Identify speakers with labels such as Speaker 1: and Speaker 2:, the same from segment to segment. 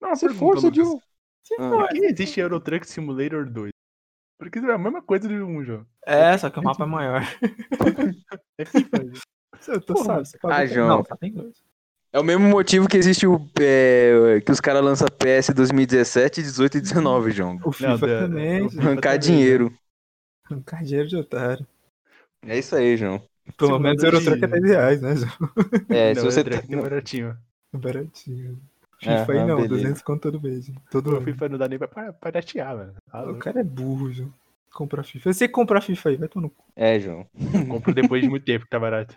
Speaker 1: Tá
Speaker 2: Ah, se for, se de um.
Speaker 3: Se for,
Speaker 4: Por que existe
Speaker 1: um.
Speaker 4: Euro Truck Simulator 2? Porque é a mesma coisa de um jogo.
Speaker 3: É, só que o mapa é maior.
Speaker 4: É FIFA. gente.
Speaker 5: Você tu
Speaker 3: Porra.
Speaker 5: sabe, você pode
Speaker 1: Ah,
Speaker 5: ver.
Speaker 1: João.
Speaker 3: Não, só tem dois.
Speaker 1: É o mesmo motivo que existe o. é, que os caras lançam PS 2017, 18 e 19, João.
Speaker 5: O FIFA
Speaker 4: da-
Speaker 5: também. gente,
Speaker 1: Arrancar
Speaker 5: também.
Speaker 1: dinheiro. Um
Speaker 5: Arrancar dinheiro de otário.
Speaker 1: É isso aí, João.
Speaker 5: Pelo
Speaker 4: Segundo
Speaker 5: menos
Speaker 4: de-
Speaker 5: o Eurotruck é 10 reais, né, João?
Speaker 1: É,
Speaker 4: Não,
Speaker 1: se você.
Speaker 4: Euro Truck
Speaker 1: tá-
Speaker 4: é baratinho.
Speaker 5: Baratinho.
Speaker 1: É,
Speaker 5: FIFA aí
Speaker 1: ah,
Speaker 5: não,
Speaker 1: beleza.
Speaker 5: 200 conto todo mês. né? Todo
Speaker 4: O
Speaker 5: ano.
Speaker 4: FIFA não dá nem pra- pra piratear, mano. Ah,
Speaker 5: O cara é burro, João. Comprar FIFA. Você comprar FIFA aí, vai tomar no cu.
Speaker 1: É, João.
Speaker 4: eu compro depois de muito tempo que tá barato.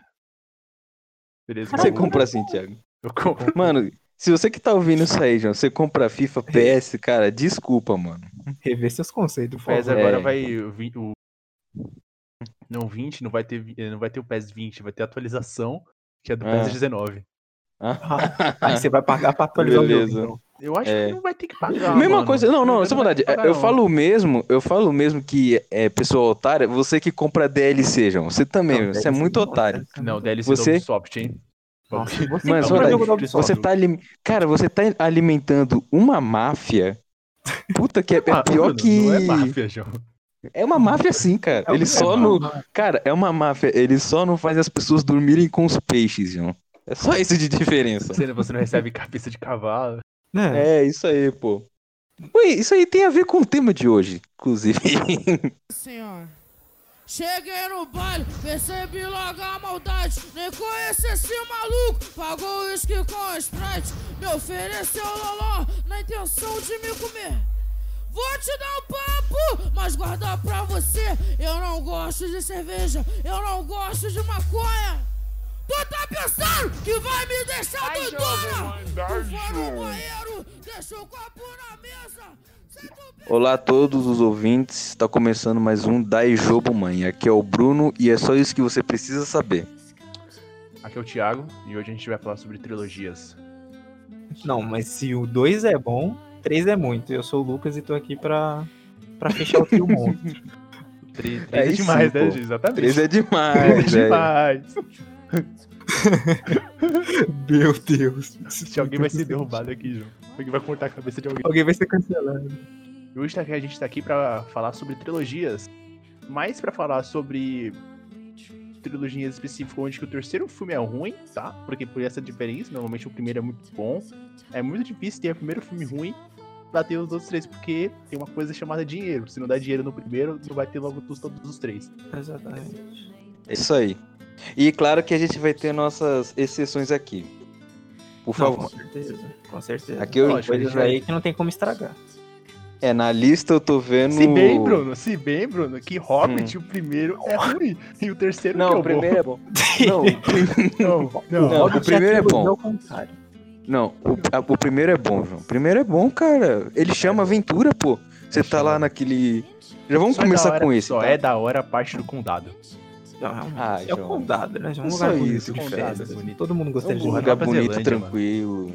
Speaker 4: Beleza,
Speaker 1: Você
Speaker 4: eu compro.
Speaker 1: compra assim, Thiago.
Speaker 4: Eu compro.
Speaker 1: Mano, se você que tá ouvindo isso aí, João, você compra FIFA, PS, cara, desculpa, mano.
Speaker 5: Rever seus conceitos, por
Speaker 4: PES
Speaker 5: favor.
Speaker 4: agora
Speaker 1: É.
Speaker 4: vai. o vi- o- Não, 20, não vai, ter, vi- eh, não vai ter o PES 20, vai ter a atualização, que é do
Speaker 1: Ah.
Speaker 4: PES 19.
Speaker 5: Aí você vai pagar pra atualizar o
Speaker 1: Beleza.
Speaker 5: jogo. então.
Speaker 4: Eu acho
Speaker 1: É.
Speaker 4: que não vai ter que pagar.
Speaker 1: Mesma
Speaker 4: mano.
Speaker 1: coisa, não, não,
Speaker 4: vai ter
Speaker 1: essa
Speaker 4: que
Speaker 1: verdade.
Speaker 4: pagar,
Speaker 1: Eu
Speaker 4: não.
Speaker 1: falo o mesmo, eu falo o mesmo que é pessoa otária, você que compra DLC, João. Você também,
Speaker 5: Não,
Speaker 1: você é
Speaker 5: deve
Speaker 1: muito
Speaker 5: ser-
Speaker 1: otário.
Speaker 5: Nossa,
Speaker 4: Não, DLC
Speaker 1: Você-
Speaker 4: do Ubisoft, hein?
Speaker 5: Nossa, você
Speaker 1: Mano,
Speaker 5: compra
Speaker 1: verdade.
Speaker 5: jogo da Ubisoft.
Speaker 1: Você tá ali... Cara, você tá alimentando uma máfia. Puta que é, é
Speaker 4: Ah,
Speaker 1: pior
Speaker 4: mano,
Speaker 1: que.
Speaker 4: Não é máfia, um João.
Speaker 1: É uma máfia sim, cara.
Speaker 5: É uma-
Speaker 1: Ele
Speaker 5: é
Speaker 1: só
Speaker 5: uma
Speaker 1: não.
Speaker 4: né?
Speaker 1: Cara, é uma máfia. Ele só não faz as pessoas dormirem com os peixes, João. É só isso de diferença.
Speaker 4: Você, você não recebe cabeça de cavalo.
Speaker 5: Né?
Speaker 1: É, isso aí, pô. Ui, isso aí tem a ver com o tema de hoje, inclusive.
Speaker 6: senhor. Cheguei no baile, percebi logo a maldade. Nem conheci esse maluco, pagou o uísque com Sprite. Me ofereceu loló na intenção de me comer. Vou te dar um papo, mas guardar pra você. Eu não gosto de cerveja, eu não gosto de maconha. Tu tá pensando que vai me deixar doidona? Tu foi no banheiro, deixou o copo na mesa. Cê tu
Speaker 1: Olá a todos os ouvintes. Tá começando mais um Dai Jobo Mãe. Aqui é o Bruno e é só isso que você precisa saber.
Speaker 4: Aqui é o Thiago e hoje a gente vai falar sobre trilogias.
Speaker 5: Não, mas se o 2 é bom, 3 é muito. Eu sou o Lucas e tô aqui pra, pra fechar o trio monstro.
Speaker 4: Três
Speaker 1: Aí
Speaker 4: é demais,
Speaker 1: sim,
Speaker 4: né,
Speaker 1: pô.
Speaker 4: gente? Exatamente.
Speaker 1: Três é
Speaker 4: Três é
Speaker 1: demais, velho.
Speaker 4: demais.
Speaker 5: Meu Deus.
Speaker 4: Se alguém vai ser derrubado aqui, João. Alguém vai cortar a cabeça de alguém.
Speaker 5: Alguém vai ser cancelado.
Speaker 4: E hoje tá aqui- a gente tá aqui pra falar sobre trilogias. Mais pra falar sobre trilogias específicas onde que o terceiro filme é ruim, tá? Porque por essa diferença, normalmente o primeiro é muito bom. É muito difícil ter o primeiro filme ruim pra ter os outros três, porque tem uma coisa chamada dinheiro. Se não dá dinheiro no primeiro, não vai ter logo dos- todos os três.
Speaker 5: Exatamente.
Speaker 1: É isso aí. E claro que a gente vai ter nossas exceções aqui. Por
Speaker 5: Não, com
Speaker 1: favor.
Speaker 5: certeza. Com certeza.
Speaker 1: Aqui eu-
Speaker 4: Lógico,
Speaker 5: Coisas aí que não tem como estragar.
Speaker 1: É, na lista eu tô vendo.
Speaker 4: Se bem, Bruno, se bem, Bruno, que Hobbit, o primeiro é ruim. E o terceiro que é
Speaker 1: Não,
Speaker 4: o
Speaker 1: o primeiro é bom. Não, o prim-
Speaker 4: bom. Não, não.
Speaker 1: Não, o primeiro é bom.
Speaker 5: Ao contrário.
Speaker 1: Não, o, a- o primeiro é bom, João. O primeiro é bom, cara. Ele chama aventura, pô. Você tá lá naquele. Já
Speaker 4: É
Speaker 1: vamos
Speaker 4: Só é
Speaker 1: começar
Speaker 4: da hora-
Speaker 1: com esse.
Speaker 4: Só
Speaker 1: tá?
Speaker 4: é da hora a parte do condado.
Speaker 5: Não, realmente,
Speaker 1: Ah,
Speaker 5: é o
Speaker 1: João.
Speaker 5: condado, né? É um lugar
Speaker 1: É só
Speaker 5: bonito
Speaker 1: isso,
Speaker 5: de
Speaker 4: condado,
Speaker 5: festas.
Speaker 4: bonito.
Speaker 5: Todo mundo gostaria de
Speaker 1: Um
Speaker 4: Porra,
Speaker 1: lugar
Speaker 5: lugar.
Speaker 4: Nova
Speaker 1: bonito,
Speaker 4: Zelândia,
Speaker 1: tranquilo.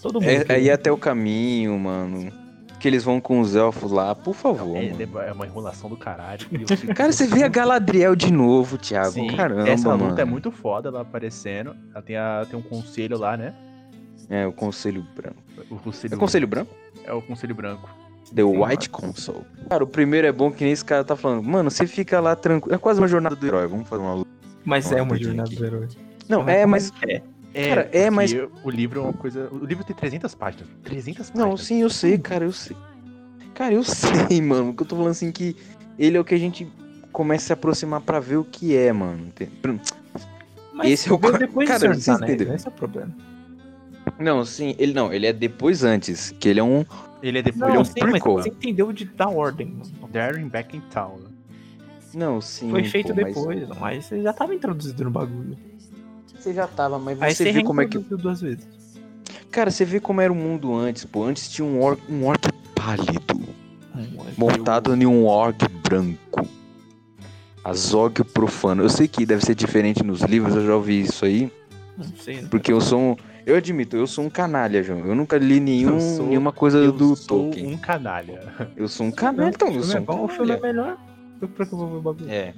Speaker 5: Todo mundo.
Speaker 4: Uhum.
Speaker 1: É,
Speaker 5: quer
Speaker 1: é ir
Speaker 5: ir.
Speaker 1: até o caminho, mano. Que eles vão com os elfos lá, por favor,
Speaker 4: É,
Speaker 1: mano.
Speaker 4: é uma enrolação do caralho.
Speaker 1: Cara, você vê a Galadriel de novo, Thiago.
Speaker 4: Sim,
Speaker 1: Caramba,
Speaker 4: essa luta
Speaker 1: mano.
Speaker 4: é muito foda, ela aparecendo. Ela tem, a- tem um conselho lá, né?
Speaker 1: É, o Conselho Branco.
Speaker 4: O conselho,
Speaker 1: É o Conselho Branco?
Speaker 4: É o conselho branco.
Speaker 1: The White Console. Cara, o primeiro é bom que nem esse cara tá falando. Mano, você fica lá tranquilo. É quase uma jornada do herói. Vamos fazer uma luta.
Speaker 5: Mas é uma
Speaker 1: Aqui.
Speaker 5: jornada do herói.
Speaker 1: Não, é, mas.
Speaker 5: É.
Speaker 4: É,
Speaker 1: Cara, é,
Speaker 4: porque
Speaker 1: mas-
Speaker 4: O livro é uma coisa. O livro tem 300 páginas. 300 páginas.
Speaker 1: Não, sim, eu sei, cara, eu sei. Cara, eu sei, mano. Porque eu tô falando assim que ele é o que a gente começa a se aproximar pra ver o que é, mano. Entende?
Speaker 5: Mas
Speaker 1: Esse é o
Speaker 5: depois
Speaker 1: co-
Speaker 5: depois
Speaker 1: Cara,
Speaker 5: de
Speaker 1: vocês
Speaker 5: sentar, né?
Speaker 1: entenderam.
Speaker 5: Esse é o problema.
Speaker 1: Não, sim, ele não, ele é depois antes, que ele é um.
Speaker 4: Ele é depois.
Speaker 1: Não,
Speaker 4: Ele
Speaker 1: um
Speaker 5: sim, mas
Speaker 1: prequel.
Speaker 5: você entendeu de, da ordem, mano.
Speaker 4: é um Darren Back in Town. né?
Speaker 1: Não, sim.
Speaker 5: Foi feito
Speaker 1: pô, mas
Speaker 5: depois, mas... você já tava introduzido no bagulho.
Speaker 1: Você já tava, mas
Speaker 5: Aí
Speaker 1: você
Speaker 5: você
Speaker 1: vê como é que.
Speaker 5: reintroduziu duas vezes.
Speaker 1: Cara, você vê como era o mundo antes, pô. Antes tinha um orc, um orc pálido. montado em um orc branco. Azog profano. Eu sei que deve ser diferente nos livros, eu já ouvi isso aí.
Speaker 5: Não sei, né?
Speaker 1: Porque eu sou um. Eu admito, eu sou um canalha, João. Eu nunca li nenhum,
Speaker 4: Eu sou-
Speaker 1: nenhuma coisa
Speaker 4: eu
Speaker 1: do
Speaker 4: sou
Speaker 1: Tolkien.
Speaker 4: um canalha.
Speaker 1: Eu sou um canalha, então
Speaker 5: o
Speaker 1: eu
Speaker 5: filme
Speaker 1: sou
Speaker 5: é
Speaker 1: um
Speaker 5: bom, o filme é
Speaker 1: canalha.
Speaker 5: melhor. Eu pra que eu vou ver o bagulho.
Speaker 1: É.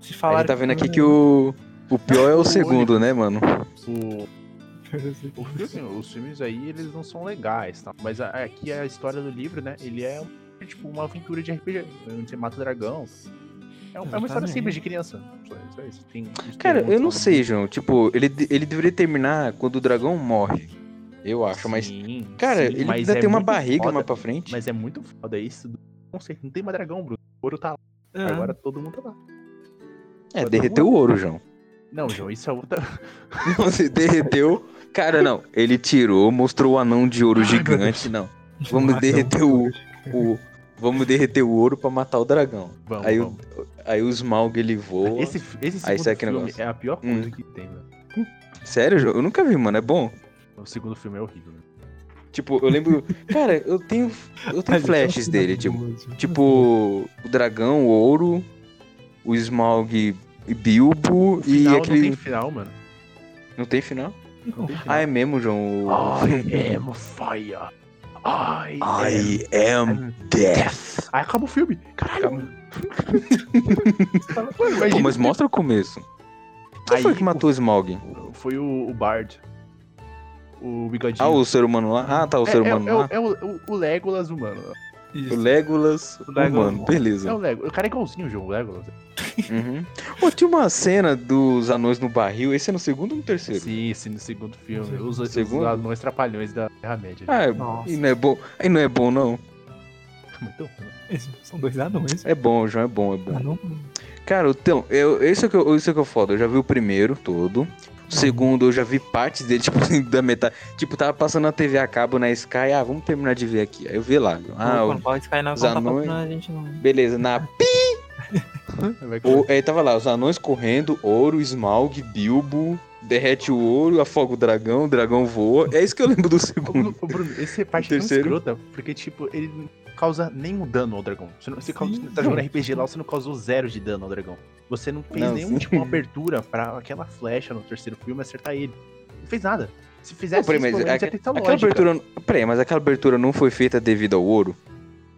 Speaker 5: Se
Speaker 1: A tá
Speaker 5: falar
Speaker 1: é gente tá vendo aqui que o. O pior é o segundo, né, mano?
Speaker 4: O, O filme, assim, os filmes aí, eles não são legais, tá? Mas a- aqui a história do livro, né? Ele é tipo uma aventura de RPG, onde você mata o dragão. É, um- é uma história
Speaker 3: Exatamente.
Speaker 4: simples de criança. Só isso, é isso. Tem- tem
Speaker 1: Cara,
Speaker 4: muito
Speaker 1: eu não
Speaker 4: sobre-
Speaker 1: sei, João. Tipo, ele, ele deveria terminar quando o dragão morre. Eu acho, mas.
Speaker 4: Sim,
Speaker 1: Cara,
Speaker 4: sim,
Speaker 1: ele
Speaker 4: mas
Speaker 1: ainda
Speaker 4: é
Speaker 1: tem uma
Speaker 4: muito
Speaker 1: barriga
Speaker 4: foda,
Speaker 1: mais pra frente.
Speaker 4: Mas é muito foda isso. do conceito. Não tem mais dragão, Bruno. O ouro tá lá.
Speaker 3: É.
Speaker 4: Agora todo mundo tá lá.
Speaker 1: é, derreteu o ouro, João.
Speaker 4: Não, João, isso é outra.
Speaker 1: Não, se derreteu. Cara, não. Ele tirou, mostrou o anão de
Speaker 4: Ah,
Speaker 1: ouro
Speaker 5: Ai, meu
Speaker 1: gigante. Não. Vamos derreter o, o. Vamos derreter o ouro pra matar o dragão.
Speaker 4: Vamos,
Speaker 1: Aí o-
Speaker 4: vamos.
Speaker 1: Aí o Smaug ele voa.
Speaker 4: Esse, esse
Speaker 1: Aí
Speaker 4: segundo
Speaker 1: sai aquele
Speaker 4: filme
Speaker 1: negócio. Hum.
Speaker 4: é a pior coisa que tem, velho. tipo
Speaker 1: Sério, João? Eu nunca vi, mano. É bom.
Speaker 4: O segundo filme é horrível, né?
Speaker 1: Tipo, eu lembro. Cara, eu tenho. Eu
Speaker 4: então
Speaker 5: tá
Speaker 1: tenho flashes
Speaker 4: é
Speaker 1: dele, tipo. Tipo, o dragão, o ouro, o Smaug e Bilbo e
Speaker 4: Final,
Speaker 1: aquele.
Speaker 4: Não tem final, mano.
Speaker 1: Não tem final?
Speaker 4: Não tem final.
Speaker 1: Ah, é mesmo, João. o-
Speaker 4: I am fire. I, am.
Speaker 1: I am death.
Speaker 4: é. Aí acaba o filme. Caralho.
Speaker 1: Acaba.
Speaker 4: Mano, imagina.
Speaker 1: Pô, mas mostra o começo. Quem
Speaker 4: Aí,
Speaker 1: foi que matou o Smaug?
Speaker 4: o- Foi o, o Bard. O bigodinho.
Speaker 1: Ah, o ser humano lá? Ah, tá, o
Speaker 4: É-
Speaker 1: ser
Speaker 4: é,
Speaker 1: humano
Speaker 4: é,
Speaker 1: lá.
Speaker 4: o- é o, o Legolas humano.
Speaker 5: Ah,
Speaker 1: O Legolas, o
Speaker 3: Legolas.
Speaker 1: humano,
Speaker 4: É
Speaker 1: beleza.
Speaker 4: o Legolas. O cara é igualzinho o jogo, o Legolas.
Speaker 1: Uhum. Pô, tinha uma cena dos anões no barril, esse é no segundo ou no terceiro?
Speaker 4: Sim, sim, no segundo filme. Os, os
Speaker 1: Segundo?
Speaker 4: anões trapalhões da Terra-média.
Speaker 1: Ah,
Speaker 5: Nossa.
Speaker 1: e não é bom. Aí não é bom, não.
Speaker 4: Muito ruim.
Speaker 5: São dois anões.
Speaker 1: É bom, João, é bom, é bom.
Speaker 5: Ah, não.
Speaker 1: Cara, então, eu, esse, é que eu, esse é que eu foda. Eu já vi o primeiro todo. O segundo, eu já vi partes dele, tipo, assim, da metade. Tipo, tava passando na TV a cabo na Sky. Ah, vamos terminar de ver aqui. Aí eu vi lá. Ah,
Speaker 3: Ah,
Speaker 1: o-
Speaker 3: quando fala de Sky não
Speaker 1: os
Speaker 3: tá
Speaker 1: anões.
Speaker 3: patrocinando a gente, não.
Speaker 1: beleza. Na pi.
Speaker 4: Vai que-
Speaker 1: o- Aí tava lá, os anões correndo, ouro, Smaug, Bilbo. Derrete o ouro, afoga o dragão, o dragão voa. É isso que eu lembro do
Speaker 4: Ô,
Speaker 1: segundo.
Speaker 4: Bruno, ô, Bruno, esse é parte
Speaker 1: O
Speaker 4: tão
Speaker 1: terceiro?
Speaker 4: escrota, porque, tipo, ele não causa nenhum dano ao dragão. Você, não, você causa-
Speaker 5: Sim.
Speaker 4: tá jogando RPG lá, você não causou zero de dano ao dragão. Você não fez
Speaker 1: Não,
Speaker 4: nenhum
Speaker 1: sim.
Speaker 4: tipo de abertura pra aquela flecha no terceiro filme acertar ele. Não fez nada. Se
Speaker 1: Não,
Speaker 4: fizesse isso, pelo
Speaker 1: peraí, mas é
Speaker 4: menos ia
Speaker 1: aque-
Speaker 4: ter essa
Speaker 1: aquela
Speaker 4: lógica.
Speaker 1: abertura. Peraí, mas aquela abertura não foi feita devido ao ouro?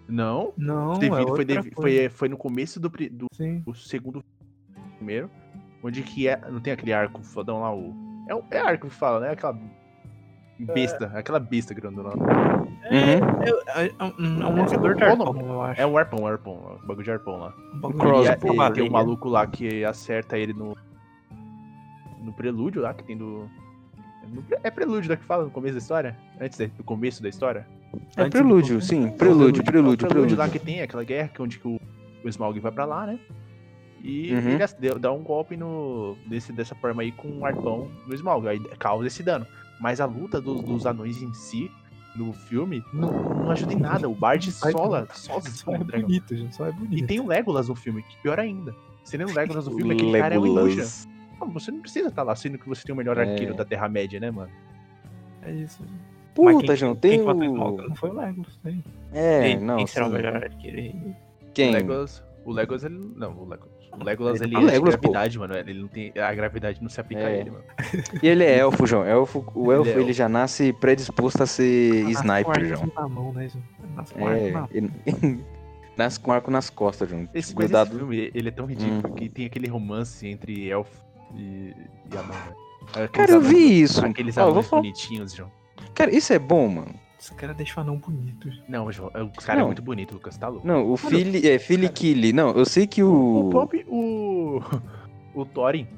Speaker 4: Não,
Speaker 5: Não,
Speaker 4: devido-
Speaker 5: é
Speaker 4: foi,
Speaker 5: outra
Speaker 4: devi-
Speaker 5: coisa.
Speaker 4: foi, foi no começo do, pri- do,
Speaker 5: Sim.
Speaker 4: do segundo primeiro, onde que é, não tem aquele arco fodão lá, o... É, o- é arco que fala, né? Aquela
Speaker 1: É.
Speaker 4: besta, aquela besta grandona lá.
Speaker 1: Uhum.
Speaker 5: É, é um é um lançador de
Speaker 4: Qual
Speaker 5: arco,
Speaker 4: o nome?
Speaker 5: eu acho.
Speaker 4: É um arpão, arpão, um bagulho de arpão lá.
Speaker 5: Um bagulho
Speaker 1: cross, né?
Speaker 5: de-
Speaker 4: E,
Speaker 1: pô,
Speaker 4: e tem um
Speaker 5: baleia.
Speaker 4: maluco lá que acerta ele no. No prelúdio lá que tem do. é no pre- é prelúdio da que fala no começo da história? Antes da- do começo da história?
Speaker 1: É
Speaker 5: Antes do
Speaker 1: prelúdio,
Speaker 5: começo.
Speaker 1: sim. Prelúdio,
Speaker 4: É o
Speaker 1: prelúdio, prelúdio.
Speaker 4: lá que tem aquela guerra que é onde que o, o Smaug vai pra lá, né? E
Speaker 1: Uhum.
Speaker 4: ele ac- deu- dá um golpe no. Desse, dessa forma aí com um arpão no Smaug. Aí causa esse dano. Mas a luta dos, dos anões em si, no filme, não, não ajuda em nada. O Bard
Speaker 5: Ai,
Speaker 4: sola
Speaker 5: Só
Speaker 4: sozinho né?
Speaker 5: é
Speaker 4: o dragão.
Speaker 5: bonito, gente. Só é bonito.
Speaker 4: E tem o Legolas no filme, que pior ainda. Se nem o Legolas no filme, aquele cara é o Inuja. Não, você não precisa estar lá sendo que você tem o melhor
Speaker 1: É.
Speaker 4: arqueiro da Terra-média, né, mano?
Speaker 5: É isso. gente. Mas
Speaker 1: Puta,
Speaker 5: quem-
Speaker 1: João,
Speaker 5: Quem
Speaker 1: tem
Speaker 5: matou Smaug?
Speaker 1: o...
Speaker 5: Não foi o Legolas, né?
Speaker 1: É,
Speaker 5: Quem-
Speaker 1: não.
Speaker 5: Quem será o
Speaker 1: sim.
Speaker 5: melhor arqueiro aí?
Speaker 1: Quem?
Speaker 4: O Legolas, o Legolas, ele. Não, o Legolas. O Legolas, ele
Speaker 1: Ah,
Speaker 4: é de
Speaker 1: Legolas, pô.
Speaker 4: gravidade, mano. Ele não tem. A gravidade não se aplica a
Speaker 1: É.
Speaker 4: ele, mano.
Speaker 1: E ele é elfo, João. Elfo, o elfo,
Speaker 4: é
Speaker 1: ele
Speaker 4: elfo.
Speaker 1: já nasce predisposto a
Speaker 5: Nasce
Speaker 1: ser
Speaker 5: com o
Speaker 1: É sniper,
Speaker 5: arco
Speaker 1: João.
Speaker 5: Na mão, né, gente? Nasce com o arco
Speaker 1: É,
Speaker 5: na mão.
Speaker 1: ele... nasce com arco nas costas, João.
Speaker 4: Esse, mas esse
Speaker 1: Cuidado. Hum.
Speaker 4: filme, ele é tão ridículo que tem aquele romance entre elfo e, e anão, né? Aqueles
Speaker 1: Cara, eu
Speaker 4: anões-
Speaker 1: vi isso.
Speaker 4: Aqueles
Speaker 1: Ó, eu vou
Speaker 4: anões
Speaker 1: falar-
Speaker 4: bonitinhos, João.
Speaker 1: Cara, isso é bom, mano.
Speaker 5: Esse cara deixa o anão bonito. gente.
Speaker 4: Não, João, o cara
Speaker 1: Não.
Speaker 4: é muito bonito, Lucas, tá louco.
Speaker 1: Não, o Philly... É, Philly Killy. Não, eu sei que
Speaker 4: O
Speaker 1: o...
Speaker 4: Pop, o. O Thorin.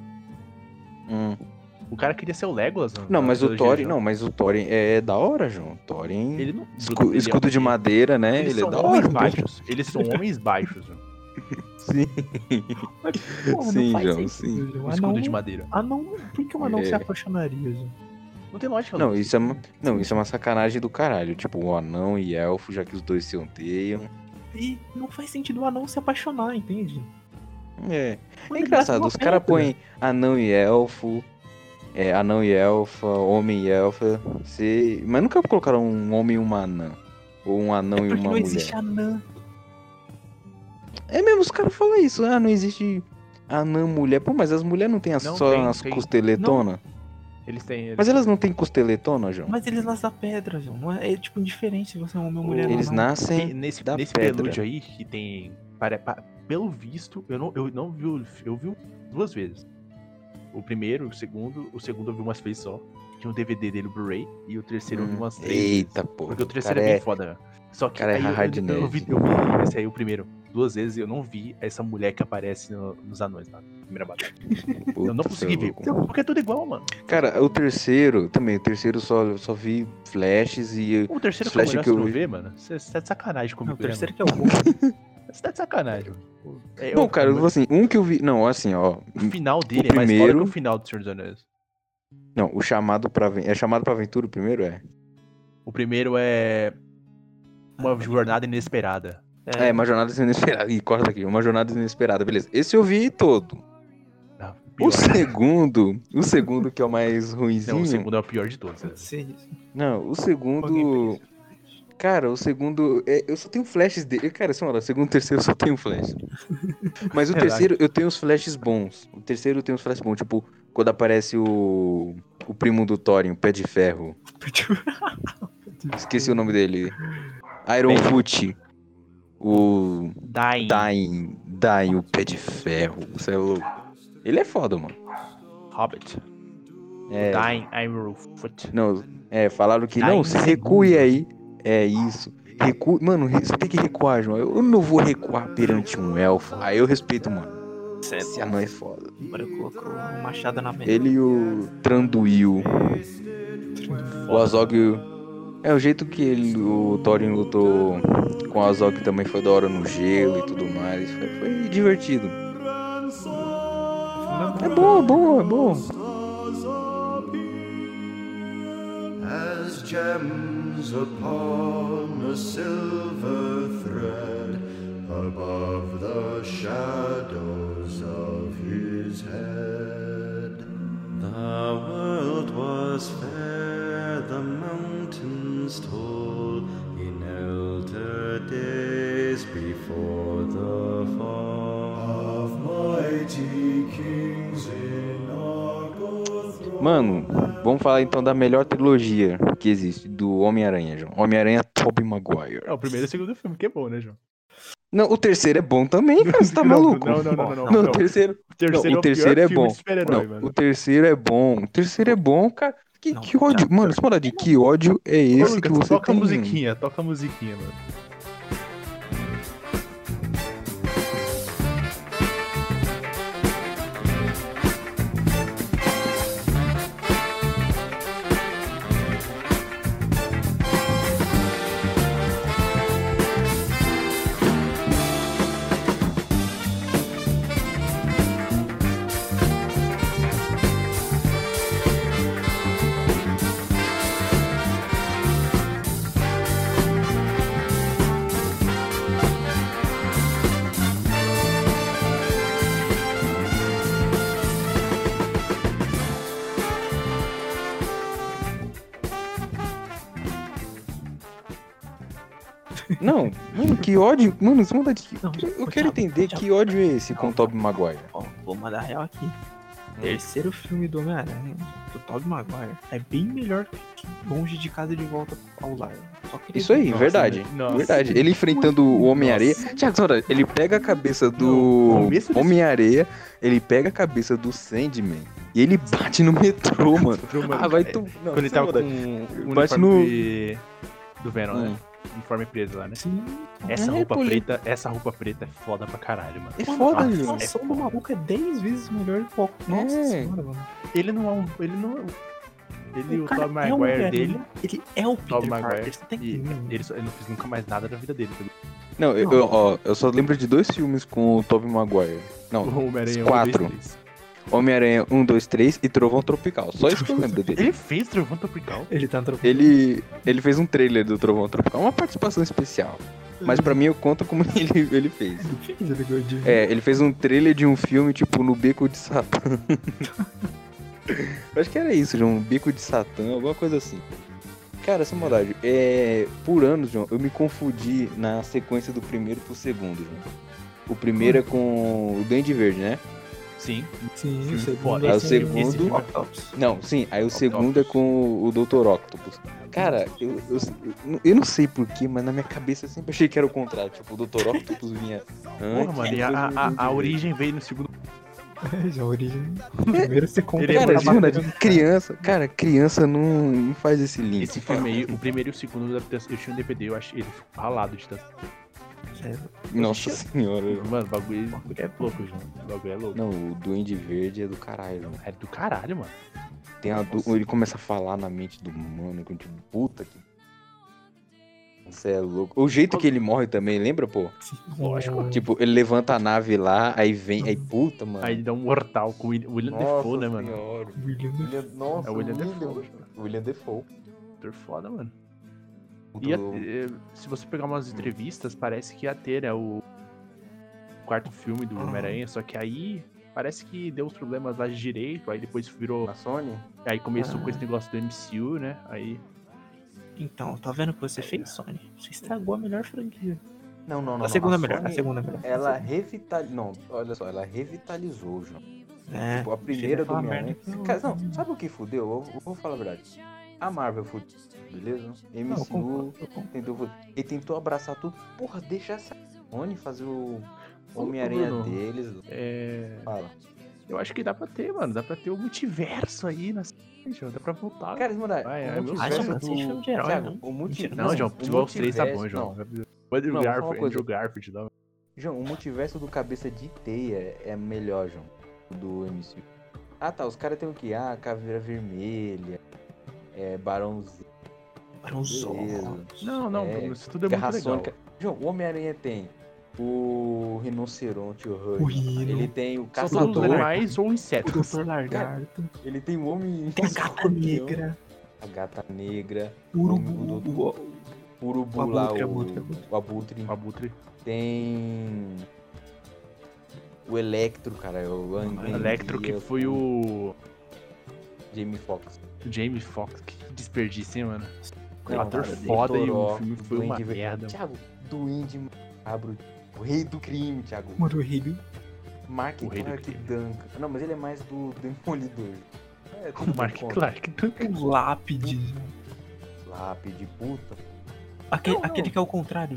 Speaker 1: Hum.
Speaker 4: O cara queria ser o Legolas, mano.
Speaker 1: Não,
Speaker 4: na
Speaker 1: mas o
Speaker 4: trilogia,
Speaker 1: Thorin...
Speaker 4: João.
Speaker 1: Não, mas o Thorin é da hora, João. Thorin...
Speaker 4: Ele não.
Speaker 1: escu-
Speaker 4: ele é
Speaker 1: Escudo de
Speaker 4: um-
Speaker 1: madeira, né?
Speaker 4: Eles
Speaker 1: Ele é
Speaker 4: são
Speaker 1: da
Speaker 4: homens
Speaker 1: hora. pô.
Speaker 4: baixos. Eles são homens baixos. viu?
Speaker 1: Sim.
Speaker 5: Porra, não
Speaker 1: Sim,
Speaker 5: faz sentido,
Speaker 1: João, sim.
Speaker 5: gente.
Speaker 4: Um
Speaker 5: Um
Speaker 4: escudo
Speaker 5: anão...
Speaker 4: de madeira.
Speaker 5: anão... Por que um anão
Speaker 1: É.
Speaker 5: se apaixonaria, gente?
Speaker 4: Não tem lógica.
Speaker 1: Não,
Speaker 4: Lucas.
Speaker 1: isso é, uma, não, isso é uma sacanagem do caralho. Tipo, o anão e elfo, já que os dois se odeiam.
Speaker 5: E não faz sentido o anão se apaixonar, entende?
Speaker 1: É.
Speaker 5: Quando
Speaker 1: É
Speaker 5: ele
Speaker 1: engraçado,
Speaker 5: bate
Speaker 1: os
Speaker 5: uma pedra,
Speaker 1: caras põem anão e elfo, é, anão e elfa, homem e elfa, se... mas nunca colocaram um homem e uma anã. Ou um anão
Speaker 5: É
Speaker 1: e
Speaker 5: porque
Speaker 1: uma
Speaker 5: não
Speaker 1: mulher.
Speaker 5: existe anã.
Speaker 1: É mesmo, os caras falam isso. Ah, não existe anã mulher. Pô, mas as mulheres não têm as,
Speaker 4: Não
Speaker 1: só
Speaker 4: tem,
Speaker 1: as
Speaker 4: tem.
Speaker 1: costeletonas?
Speaker 4: Eles têm. eles-
Speaker 1: Mas elas não têm costeletona, João?
Speaker 5: Mas eles nascem da pedra, João. Não é, é tipo indiferente se você é homem ou mulher.
Speaker 1: Eles
Speaker 5: não.
Speaker 1: nascem
Speaker 4: Tem- nesse
Speaker 1: da
Speaker 4: nesse
Speaker 1: pedra.
Speaker 4: prelúdio aí que tem. pare- pa- pelo visto, eu não, eu não vi. o- Eu vi duas vezes. O primeiro, o segundo. O segundo eu vi umas vezes só. Tinha um DVD dele, o Blu-ray, e o terceiro eu vi umas três.
Speaker 1: Hum, Eita, porra.
Speaker 4: Porque o terceiro
Speaker 1: cara
Speaker 4: é bem
Speaker 1: é-
Speaker 4: foda, velho. Só que
Speaker 1: cara é
Speaker 4: aí eu-
Speaker 1: hard
Speaker 4: eu, eu,
Speaker 1: nerd. né?
Speaker 4: vi, eu vi esse aí, o primeiro, duas vezes, e eu não vi essa mulher que aparece no- nos anões lá, na primeira batalha. eu não
Speaker 1: é Puta,
Speaker 4: consegui
Speaker 1: seu
Speaker 4: ver,
Speaker 1: louco.
Speaker 4: porque é tudo igual, mano.
Speaker 1: Cara, o terceiro, também, o terceiro só, só vi flashes e.
Speaker 4: O terceiro que é o
Speaker 1: Flash
Speaker 4: melhor
Speaker 1: que
Speaker 4: você
Speaker 1: eu
Speaker 4: não
Speaker 1: vi.
Speaker 4: vê, mano, você você tá de sacanagem comigo,
Speaker 5: Não, o terceiro
Speaker 4: né,
Speaker 5: que é o bom.
Speaker 4: mano? Você tá de sacanagem. mano. É,
Speaker 1: Não,
Speaker 4: eu-
Speaker 1: cara, eu
Speaker 4: o,
Speaker 1: vou assim, um que eu vi. Não, assim, ó.
Speaker 4: final dele
Speaker 1: o
Speaker 4: é mais foda que
Speaker 1: primeiro-
Speaker 4: o final do Senhor dos Anéis.
Speaker 1: Não, o chamado pra. Aven- É chamado pra aventura o primeiro? É.
Speaker 4: O primeiro é
Speaker 5: Ah, tá.
Speaker 4: uma jornada inesperada.
Speaker 1: É, uma jornada inesperada. Ih, corta aqui. Uma jornada inesperada, beleza. Esse eu vi todo.
Speaker 4: Não, Ah, pior.
Speaker 1: O segundo, o segundo que é o mais
Speaker 4: Não,
Speaker 1: ruinzinho.
Speaker 4: o segundo é o pior de todos. né?
Speaker 5: Sim, sim.
Speaker 1: Não, o
Speaker 5: Alguém
Speaker 1: segundo. Cara, o segundo. é, eu só tenho flashes dele. Cara, assim, olha, o segundo e o terceiro eu só tenho flash. Mas o
Speaker 4: Relaxa.
Speaker 1: terceiro eu tenho os flashes bons. O terceiro eu tenho os flashes bons. Tipo, quando aparece o. O primo do Thorin, o pé de ferro. Esqueci o nome dele. Ironfoot. O.
Speaker 4: Dying.
Speaker 1: Tá. Dain. Dain, o pé de ferro. Você é louco. Ele é foda, mano.
Speaker 4: Hobbit.
Speaker 1: É.
Speaker 4: Dying Ironfoot.
Speaker 1: Não, é, falaram que
Speaker 4: Dá em
Speaker 1: não, se recue aí. É isso. Recue, mano, re- você tem que recuar, João. Eu não vou recuar perante um elfo. Aí eu respeito, mano. Esse anão é foda.
Speaker 5: Agora colocou um machado na mesa.
Speaker 1: Ele e o Tranduil. O Azog. É o jeito que ele, o Thorin lutou com o Azog também foi da hora no gelo e tudo mais. Foi, foi divertido. É bom, é bom, é bom.
Speaker 2: as gems upon a silver thread above the shadows of his head. The world was fair, the mountains tall, in elder days before the fall of mighty kings in Argoth.
Speaker 1: Mano, vamos falar então da melhor trilogia que existe, do Homem-Aranha, João. Homem-Aranha Tobey Maguire.
Speaker 4: É o primeiro e o segundo filme, que é bom, né, João?
Speaker 1: Não, o terceiro é bom também, cara, você tá
Speaker 4: Não,
Speaker 1: maluco?
Speaker 4: Não, não, não, não. não,
Speaker 1: Não,
Speaker 4: não.
Speaker 1: o terceiro,
Speaker 4: O terceiro,
Speaker 1: não, o
Speaker 4: é, o
Speaker 1: terceiro
Speaker 4: pior
Speaker 1: é
Speaker 4: filme
Speaker 1: bom.
Speaker 4: de super-herói,
Speaker 1: não,
Speaker 4: mano.
Speaker 1: o terceiro é bom, o terceiro é bom, cara. Que,
Speaker 5: Não,
Speaker 1: que ódio, mano, você fala de que ódio é
Speaker 4: Ô,
Speaker 1: esse que
Speaker 4: Lucas,
Speaker 1: você
Speaker 4: toca
Speaker 1: tem?
Speaker 4: a musiquinha, toca a musiquinha, mano.
Speaker 1: Não, mano, que ódio, mano, você fala de que...
Speaker 5: Não,
Speaker 1: Eu
Speaker 5: ô, Thiago,
Speaker 1: quero entender
Speaker 5: Thiago.
Speaker 1: que ódio é esse com o Tobey Maguire.
Speaker 5: Ó, vou mandar real aqui.
Speaker 1: Hum.
Speaker 5: Terceiro filme do Homem-Aranha, do Tobey Maguire, é bem melhor que Longe de Casa e de Volta ao Lar. Só queria
Speaker 1: Isso aí,
Speaker 5: dizer.
Speaker 1: verdade.
Speaker 4: nossa.
Speaker 1: Verdade. Ele enfrentando o Homem-Areia. Tiago, olha, ele pega a cabeça
Speaker 4: Não, no
Speaker 1: do
Speaker 4: começo desse-
Speaker 1: Homem-Areia, ele pega a cabeça do Sandman e ele bate no metrô, mano.
Speaker 4: Truman,
Speaker 1: Ah, vai
Speaker 4: é,
Speaker 1: tu. Não,
Speaker 4: Quando ele
Speaker 1: sem
Speaker 4: tava com
Speaker 1: maldade.
Speaker 4: o
Speaker 1: Bate
Speaker 4: uniforme
Speaker 1: no-
Speaker 4: de- do Venom,
Speaker 1: Hum.
Speaker 4: né? Uniforme preso lá, né?
Speaker 5: Sim,
Speaker 4: Essa
Speaker 1: É,
Speaker 4: roupa
Speaker 1: poli-
Speaker 4: preta, essa roupa preta é foda pra caralho, mano.
Speaker 1: É
Speaker 5: mano,
Speaker 1: foda,
Speaker 5: a
Speaker 1: Júnior.
Speaker 5: atuação do maluco é 10 vezes melhor que qualquer.
Speaker 1: É.
Speaker 5: Nossa senhora, mano.
Speaker 4: Ele não é um. Ele não é um- Ele, o,
Speaker 5: cara
Speaker 4: Tom
Speaker 5: é o
Speaker 4: Maguire
Speaker 5: Homem-Aranha,
Speaker 4: dele.
Speaker 5: Ele é o Peter
Speaker 4: Tobey Maguire.
Speaker 5: Parker, você tem que
Speaker 4: E
Speaker 5: entender.
Speaker 4: ele, só- ele não fez nunca mais nada da vida dele. tá ligado?
Speaker 1: Não, eu,
Speaker 5: Não.
Speaker 1: eu- ó, eu só lembro de dois filmes com o Tobey Maguire. Não,
Speaker 4: O Homem-Aranha é
Speaker 1: Quatro.
Speaker 4: 1, 2, 3.
Speaker 1: Homem-Aranha 1, 2, 3 e Trovão Tropical. Só isso que eu lembro dele.
Speaker 4: Ele fez Trovão Tropical?
Speaker 5: Ele tá antropologado.
Speaker 1: Ele, ele fez um trailer do Trovão Tropical, uma participação especial. Mas pra mim eu conto como ele, ele fez.
Speaker 5: Ele ganhou de-
Speaker 1: É, ele fez um trailer de um filme, tipo, no Beco de Satã. Eu Acho que era isso, João. Beco de Satã, alguma coisa assim. Cara, essa maldade. É, por anos, João, eu me confundi na sequência do primeiro pro segundo, João. O
Speaker 4: Hum.
Speaker 1: primeiro é com o Dente Verde, né?
Speaker 4: Sim.
Speaker 5: Sim,
Speaker 4: Sim,
Speaker 5: o segundo
Speaker 4: foda.
Speaker 1: Aí É o
Speaker 5: assim,
Speaker 1: segundo-
Speaker 5: esse filme é Octopus.
Speaker 1: Não, sim. Aí o segundo é com o Dr. Octopus. Cara, eu, eu, eu, eu não sei porquê, mas na minha cabeça eu sempre achei que era o contrário. Tipo, o Dr. Octopus vinha antes.
Speaker 4: Porra, mano, e a,
Speaker 1: depois o
Speaker 4: a, a-
Speaker 1: Duende
Speaker 4: a
Speaker 1: Verde.
Speaker 4: origem veio no segundo.
Speaker 5: É, já a origem. Primeiro você compra
Speaker 4: Ele é
Speaker 1: Cara,
Speaker 5: pra
Speaker 4: mais
Speaker 1: de verdade,
Speaker 5: bater no-
Speaker 1: criança, cara, criança não, não faz esse link.
Speaker 4: Esse filme aí, o primeiro e o segundo, eu tinha um DVD, eu achei ele ralado de tanto. é
Speaker 1: Nossa senhora.
Speaker 4: Mano, o bagulho é louco, João. O bagulho é louco.
Speaker 1: Não, o Duende Verde é do caralho. mano.
Speaker 4: É do caralho, mano.
Speaker 1: Tem a du- Ele começa a falar na mente do mano, que tipo, puta que. Você é louco. O jeito que ele morre também, lembra, pô?
Speaker 4: Lógico.
Speaker 1: Tipo, ele levanta a nave lá, aí vem, aí puta, mano.
Speaker 4: Aí ele dá um mortal com o William, William Defoe, né, mano?
Speaker 1: Senhora.
Speaker 5: William Dafoe.
Speaker 1: William... Nossa,
Speaker 4: É o William
Speaker 1: William,
Speaker 4: Defoe.
Speaker 1: William Defoe.
Speaker 4: Ator foda, mano.
Speaker 1: O
Speaker 4: E a-
Speaker 1: do-
Speaker 4: eh, se você pegar umas entrevistas, parece que ia ter, né, o quarto filme do Homem-Aranha, só que aí parece que deu uns problemas lá de direito, aí depois virou.
Speaker 1: Na Sony?
Speaker 4: Aí começou
Speaker 1: Ah.
Speaker 4: com esse negócio do MCU, né? Aí.
Speaker 5: Então, tá vendo o que você fez, Sony? Você estragou a melhor franquia.
Speaker 1: Não, não, não.
Speaker 5: A segunda
Speaker 1: não.
Speaker 4: é
Speaker 5: melhor, a
Speaker 1: Sony,
Speaker 5: segunda melhor.
Speaker 1: Ela revitalizou. Não, olha só, ela revitalizou, João.
Speaker 5: É.
Speaker 1: Tipo, a primeira do
Speaker 5: falar
Speaker 1: Homem-Aranha.
Speaker 5: merda aqui,
Speaker 1: Cara, não, sabe o que fudeu? Eu, eu vou falar a verdade. A Marvel fudeu, beleza?
Speaker 5: Não, eu
Speaker 1: MCU
Speaker 5: concordo, eu concordo.
Speaker 1: tentou, fu- ele tentou abraçar tudo. Porra, deixa essa Sony fazer o Homem-Aranha
Speaker 4: Bruno.
Speaker 1: deles.
Speaker 4: É...
Speaker 1: Fala.
Speaker 4: Eu acho que dá pra ter, mano. Dá pra ter o multiverso aí na série, João. Dá pra voltar.
Speaker 1: Cara, eles mudaram.
Speaker 4: Vai, é,
Speaker 1: o
Speaker 4: meu
Speaker 1: multiverso
Speaker 5: sonho. Ah, João,
Speaker 1: do-
Speaker 5: esse filme de herói,
Speaker 1: Thiago,
Speaker 5: não.
Speaker 1: o multi-
Speaker 5: Mentira.
Speaker 4: Não, João,
Speaker 1: o
Speaker 4: João, os três tá
Speaker 1: multiverso-
Speaker 4: bom, João.
Speaker 1: não.
Speaker 4: O Andrew,
Speaker 1: Não, vou falar uma
Speaker 4: Garfield,
Speaker 1: coisa.
Speaker 4: Andrew Garfield, não.
Speaker 1: João, o multiverso do cabeça de teia é melhor, João. Do MCU. Ah tá, os caras tem o que? Ah, caveira vermelha. É, barãozinho.
Speaker 5: Eram os
Speaker 1: beleza.
Speaker 4: Não, não,
Speaker 1: É,
Speaker 4: Bruno, isso tudo é
Speaker 1: Guerra
Speaker 4: muito legal.
Speaker 1: Sônica. João, o Homem-Aranha tem o rinoceronte, o Hulk.
Speaker 5: O Rino.
Speaker 1: Ele tem o
Speaker 4: São todos
Speaker 1: caçador.
Speaker 4: animais ou
Speaker 5: O
Speaker 4: insetos.
Speaker 5: Doutor Largarto.
Speaker 1: Ele tem o homem.
Speaker 5: Tem um a gata
Speaker 1: escorpião,
Speaker 5: negra.
Speaker 1: A gata negra.
Speaker 5: O
Speaker 1: O- o-
Speaker 5: urubu. o-
Speaker 1: O urubu
Speaker 5: O
Speaker 1: lá,
Speaker 5: abutre,
Speaker 1: o,
Speaker 5: abutre, abutre.
Speaker 1: o abutre.
Speaker 4: O Abutre.
Speaker 1: Tem. O Electro, cara. O Ang-
Speaker 4: Electro, que
Speaker 1: Ang-
Speaker 4: foi o
Speaker 1: Jamie Foxx.
Speaker 4: Jamie Foxx. Que desperdício, hein, mano? Um
Speaker 1: Não,
Speaker 4: ator
Speaker 1: cara,
Speaker 4: foda e
Speaker 1: Toró,
Speaker 4: o filme foi uma
Speaker 1: Duende Ver-
Speaker 4: merda.
Speaker 1: Thiago, Duende Macabro. O rei do crime, Thiago.
Speaker 5: Mano, o rei do.
Speaker 1: Mark
Speaker 4: O rei do
Speaker 1: Clark
Speaker 4: crime.
Speaker 1: Duncan. Não, mas ele é mais do Demolidor. É, tudo
Speaker 4: O Mark
Speaker 1: bem, conta.
Speaker 4: Clark.
Speaker 5: o um Lápide.
Speaker 1: Lápide, puta.
Speaker 5: Aquele,
Speaker 1: Não, não.
Speaker 5: aquele que é o contrário.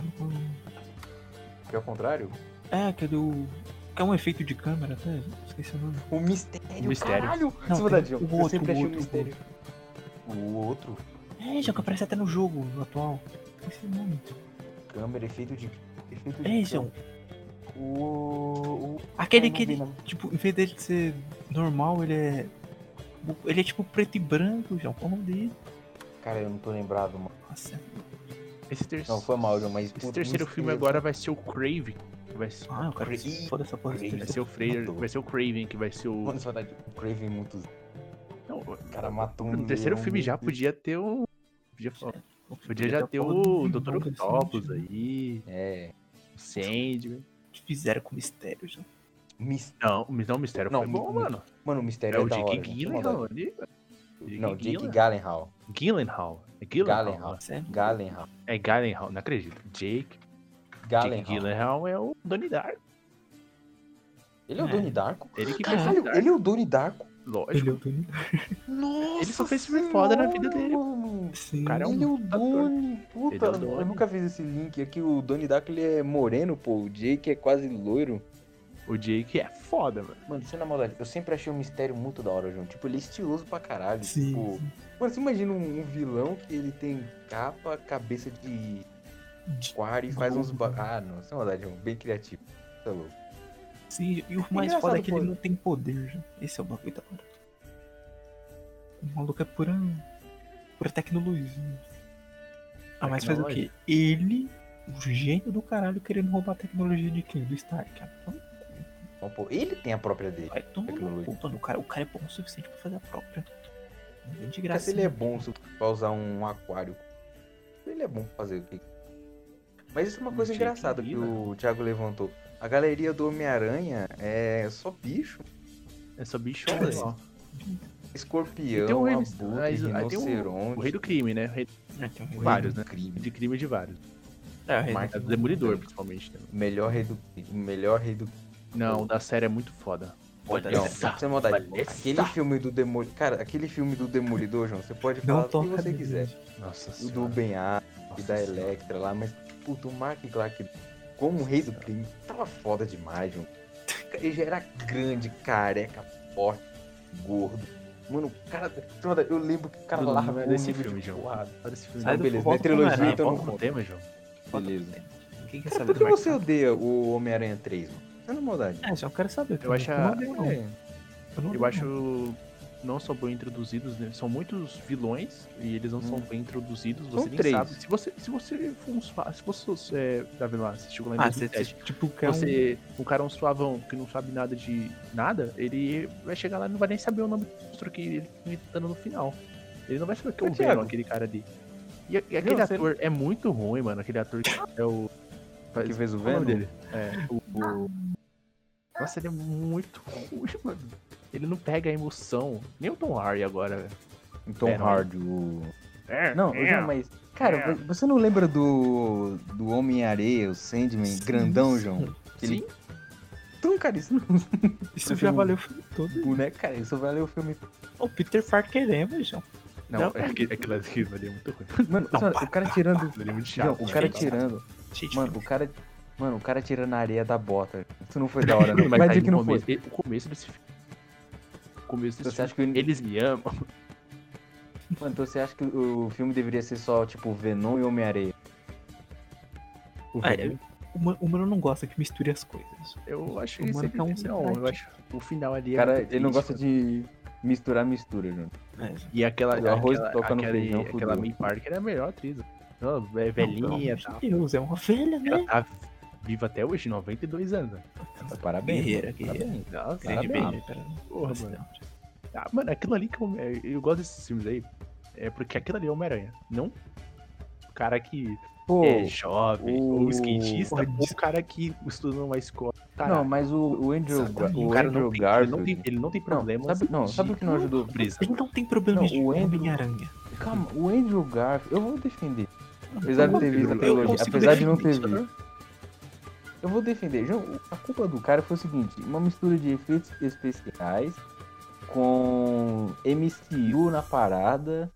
Speaker 1: Que é o contrário?
Speaker 5: É, aquele. o- Que é um efeito de câmera até. Esqueci o nome.
Speaker 1: O mistério,
Speaker 4: O mistério.
Speaker 1: caralho!
Speaker 5: Não,
Speaker 1: Isso é
Speaker 5: tem
Speaker 1: verdade,
Speaker 5: o
Speaker 1: eu
Speaker 5: outro,
Speaker 1: sempre
Speaker 5: o
Speaker 1: achei o
Speaker 5: outro, o
Speaker 1: mistério. O outro,
Speaker 5: É, já que aparece até no jogo no atual. Esqueci o nome.
Speaker 1: câmera, efeito de... Efeito de
Speaker 5: É, João.
Speaker 1: O... o...
Speaker 5: Aquele
Speaker 1: eu não
Speaker 5: que
Speaker 1: vi,
Speaker 5: ele,
Speaker 1: não.
Speaker 5: tipo, em vez dele ser normal, ele é. Ele é tipo preto e branco, João. Qual o nome dele?
Speaker 1: Cara, eu não tô lembrado, mano.
Speaker 5: Nossa.
Speaker 4: Esse, ter-
Speaker 1: Não, foi mal, João, mas...
Speaker 4: esse
Speaker 1: puta,
Speaker 4: terceiro
Speaker 1: mistério.
Speaker 4: filme agora vai ser o Craven. Vai ser,
Speaker 5: Ah, eu quero que
Speaker 1: Crazy.
Speaker 5: se foda essa porra.
Speaker 1: Crazy.
Speaker 4: vai
Speaker 5: desse
Speaker 4: ser o Freire,
Speaker 1: Matou.
Speaker 4: vai ser o Craven que vai ser o.
Speaker 1: Mano, isso é verdade, o Craven muito...
Speaker 4: Não,
Speaker 1: O cara matou um...
Speaker 4: no terceiro
Speaker 1: leão,
Speaker 4: filme já
Speaker 1: meu Deus.
Speaker 4: podia ter um. Podia, falar-
Speaker 5: filme.
Speaker 4: podia já ter
Speaker 5: um
Speaker 4: o Dr.
Speaker 5: assim,
Speaker 4: Octopus
Speaker 1: né?
Speaker 4: aí,
Speaker 1: É...
Speaker 4: o Sandman.
Speaker 5: O que fizeram com o mistério, João?
Speaker 1: Mis...
Speaker 4: Não, mas não, o Mistério
Speaker 1: Não,
Speaker 4: foi bom,
Speaker 1: mi-
Speaker 4: mano.
Speaker 1: Mano, o mistério
Speaker 4: É
Speaker 1: é,
Speaker 4: o
Speaker 1: da hora.
Speaker 4: Jake
Speaker 1: João,
Speaker 4: Gyllenhaal
Speaker 1: mano.
Speaker 4: ali.
Speaker 1: Não, Jake
Speaker 4: Gyllenhaal.
Speaker 1: Gyllenhaal.
Speaker 4: Gyllenhaal. É
Speaker 1: Gyllenhaal.
Speaker 4: Gyllenhaal. né?
Speaker 5: Sério?
Speaker 1: Gyllenhaal.
Speaker 4: É Gyllenhaal, não acredito. Jake, Jake
Speaker 1: Gyllenhaal.
Speaker 4: Gyllenhaal é o Donnie Darko.
Speaker 1: Ele é o
Speaker 5: É.
Speaker 1: Donnie Darko?
Speaker 4: Ele que fez o
Speaker 1: Caralho,
Speaker 4: Darko,
Speaker 1: ele é o Donnie Darko?
Speaker 4: lógico.
Speaker 5: Ele é o Tony.
Speaker 1: Nossa
Speaker 4: Ele só fez filme é foda na vida dele.
Speaker 1: mano.
Speaker 5: Sim.
Speaker 4: cara é um
Speaker 1: ele é o
Speaker 4: ator.
Speaker 1: Doni, puta,
Speaker 4: Ele é o
Speaker 1: eu
Speaker 4: Donnie.
Speaker 1: nunca fiz esse link. Aqui o Doni Darko ele é moreno, pô. O Jake é quase loiro.
Speaker 4: O Jake é foda, mano.
Speaker 1: Mano, isso na maldade. Eu sempre achei o mistério muito da hora, João. Tipo, ele é estiloso pra caralho.
Speaker 5: Sim,
Speaker 1: Tipo, mano, você imagina um, um vilão que ele tem capa, cabeça de
Speaker 5: De-
Speaker 1: quarto e faz uns. Ba... Ah, não, sem maldade, João. Bem criativo. Tá louco.
Speaker 5: Sim, e o mais
Speaker 1: Engraçado,
Speaker 5: foda é que
Speaker 1: pô.
Speaker 5: ele não tem poder, João. Esse é o bagulho da hora. O maluco é pura. pura tecnologia. Ah, mas faz o quê? Ele, o gênio do caralho, querendo roubar a tecnologia de quem? Do Stark. Ah, então
Speaker 1: Então, pô, ele tem a própria dele.
Speaker 5: Vai tomar no
Speaker 1: Tecnologia.
Speaker 5: cu, mano. O cara, o cara é bom o suficiente pra fazer a própria. Não vem de
Speaker 1: Cara,
Speaker 5: graça.
Speaker 1: se ele é bom se- pra usar um aquário, ele é bom pra fazer o que. Mas isso é uma
Speaker 4: Um
Speaker 1: coisa
Speaker 4: Jake
Speaker 1: engraçada que
Speaker 4: Gyllenhaal.
Speaker 1: o Thiago levantou. A galeria do Homem-Aranha é só bicho.
Speaker 4: É só bicho.
Speaker 1: Olha
Speaker 4: né?
Speaker 1: só.
Speaker 4: E tem o
Speaker 1: Escorpião,
Speaker 4: rei-
Speaker 1: abutre,
Speaker 4: mas- aí tem o-
Speaker 1: rinoceronte.
Speaker 4: O rei do crime, né? O rei
Speaker 5: É, tem um-
Speaker 4: vários, né?
Speaker 1: crime.
Speaker 4: de crime de vários.
Speaker 5: É, o rei
Speaker 1: Mark-
Speaker 4: É do Demolidor, principalmente. Né?
Speaker 1: Melhor rei do crime. Melhor rei do
Speaker 4: Não, o da série é muito foda.
Speaker 5: Olha
Speaker 1: Não,
Speaker 5: essa.
Speaker 1: sem maldade.
Speaker 4: Vanessa.
Speaker 1: Aquele filme do Demolidor. Cara, aquele filme do Demolidor, João, você pode
Speaker 5: Não
Speaker 1: falar o que
Speaker 5: toca
Speaker 1: você
Speaker 5: nele.
Speaker 1: quiser.
Speaker 4: Nossa
Speaker 1: O do
Speaker 4: senhora.
Speaker 1: Ben Affleck,
Speaker 4: Nossa
Speaker 1: da
Speaker 4: senhora.
Speaker 1: Electra lá, mas, tipo, do Mark Clark como o rei do crime, tava foda demais, João. ele já era grande, careca, forte, gordo. Mano, o cara. Brother, Eu lembro que o cara
Speaker 4: Não,
Speaker 1: largou
Speaker 4: não é desse
Speaker 1: o livro
Speaker 4: filme,
Speaker 1: de
Speaker 4: João.
Speaker 1: porrada.
Speaker 4: Olha esse filme.
Speaker 1: Ah,
Speaker 5: Sai do-
Speaker 1: beleza,
Speaker 5: volta
Speaker 1: né?
Speaker 5: pro
Speaker 1: Trilogia,
Speaker 5: tema,
Speaker 1: então
Speaker 5: volta
Speaker 1: não
Speaker 5: pro
Speaker 1: conta.
Speaker 4: tema, João.
Speaker 1: Beleza.
Speaker 5: Ninguém quer
Speaker 1: Cara,
Speaker 5: saber
Speaker 1: por que
Speaker 5: do Mark
Speaker 1: você odeia o Homem-Aranha 3, mano? É na maldade.
Speaker 5: Hamill. É, só quero saber.
Speaker 4: Eu acho a-
Speaker 5: não odeio, não.
Speaker 1: É.
Speaker 5: Eu, não
Speaker 4: Eu
Speaker 5: odeio,
Speaker 4: acho não são bem introduzidos, né? São muitos vilões e eles não são bem introduzidos. Você
Speaker 1: Hum. São
Speaker 4: nem
Speaker 1: três.
Speaker 4: sabe. Se você, se você for um suave, se você, é, Davi lá, você chegou lá em
Speaker 5: não. Ah, você,
Speaker 4: 2007,
Speaker 5: tipo, quer um...
Speaker 4: você, um cara um suavão que não sabe nada de nada, ele vai chegar lá e não vai nem saber o nome do monstro que ele tá inventando no final. Ele não vai saber que é o
Speaker 1: Ô, Thiago.
Speaker 4: Venom, aquele cara ali. E, e aquele
Speaker 1: Não, você-
Speaker 4: ator é muito ruim, mano. Aquele ator que é o.
Speaker 1: Que fez o
Speaker 4: Qual
Speaker 1: Venom?
Speaker 4: nome dele? É, o, o-
Speaker 1: Ah.
Speaker 4: Nossa, ele é muito ruim, mano. Ele não pega a emoção. Nem o Tom Hardy agora, velho.
Speaker 1: Tom
Speaker 4: É, não.
Speaker 1: Então, Hardy, o...
Speaker 4: É,
Speaker 1: Não, eu não, mas... Cara, você não lembra do, do Homem-Areia, o Sandman, grandão, João? Aquele-
Speaker 4: Sim.
Speaker 1: Então, cara, isso não
Speaker 5: Isso já valeu o filme todo.
Speaker 1: boneco, cara, isso valeu o filme.
Speaker 5: O Peter Parker é, mas já.
Speaker 4: Não,
Speaker 5: Não,
Speaker 4: é aquele, aquele aquele ali é muito ruim.
Speaker 1: Mano,
Speaker 5: Não,
Speaker 1: sabe,
Speaker 5: pá,
Speaker 1: o cara tirando.
Speaker 4: Aquele ali é muito
Speaker 1: João,
Speaker 4: chato.
Speaker 1: o cara
Speaker 5: Diferente.
Speaker 1: tirando.
Speaker 5: Gente,
Speaker 1: Mano, o cara. Mano, o cara tirando a areia da bota. Isso não foi da hora,
Speaker 4: Mano,
Speaker 1: não. Vai
Speaker 4: aí
Speaker 1: dizer
Speaker 4: no
Speaker 1: que não foi.
Speaker 4: começo,
Speaker 1: Então
Speaker 4: O começo desse filme. O começo desse
Speaker 1: Você
Speaker 4: filme.
Speaker 1: acha que o-
Speaker 4: Eles me amam.
Speaker 1: Ah, Mano, então você acha que o filme deveria ser só, tipo, Venom e Homem-Areia?
Speaker 5: Ah, é. o, ma- o mano não gosta que misture as coisas.
Speaker 4: Eu acho
Speaker 5: O
Speaker 4: que
Speaker 5: mano
Speaker 4: sempre-
Speaker 1: então
Speaker 5: tá um
Speaker 4: não, eu
Speaker 5: separado.
Speaker 4: acho o final ali
Speaker 1: O
Speaker 4: é
Speaker 1: cara,
Speaker 4: muito
Speaker 1: ele não
Speaker 4: triste,
Speaker 1: gosta de misturar mistura, João.
Speaker 5: É,
Speaker 4: E aquela,
Speaker 1: O arroz
Speaker 4: aquela,
Speaker 1: toca no
Speaker 4: aquela,
Speaker 1: feijão,
Speaker 4: aquela
Speaker 1: fudeu.
Speaker 4: May Parker é a melhor atriz. Ela
Speaker 1: Então,
Speaker 4: é
Speaker 5: Não,
Speaker 4: velhinha e tal.
Speaker 5: pelo amor
Speaker 1: tá.
Speaker 5: de Deus, é uma velha, né?
Speaker 4: Ela tá viva até hoje, 92 anos. né?
Speaker 1: Parabéns.
Speaker 5: Guerreira,
Speaker 1: mano,
Speaker 5: guerreira.
Speaker 4: Nossa,
Speaker 5: Grande
Speaker 4: parabéns.
Speaker 5: bem, pera.
Speaker 4: ah, Porra, mano. Ah, mano, aquilo ali que eu, é, eu gosto desses filmes aí. É porque aquilo ali é Homem-Aranha. Não o cara que
Speaker 1: Pô,
Speaker 4: é jovem, ou
Speaker 1: o-
Speaker 4: skatista,
Speaker 5: porra,
Speaker 4: ou o cara que estuda numa escola. Caralho.
Speaker 1: não, mas o, o Andrew, Ga-
Speaker 5: Exatamente.
Speaker 1: o
Speaker 4: o cara
Speaker 1: Andrew
Speaker 4: não tem, ele, não
Speaker 1: Garfield.
Speaker 4: tem, ele não tem problemas.
Speaker 1: sabe- não,
Speaker 4: de
Speaker 1: sabe o que não ajudou? um
Speaker 4: pobreza.
Speaker 5: Ele não tem problema
Speaker 1: Não,
Speaker 5: de
Speaker 1: o Andrew-
Speaker 5: Homem-Aranha.
Speaker 1: Calma, o Andrew Garfield. Eu vou defender. Apesar de ter visto a
Speaker 4: Eu
Speaker 1: trilogia.
Speaker 5: consigo
Speaker 1: Apesar de não ter
Speaker 5: defender,
Speaker 1: visto. Eu vou defender. João, a culpa do cara foi o seguinte: uma mistura de efeitos especiais com MCU na parada.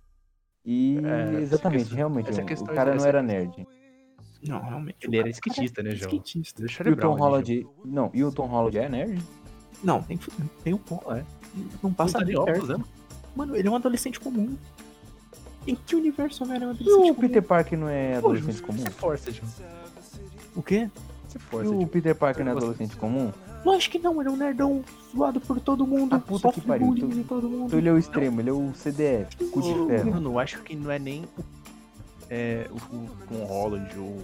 Speaker 1: E.
Speaker 4: É, essa
Speaker 1: exatamente,
Speaker 4: questão-
Speaker 1: realmente.
Speaker 4: essa
Speaker 1: João,
Speaker 4: questão- é-
Speaker 1: o cara não
Speaker 4: essa
Speaker 1: era nerd.
Speaker 5: Não, realmente. o
Speaker 4: Ele era
Speaker 5: cara- é
Speaker 4: skatista, né, João?
Speaker 5: Skatista.
Speaker 4: Deixa um
Speaker 1: E o Tom Holland. Não, e o Tom Holland é nerd?
Speaker 5: Não, tem, tem um pouco, é. Não passa
Speaker 4: Passa
Speaker 5: nem
Speaker 4: de
Speaker 5: perto.
Speaker 4: óculos, né?
Speaker 5: Mano, ele é um adolescente comum. Em que universo o Homem-Aranha é um
Speaker 1: E o
Speaker 5: adolescente comum?
Speaker 1: Peter Parker não é
Speaker 4: Pô,
Speaker 1: adolescente
Speaker 4: Ju,
Speaker 1: comum?
Speaker 4: Você força, João.
Speaker 5: O quê?
Speaker 4: Você
Speaker 1: E
Speaker 4: força,
Speaker 1: o
Speaker 4: João.
Speaker 1: Peter Parker não é
Speaker 4: Eu gosto.
Speaker 1: adolescente comum?
Speaker 5: Lógico que não, ele é um nerdão zoado por todo mundo.
Speaker 1: Ah, puta que
Speaker 5: sofre
Speaker 1: pariu,
Speaker 5: bullying
Speaker 1: tô-
Speaker 5: de todo mundo.
Speaker 1: Então ele é o extremo, ele é o CDF, cu de ferro.
Speaker 4: Mano, eu acho que não é nem o- é, o, o Tom Holland ou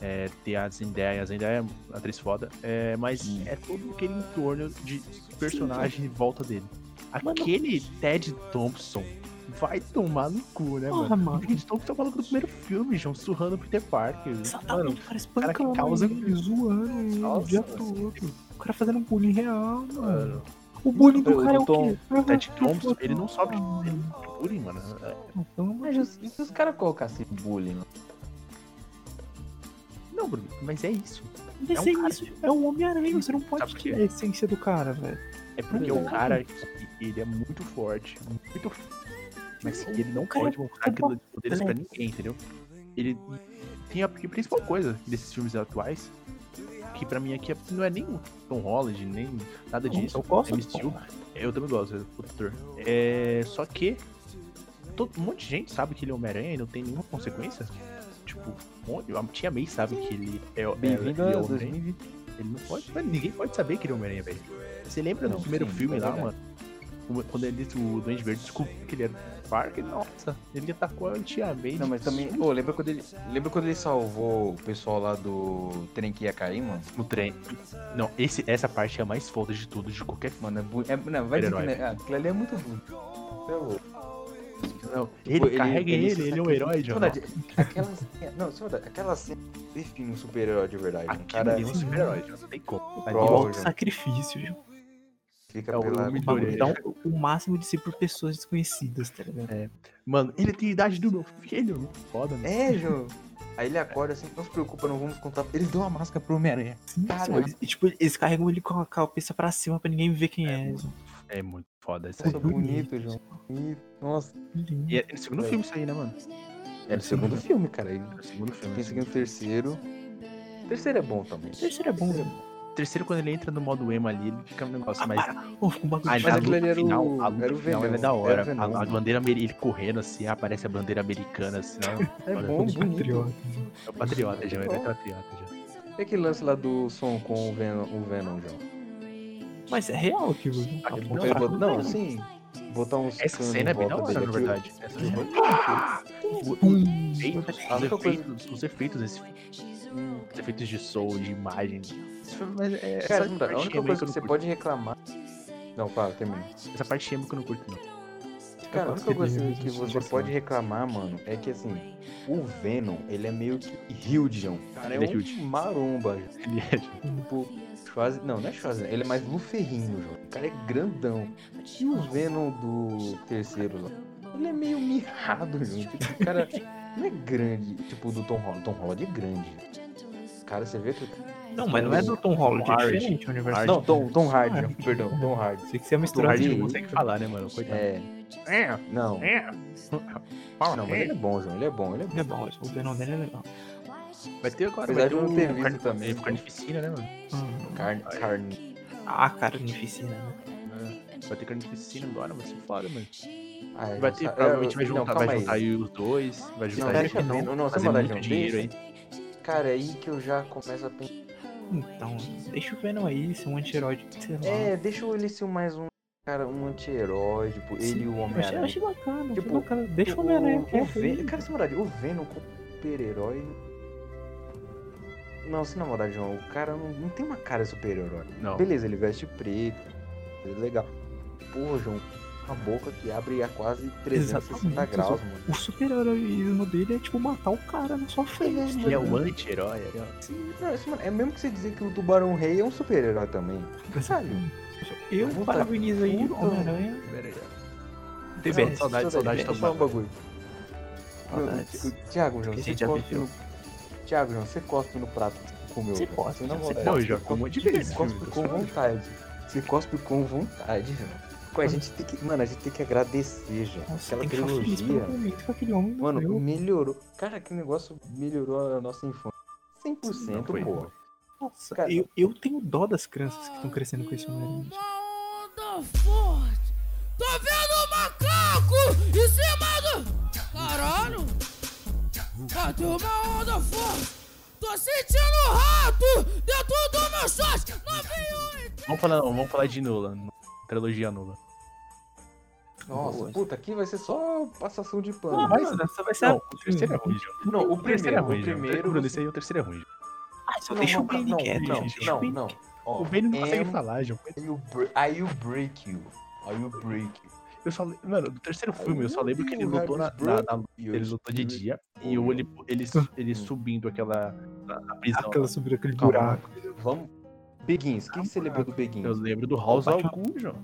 Speaker 4: é, ter a Zendaya. A Zendaya é uma atriz foda, é, mas
Speaker 1: Sim.
Speaker 4: é todo aquele entorno de personagem em volta dele. Aquele Ted Thompson vai tomar no cu, né,
Speaker 5: Porra,
Speaker 4: mano?
Speaker 5: Ah, mano.
Speaker 4: O Ted Thompson é o maluco do primeiro filme, João, surrando o Peter Parker. Mano,
Speaker 5: Exatamente, o cara
Speaker 4: cara que
Speaker 5: espancando,
Speaker 4: causa-
Speaker 5: ele, zoando, ele, o
Speaker 4: Nossa,
Speaker 5: dia
Speaker 4: mano.
Speaker 5: todo. O cara fazendo um bullying real, mano.
Speaker 4: mano,
Speaker 5: O bullying do
Speaker 1: Eu-
Speaker 5: cara é
Speaker 1: eu
Speaker 5: o
Speaker 1: tô-
Speaker 5: quê?
Speaker 4: o Ted
Speaker 5: Ah,
Speaker 4: Thompson, ele não sobe
Speaker 5: ah,
Speaker 4: ele não sofre bullying, mano. É,
Speaker 5: então,
Speaker 1: Mas e se- e se os caras colocassem bullying?
Speaker 4: Não, Bruno, mas é isso.
Speaker 5: Mas
Speaker 4: É um
Speaker 5: é
Speaker 4: cara-
Speaker 5: isso, é um Homem-Aranha, você não pode
Speaker 4: Sabe por quê?
Speaker 5: tirar a essência do cara, velho.
Speaker 4: É porque o
Speaker 1: Verdade.
Speaker 4: cara, ele é muito forte, muito forte. Mas ele não
Speaker 5: cara é
Speaker 4: pode mostrar aquilo de poderes pra
Speaker 5: completo.
Speaker 4: ninguém, entendeu? Ele tem a porque a principal coisa desses filmes atuais, que pra mim aqui é- não é nem o Tom Holland, nem nada disso.
Speaker 5: eu gosto
Speaker 4: é
Speaker 5: do
Speaker 4: MCU. Eu também gosto, é o ator. É, só que todo, um monte de gente sabe que ele é Homem-Aranha e não tem nenhuma consequência. Tipo, um monte- a tia May sabe que ele é, é,
Speaker 1: Bem-vindo
Speaker 4: ele é
Speaker 1: a
Speaker 4: Homem-Aranha.
Speaker 1: 2020.
Speaker 4: Ele não pode. Mano, ninguém pode saber que ele é o Homem-Aranha, velho. Você lembra
Speaker 1: Não,
Speaker 4: do primeiro
Speaker 1: sim,
Speaker 4: filme
Speaker 1: é
Speaker 4: lá,
Speaker 1: verdade.
Speaker 4: mano? O- Quando ele o Duende Verde descobriu que ele era o Parker, nossa, ele atacou a Tia May.
Speaker 1: Não, mas também. Pô, lembra quando ele. Lembra quando ele salvou o pessoal lá do trem que ia cair, mano?
Speaker 4: No trem. Não, esse, essa parte é a mais foda de tudo, de qualquer filme.
Speaker 1: Mano, é bu... é- Não, vai dizer que
Speaker 4: Super-herói.
Speaker 1: não é. ah, Aquilo ali é muito burro. Você é louco.
Speaker 4: Não, Tipo, ele
Speaker 1: Pô, ele-
Speaker 4: carrega
Speaker 1: ele
Speaker 4: ele,
Speaker 1: se
Speaker 4: ele, é um herói, John.
Speaker 1: Saudade, Aquela cena. Não, sabe, aquela cena define um super-herói de verdade. Um cara
Speaker 4: Ele é um super-herói, John. Não tem como. Tá
Speaker 1: Pro-
Speaker 5: Igual
Speaker 1: João.
Speaker 5: é um sacrifício, viu?
Speaker 1: fica
Speaker 4: é o
Speaker 1: pela.
Speaker 5: O bagulho
Speaker 4: É.
Speaker 5: dá o- o máximo de si por pessoas desconhecidas, tá ligado?
Speaker 4: Mano, ele tem a idade do meu filho. mano. Foda, né?
Speaker 1: É, João. Aí ele acorda assim, não se preocupa, não vamos contar. Ele deu uma máscara pro Homem-Aranha.
Speaker 5: Sim,
Speaker 1: Caraca.
Speaker 5: senhor. Eles- e, tipo, eles carregam ele com a cabeça pra cima pra ninguém ver quem é. João.
Speaker 4: É, muito foda isso aí.
Speaker 1: Nossa, bonito, João. Bonito. Nossa.
Speaker 4: E é no segundo filme isso aí, né, mano?
Speaker 1: É o segundo filme, cara. Ele
Speaker 4: No segundo filme.
Speaker 1: Pensei que no terceiro. O terceiro é bom também.
Speaker 5: O terceiro é bom,
Speaker 1: O
Speaker 5: né?
Speaker 1: terceiro é bom.
Speaker 4: terceiro, quando ele entra no modo emo ali, ele fica um negócio mais.
Speaker 3: Pô, ficou um bagulho
Speaker 4: A,
Speaker 1: Ah, Mas
Speaker 4: a
Speaker 1: aquilo ali
Speaker 4: luta
Speaker 1: era o-
Speaker 4: final, a luta
Speaker 1: era o
Speaker 4: final
Speaker 1: Venom,
Speaker 4: ela é da hora.
Speaker 1: era o
Speaker 4: a,
Speaker 1: Venom.
Speaker 4: a bandeira amer- ele correndo assim, aparece a bandeira americana assim, ó.
Speaker 1: É bom, bonito.
Speaker 3: patriota.
Speaker 4: É o patriota já, é
Speaker 1: Bom.
Speaker 4: o patriota já.
Speaker 1: E aquele lance lá do som com o Venom, o Venom João?
Speaker 3: Mas é real aquilo. viu?
Speaker 4: Aquele
Speaker 3: Aponta
Speaker 1: Ele
Speaker 3: pra tudo,
Speaker 1: botou- não,
Speaker 3: né?
Speaker 1: sim. Botar uns
Speaker 4: Essa
Speaker 1: cano em
Speaker 4: cena é bem
Speaker 1: volta
Speaker 4: da hora,
Speaker 1: dele,
Speaker 4: na verdade.
Speaker 1: aquilo-
Speaker 4: Essa cena é Hum. bem
Speaker 3: Pum.
Speaker 4: Os
Speaker 1: única coisa-
Speaker 4: efeitos, os efeitos desse os efeitos de som, de imagem. Isso foi- Mas é,
Speaker 1: Cara,
Speaker 4: essa
Speaker 1: não dá. a
Speaker 4: parte
Speaker 1: única
Speaker 4: emo
Speaker 1: coisa
Speaker 4: eu
Speaker 1: que
Speaker 4: não
Speaker 1: você
Speaker 4: curto.
Speaker 1: pode reclamar. Não, fala, termina.
Speaker 4: Essa parte emo que eu não curto, não.
Speaker 1: Cara, a
Speaker 3: gosto
Speaker 1: única
Speaker 3: de
Speaker 1: coisa
Speaker 3: reviews,
Speaker 1: que
Speaker 3: eu
Speaker 1: você
Speaker 3: gosto
Speaker 1: pode reclamar, mano, é que assim, o Venom, ele é meio que Hildion. Cara, é
Speaker 4: Ele é
Speaker 1: um
Speaker 4: Hildion.
Speaker 1: maromba.
Speaker 4: Ele é de-
Speaker 1: Tipo, Schwarze... Não, não é Schwarzenegger, ele é mais luferrinho, João. O cara é grandão. E o Venom do terceiro lá, ele é meio mirrado, João. Tipo, o cara não é grande, tipo, do Tom Holland. Tom Holland é grande. Cara, você vê que...
Speaker 3: Não, mas não é do Tom Holland, é diferente o universo.
Speaker 1: Não, Tom, Tom Hardy, João, perdão, Tom Hardy.
Speaker 3: Sei que você é ia
Speaker 4: O
Speaker 3: misturar
Speaker 4: Hard não
Speaker 1: Sim.
Speaker 4: consegue falar, né, mano? Coitado.
Speaker 1: tipo É, não, não, mas ele é bom, João, ele é bom, ele é bom.
Speaker 3: Ele é bom, o Venom dele é legal.
Speaker 4: Vai ter agora, vai
Speaker 1: Apesar de
Speaker 4: ter
Speaker 1: eu não
Speaker 4: o
Speaker 1: ter visto
Speaker 4: carni-
Speaker 1: também.
Speaker 4: o Carnificina, né, mano?
Speaker 1: Carne, carne.
Speaker 3: Ah, cara, difícil, né?
Speaker 4: Vai ter Carnificina agora, vai ser foda, mano.
Speaker 1: Ah,
Speaker 4: Vai
Speaker 1: não
Speaker 4: ter,
Speaker 1: sa-
Speaker 4: provavelmente um
Speaker 1: eu-
Speaker 4: vai
Speaker 1: não,
Speaker 4: juntar,
Speaker 1: calma
Speaker 4: vai
Speaker 1: aí.
Speaker 4: juntar aí os dois, vai
Speaker 1: Não,
Speaker 4: juntar
Speaker 1: cara,
Speaker 4: aí
Speaker 1: deixa eu ver. Não, não, sem
Speaker 4: fazer
Speaker 1: maldade,
Speaker 4: muito
Speaker 1: não.
Speaker 4: dinheiro aí.
Speaker 1: Cara, é aí que eu já começo a pensar.
Speaker 3: Então, deixa o Venom aí ser um anti-herói, de- sei lá.
Speaker 1: É, deixa ele ser mais um cara, um anti-herói, tipo, ele
Speaker 3: Eu achei,
Speaker 1: e o
Speaker 3: eu
Speaker 1: Homem-Aranha.
Speaker 3: achei bacana, achei
Speaker 1: Tipo,
Speaker 3: bacana. Deixa o
Speaker 1: o
Speaker 4: né?
Speaker 3: Homem-Aranha
Speaker 1: o
Speaker 3: quieto
Speaker 1: Ven-
Speaker 3: aí.
Speaker 1: Cara, sem maldade, o Venom como super-herói. Não, sem maldade, João, o cara não, não tem uma cara de super-herói.
Speaker 4: Não.
Speaker 1: Beleza, ele veste preto, ele é legal. Porra, João, a boca que abre a quase 360
Speaker 3: Exatamente,
Speaker 1: graus, mano.
Speaker 3: O super-heroísmo dele é tipo matar o cara na sua frente. tá
Speaker 4: Ele é o anti-herói. ele é o-
Speaker 1: Sim, não, isso, mano, é mesmo que você dizer que o Tubarão Rei é um super-herói também. Caralho.
Speaker 3: Eu
Speaker 1: Puta
Speaker 3: parabenizo aí o
Speaker 1: puta.
Speaker 3: Homem-Aranha.
Speaker 4: Pera aí,
Speaker 3: Deber.
Speaker 4: saudade, saudade,
Speaker 1: Deixa eu
Speaker 4: saudade.
Speaker 1: falar um bagulho.
Speaker 3: Saudades.
Speaker 1: Não, o- Thiago, João,
Speaker 3: Esse
Speaker 1: você
Speaker 3: já
Speaker 1: cospe
Speaker 3: viveu.
Speaker 1: no... Thiago, João, você cospe no prato que comeu.
Speaker 3: Você
Speaker 1: João.
Speaker 3: cospe,
Speaker 1: na
Speaker 3: você
Speaker 1: moral.
Speaker 4: cospe. Não, eu já comi um monte de
Speaker 1: Você
Speaker 4: vezes,
Speaker 1: cospe
Speaker 4: filho,
Speaker 1: com
Speaker 4: eu sou-
Speaker 1: vontade. Você cospe com vontade, João. Com a gente tem que... Mano, a gente tem que agradecer, João.
Speaker 3: Nossa,
Speaker 1: Aquela
Speaker 3: tem que ficar feliz
Speaker 1: trilogia...
Speaker 3: pelo momento que aquele homem
Speaker 1: Mano,
Speaker 3: morreu.
Speaker 1: melhorou. Cara, que negócio melhorou a nossa infância. 100%,
Speaker 4: Não foi.
Speaker 1: pô.
Speaker 3: Nossa,
Speaker 1: cara-
Speaker 3: eu, eu tenho dó das crianças que estão crescendo com né, esse Homem-Aranha.
Speaker 6: Uma onda forte. Tô vendo um macaco em cima do. Caralho! Cadê uma onda forte? Tô sentindo um rato dentro do meu short. 98!
Speaker 4: Vamos falar, não, vamos falar de Nula. Trilogia Nula.
Speaker 1: Nossa, puta, aqui vai ser só passação de pano.
Speaker 3: Ah, mas essa vai ser
Speaker 4: Não,
Speaker 3: a...
Speaker 4: o terceiro é ruim, João.
Speaker 1: Não, o
Speaker 4: terceiro é
Speaker 1: primeiro,
Speaker 4: ruim,
Speaker 1: o
Speaker 4: João.
Speaker 1: primeiro...
Speaker 4: Bruno, esse aí é o terceiro é ruim. João.
Speaker 3: Ah, só
Speaker 1: Não,
Speaker 3: deixa o
Speaker 1: não,
Speaker 3: Bane
Speaker 1: não,
Speaker 3: quieto,
Speaker 1: não,
Speaker 3: gente. Deixa
Speaker 1: Não,
Speaker 3: o Bane
Speaker 1: não. Ó, é um
Speaker 4: O Bane não
Speaker 1: am-
Speaker 4: consegue falar, João.
Speaker 1: I will br- I will break you. I will break you.
Speaker 4: Eu só, le- mano, do terceiro filme, eu só lembro que ele
Speaker 1: Will
Speaker 4: lutou na,
Speaker 1: Harris
Speaker 4: na,
Speaker 1: Brown.
Speaker 4: na- ele lutou de dia e eu ele, ele, ele subindo aquela na, na prisão.
Speaker 3: Aquela sobre aquele
Speaker 1: Calma.
Speaker 3: buraco.
Speaker 1: Vamos. Beguins, o que você lembrou do
Speaker 4: Eu
Speaker 1: Beguins?
Speaker 4: lembro do House of Gu, João.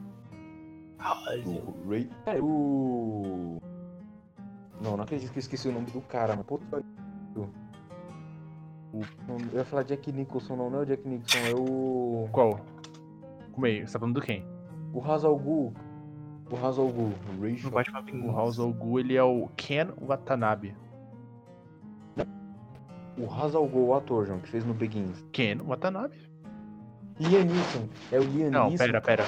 Speaker 1: O Ray. Cara, o. Não, não acredito que eu esqueci o nome do cara, mano. Puta que pariu. O- não, Eu ia falar Jack Nicholson, não, não é o Jack Nicholson, é o.
Speaker 4: Qual? Como é? Você tá falando do quem?
Speaker 1: O Hazalgu. O Hazalgu. O Ray
Speaker 3: No Batman
Speaker 4: O
Speaker 3: Bingo.
Speaker 4: House of Gu, ele é o Ken Watanabe.
Speaker 1: O Hazalgu, o ator, João, que fez no Beguins.
Speaker 4: Ken Watanabe?
Speaker 1: Liam Neeson. É o Liam
Speaker 4: Não,
Speaker 1: Neeson.
Speaker 4: pera, pera.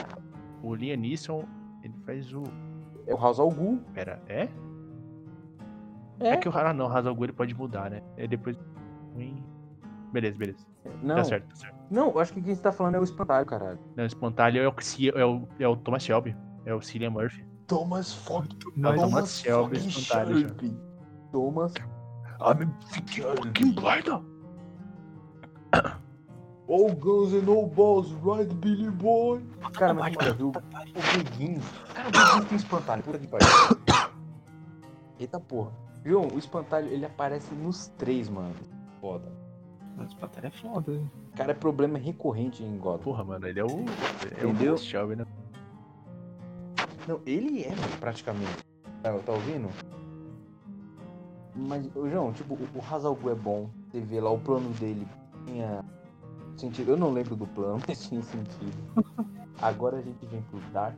Speaker 4: O Liam Neeson, ele faz o...
Speaker 1: É o Hazalgu.
Speaker 4: Pera, é?
Speaker 1: É.
Speaker 4: É, que o Hara não, o House of Gu, ele pode mudar, né? É depois... Beleza, beleza.
Speaker 1: Não,
Speaker 4: Tá certo, tá certo.
Speaker 1: não, eu acho que quem você tá falando é o Espantalho, caralho.
Speaker 4: Não, espantalho é o, Cia- é o, é o Thomas Shelby. É o Cillian Murphy.
Speaker 1: Thomas Fuck
Speaker 4: É o
Speaker 3: Mas,
Speaker 4: Thomas Shelby
Speaker 1: fucking
Speaker 4: espantalho, João.
Speaker 1: Shelby. Thomas
Speaker 4: I'm fucking blind.
Speaker 1: All Guns and All Balls, right Billy Boy? Cara, mas
Speaker 3: Batman,
Speaker 1: olha, viu?
Speaker 3: puta que pariu.
Speaker 1: O Beguinho. Cara, o Beguinho tem espantalho, puta que pariu. Eita porra. Viu? O espantalho, ele aparece nos três, mano. Foda.
Speaker 3: Mas batalha é foda.
Speaker 1: Cara, é problema recorrente em God.
Speaker 4: Porra, mano, ele é o... É o
Speaker 1: Entendeu?
Speaker 4: Thomas Shelby, né?
Speaker 1: Não, ele é, mano, praticamente. Tá, tá ouvindo? Mas, ô, João, tipo, o, o Hazalgu é bom. Você vê lá o plano dele tinha sentido. Eu não lembro do plano, mas tinha sentido. Agora a gente vem pro Dark.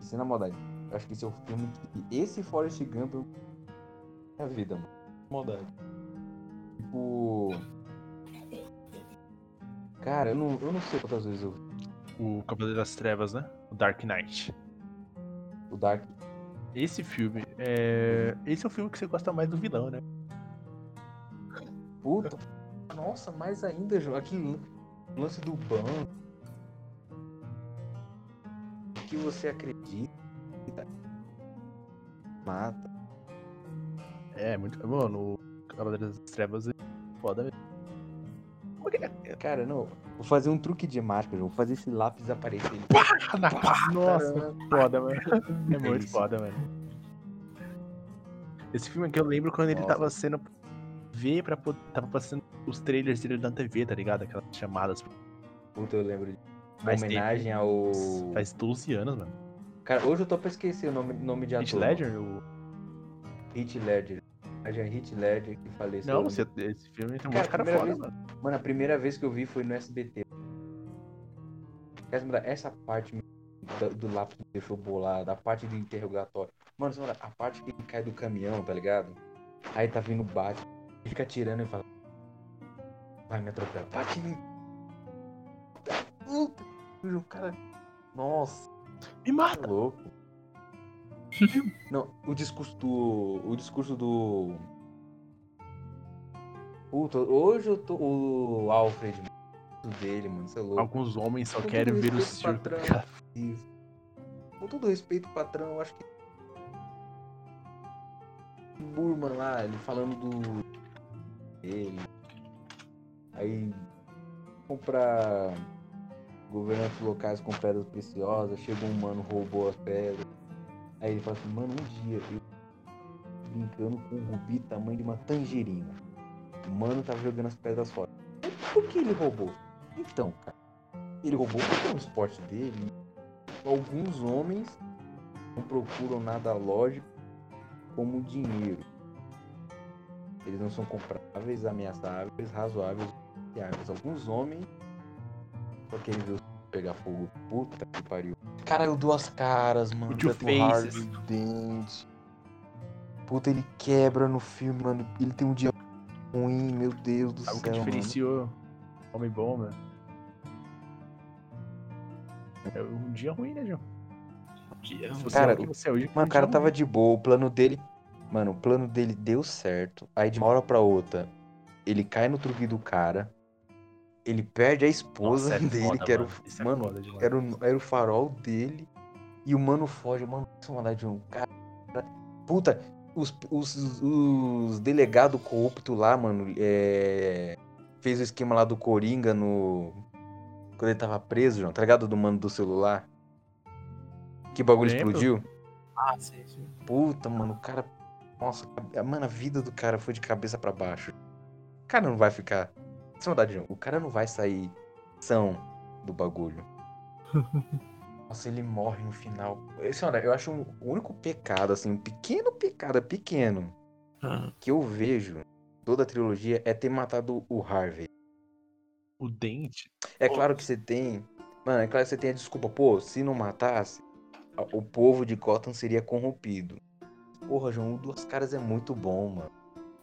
Speaker 1: Isso na maldade. Eu acho que esse é o filme que. Esse Forrest Gump eu. É a vida, mano. Maldade. Tipo. Cara, eu não, eu não sei quantas vezes eu vi.
Speaker 4: O Cavaleiro das Trevas, né? O Dark Knight.
Speaker 1: O Dark.
Speaker 4: Esse filme é. Esse é o filme que você gosta mais do vilão, né?
Speaker 1: Puta. Nossa, mais ainda, João. Aquele lance do banco. Que você acredita. Mata.
Speaker 4: É, muito. Mano, o Cavaleiro das Trevas é foda mesmo. Como é que é?
Speaker 1: Cara, não. Vou fazer um truque de mágica, João. Vou fazer esse lápis aparecer. Ele-
Speaker 4: Pá, na pá. Nossa,
Speaker 1: Caramba.
Speaker 4: foda, mano. É muito
Speaker 1: isso.
Speaker 4: foda, mano. Esse filme aqui eu lembro quando ele
Speaker 1: Nossa.
Speaker 4: tava sendo. Vê pra. po- Tava passando os trailers dele na TV, tá ligado? Aquelas chamadas.
Speaker 1: Puta, eu lembro de. Uma
Speaker 4: Mas
Speaker 1: homenagem ao.
Speaker 4: Faz 12 anos, mano.
Speaker 1: Cara, hoje eu tô pra esquecer o nome, nome de ator.
Speaker 4: Heath Ledger? O...
Speaker 1: Hit Ledger. Homenagem a Hit Ledger que faleceu.
Speaker 4: Não, você- esse filme tem um
Speaker 1: Cara,
Speaker 4: monte de cara
Speaker 1: É primeira
Speaker 4: foda,
Speaker 1: vez-
Speaker 4: mano.
Speaker 1: Mano, a primeira vez que eu vi foi no SBT. Essa, mano, essa parte me- da- do lápis me deixou bolado, a parte do interrogatório. Mano, você mano, a parte que ele cai do caminhão, tá ligado? Aí tá vindo o Batman, ele fica atirando e fala. Vai me atropelar. Bate em mim. Puta, o cara. Nossa,
Speaker 4: Me
Speaker 1: tá
Speaker 4: mata!
Speaker 1: louco. Não, o discurso do. O discurso do. Puta, hoje eu tô. O Alfred, mano. O discurso dele, mano, você é louco.
Speaker 4: Alguns homens só
Speaker 1: Com
Speaker 4: querem
Speaker 1: todo
Speaker 4: ver o
Speaker 1: respeito,
Speaker 4: circo. tá
Speaker 1: patrão.
Speaker 4: ligado?
Speaker 1: Isso. Com todo respeito, patrão, eu acho que. O Burman lá, ele falando do. Ele. Aí. Comprar. Governantes locais com pedras preciosas. Chegou um mano, roubou as pedras. Aí ele fala assim: Mano, um dia eu. Brincando com um rubi tamanho de uma tangerina. O mano tava jogando as pedras fora. Por que ele roubou? Então, cara. Ele roubou porque é um esporte dele né? alguns homens não procuram nada lógico como dinheiro. Eles não são compráveis, ameaçáveis, razoáveis, confiáveis. Alguns homens só querem ver o pegar fogo. Puta que pariu. Cara, eu dou as caras, mano.
Speaker 4: O Two
Speaker 1: Tanto Hardy
Speaker 4: Faces.
Speaker 1: no dente. Puta, ele quebra no filme, mano. Ele tem um dia ruim, meu Deus do
Speaker 4: Algo que
Speaker 1: céu. É, mano.
Speaker 4: diferenciou homem bom, mano. É um dia ruim, né, João?
Speaker 3: Dia.
Speaker 4: Se você
Speaker 1: Cara,
Speaker 4: é o que você é hoje,
Speaker 1: Mano,
Speaker 4: um
Speaker 1: o cara
Speaker 4: dia
Speaker 1: tava
Speaker 4: ruim.
Speaker 1: de boa, o plano dele. Mano, o plano dele deu certo. Aí de uma hora pra outra, ele cai no truque do cara. Ele perde a esposa
Speaker 4: Nossa, é
Speaker 1: dele,
Speaker 4: foda,
Speaker 1: que era o.
Speaker 4: mano. Isso é
Speaker 1: mano,
Speaker 4: foda demais.
Speaker 1: era, o, era o farol dele. E o mano foge. Mano, isso é uma de um cara. Puta, os, os, os delegados corruptos lá, mano, é, fez o esquema lá do Coringa no. Quando ele tava preso, João, tá ligado? Do mano do celular. Que bagulho
Speaker 4: Lembro.
Speaker 1: explodiu?
Speaker 3: Ah, sim, sim.
Speaker 1: Puta, mano, o cara. Nossa, a- mano, a vida do cara foi de cabeça pra baixo. O cara não vai ficar. Sem maldade, não. O cara não vai sair são do bagulho. Nossa, ele morre no final. Senhora, eu acho um- o único pecado, assim, um pequeno pecado, pequeno,
Speaker 3: Ah,
Speaker 1: que eu vejo em toda a trilogia é ter matado o Harvey.
Speaker 4: O dente.
Speaker 1: É claro que você tem. Mano, é claro que você tem a desculpa, pô, se não matasse, a- o povo de Gotham seria corrompido. Porra, João, o Duas Caras é muito bom,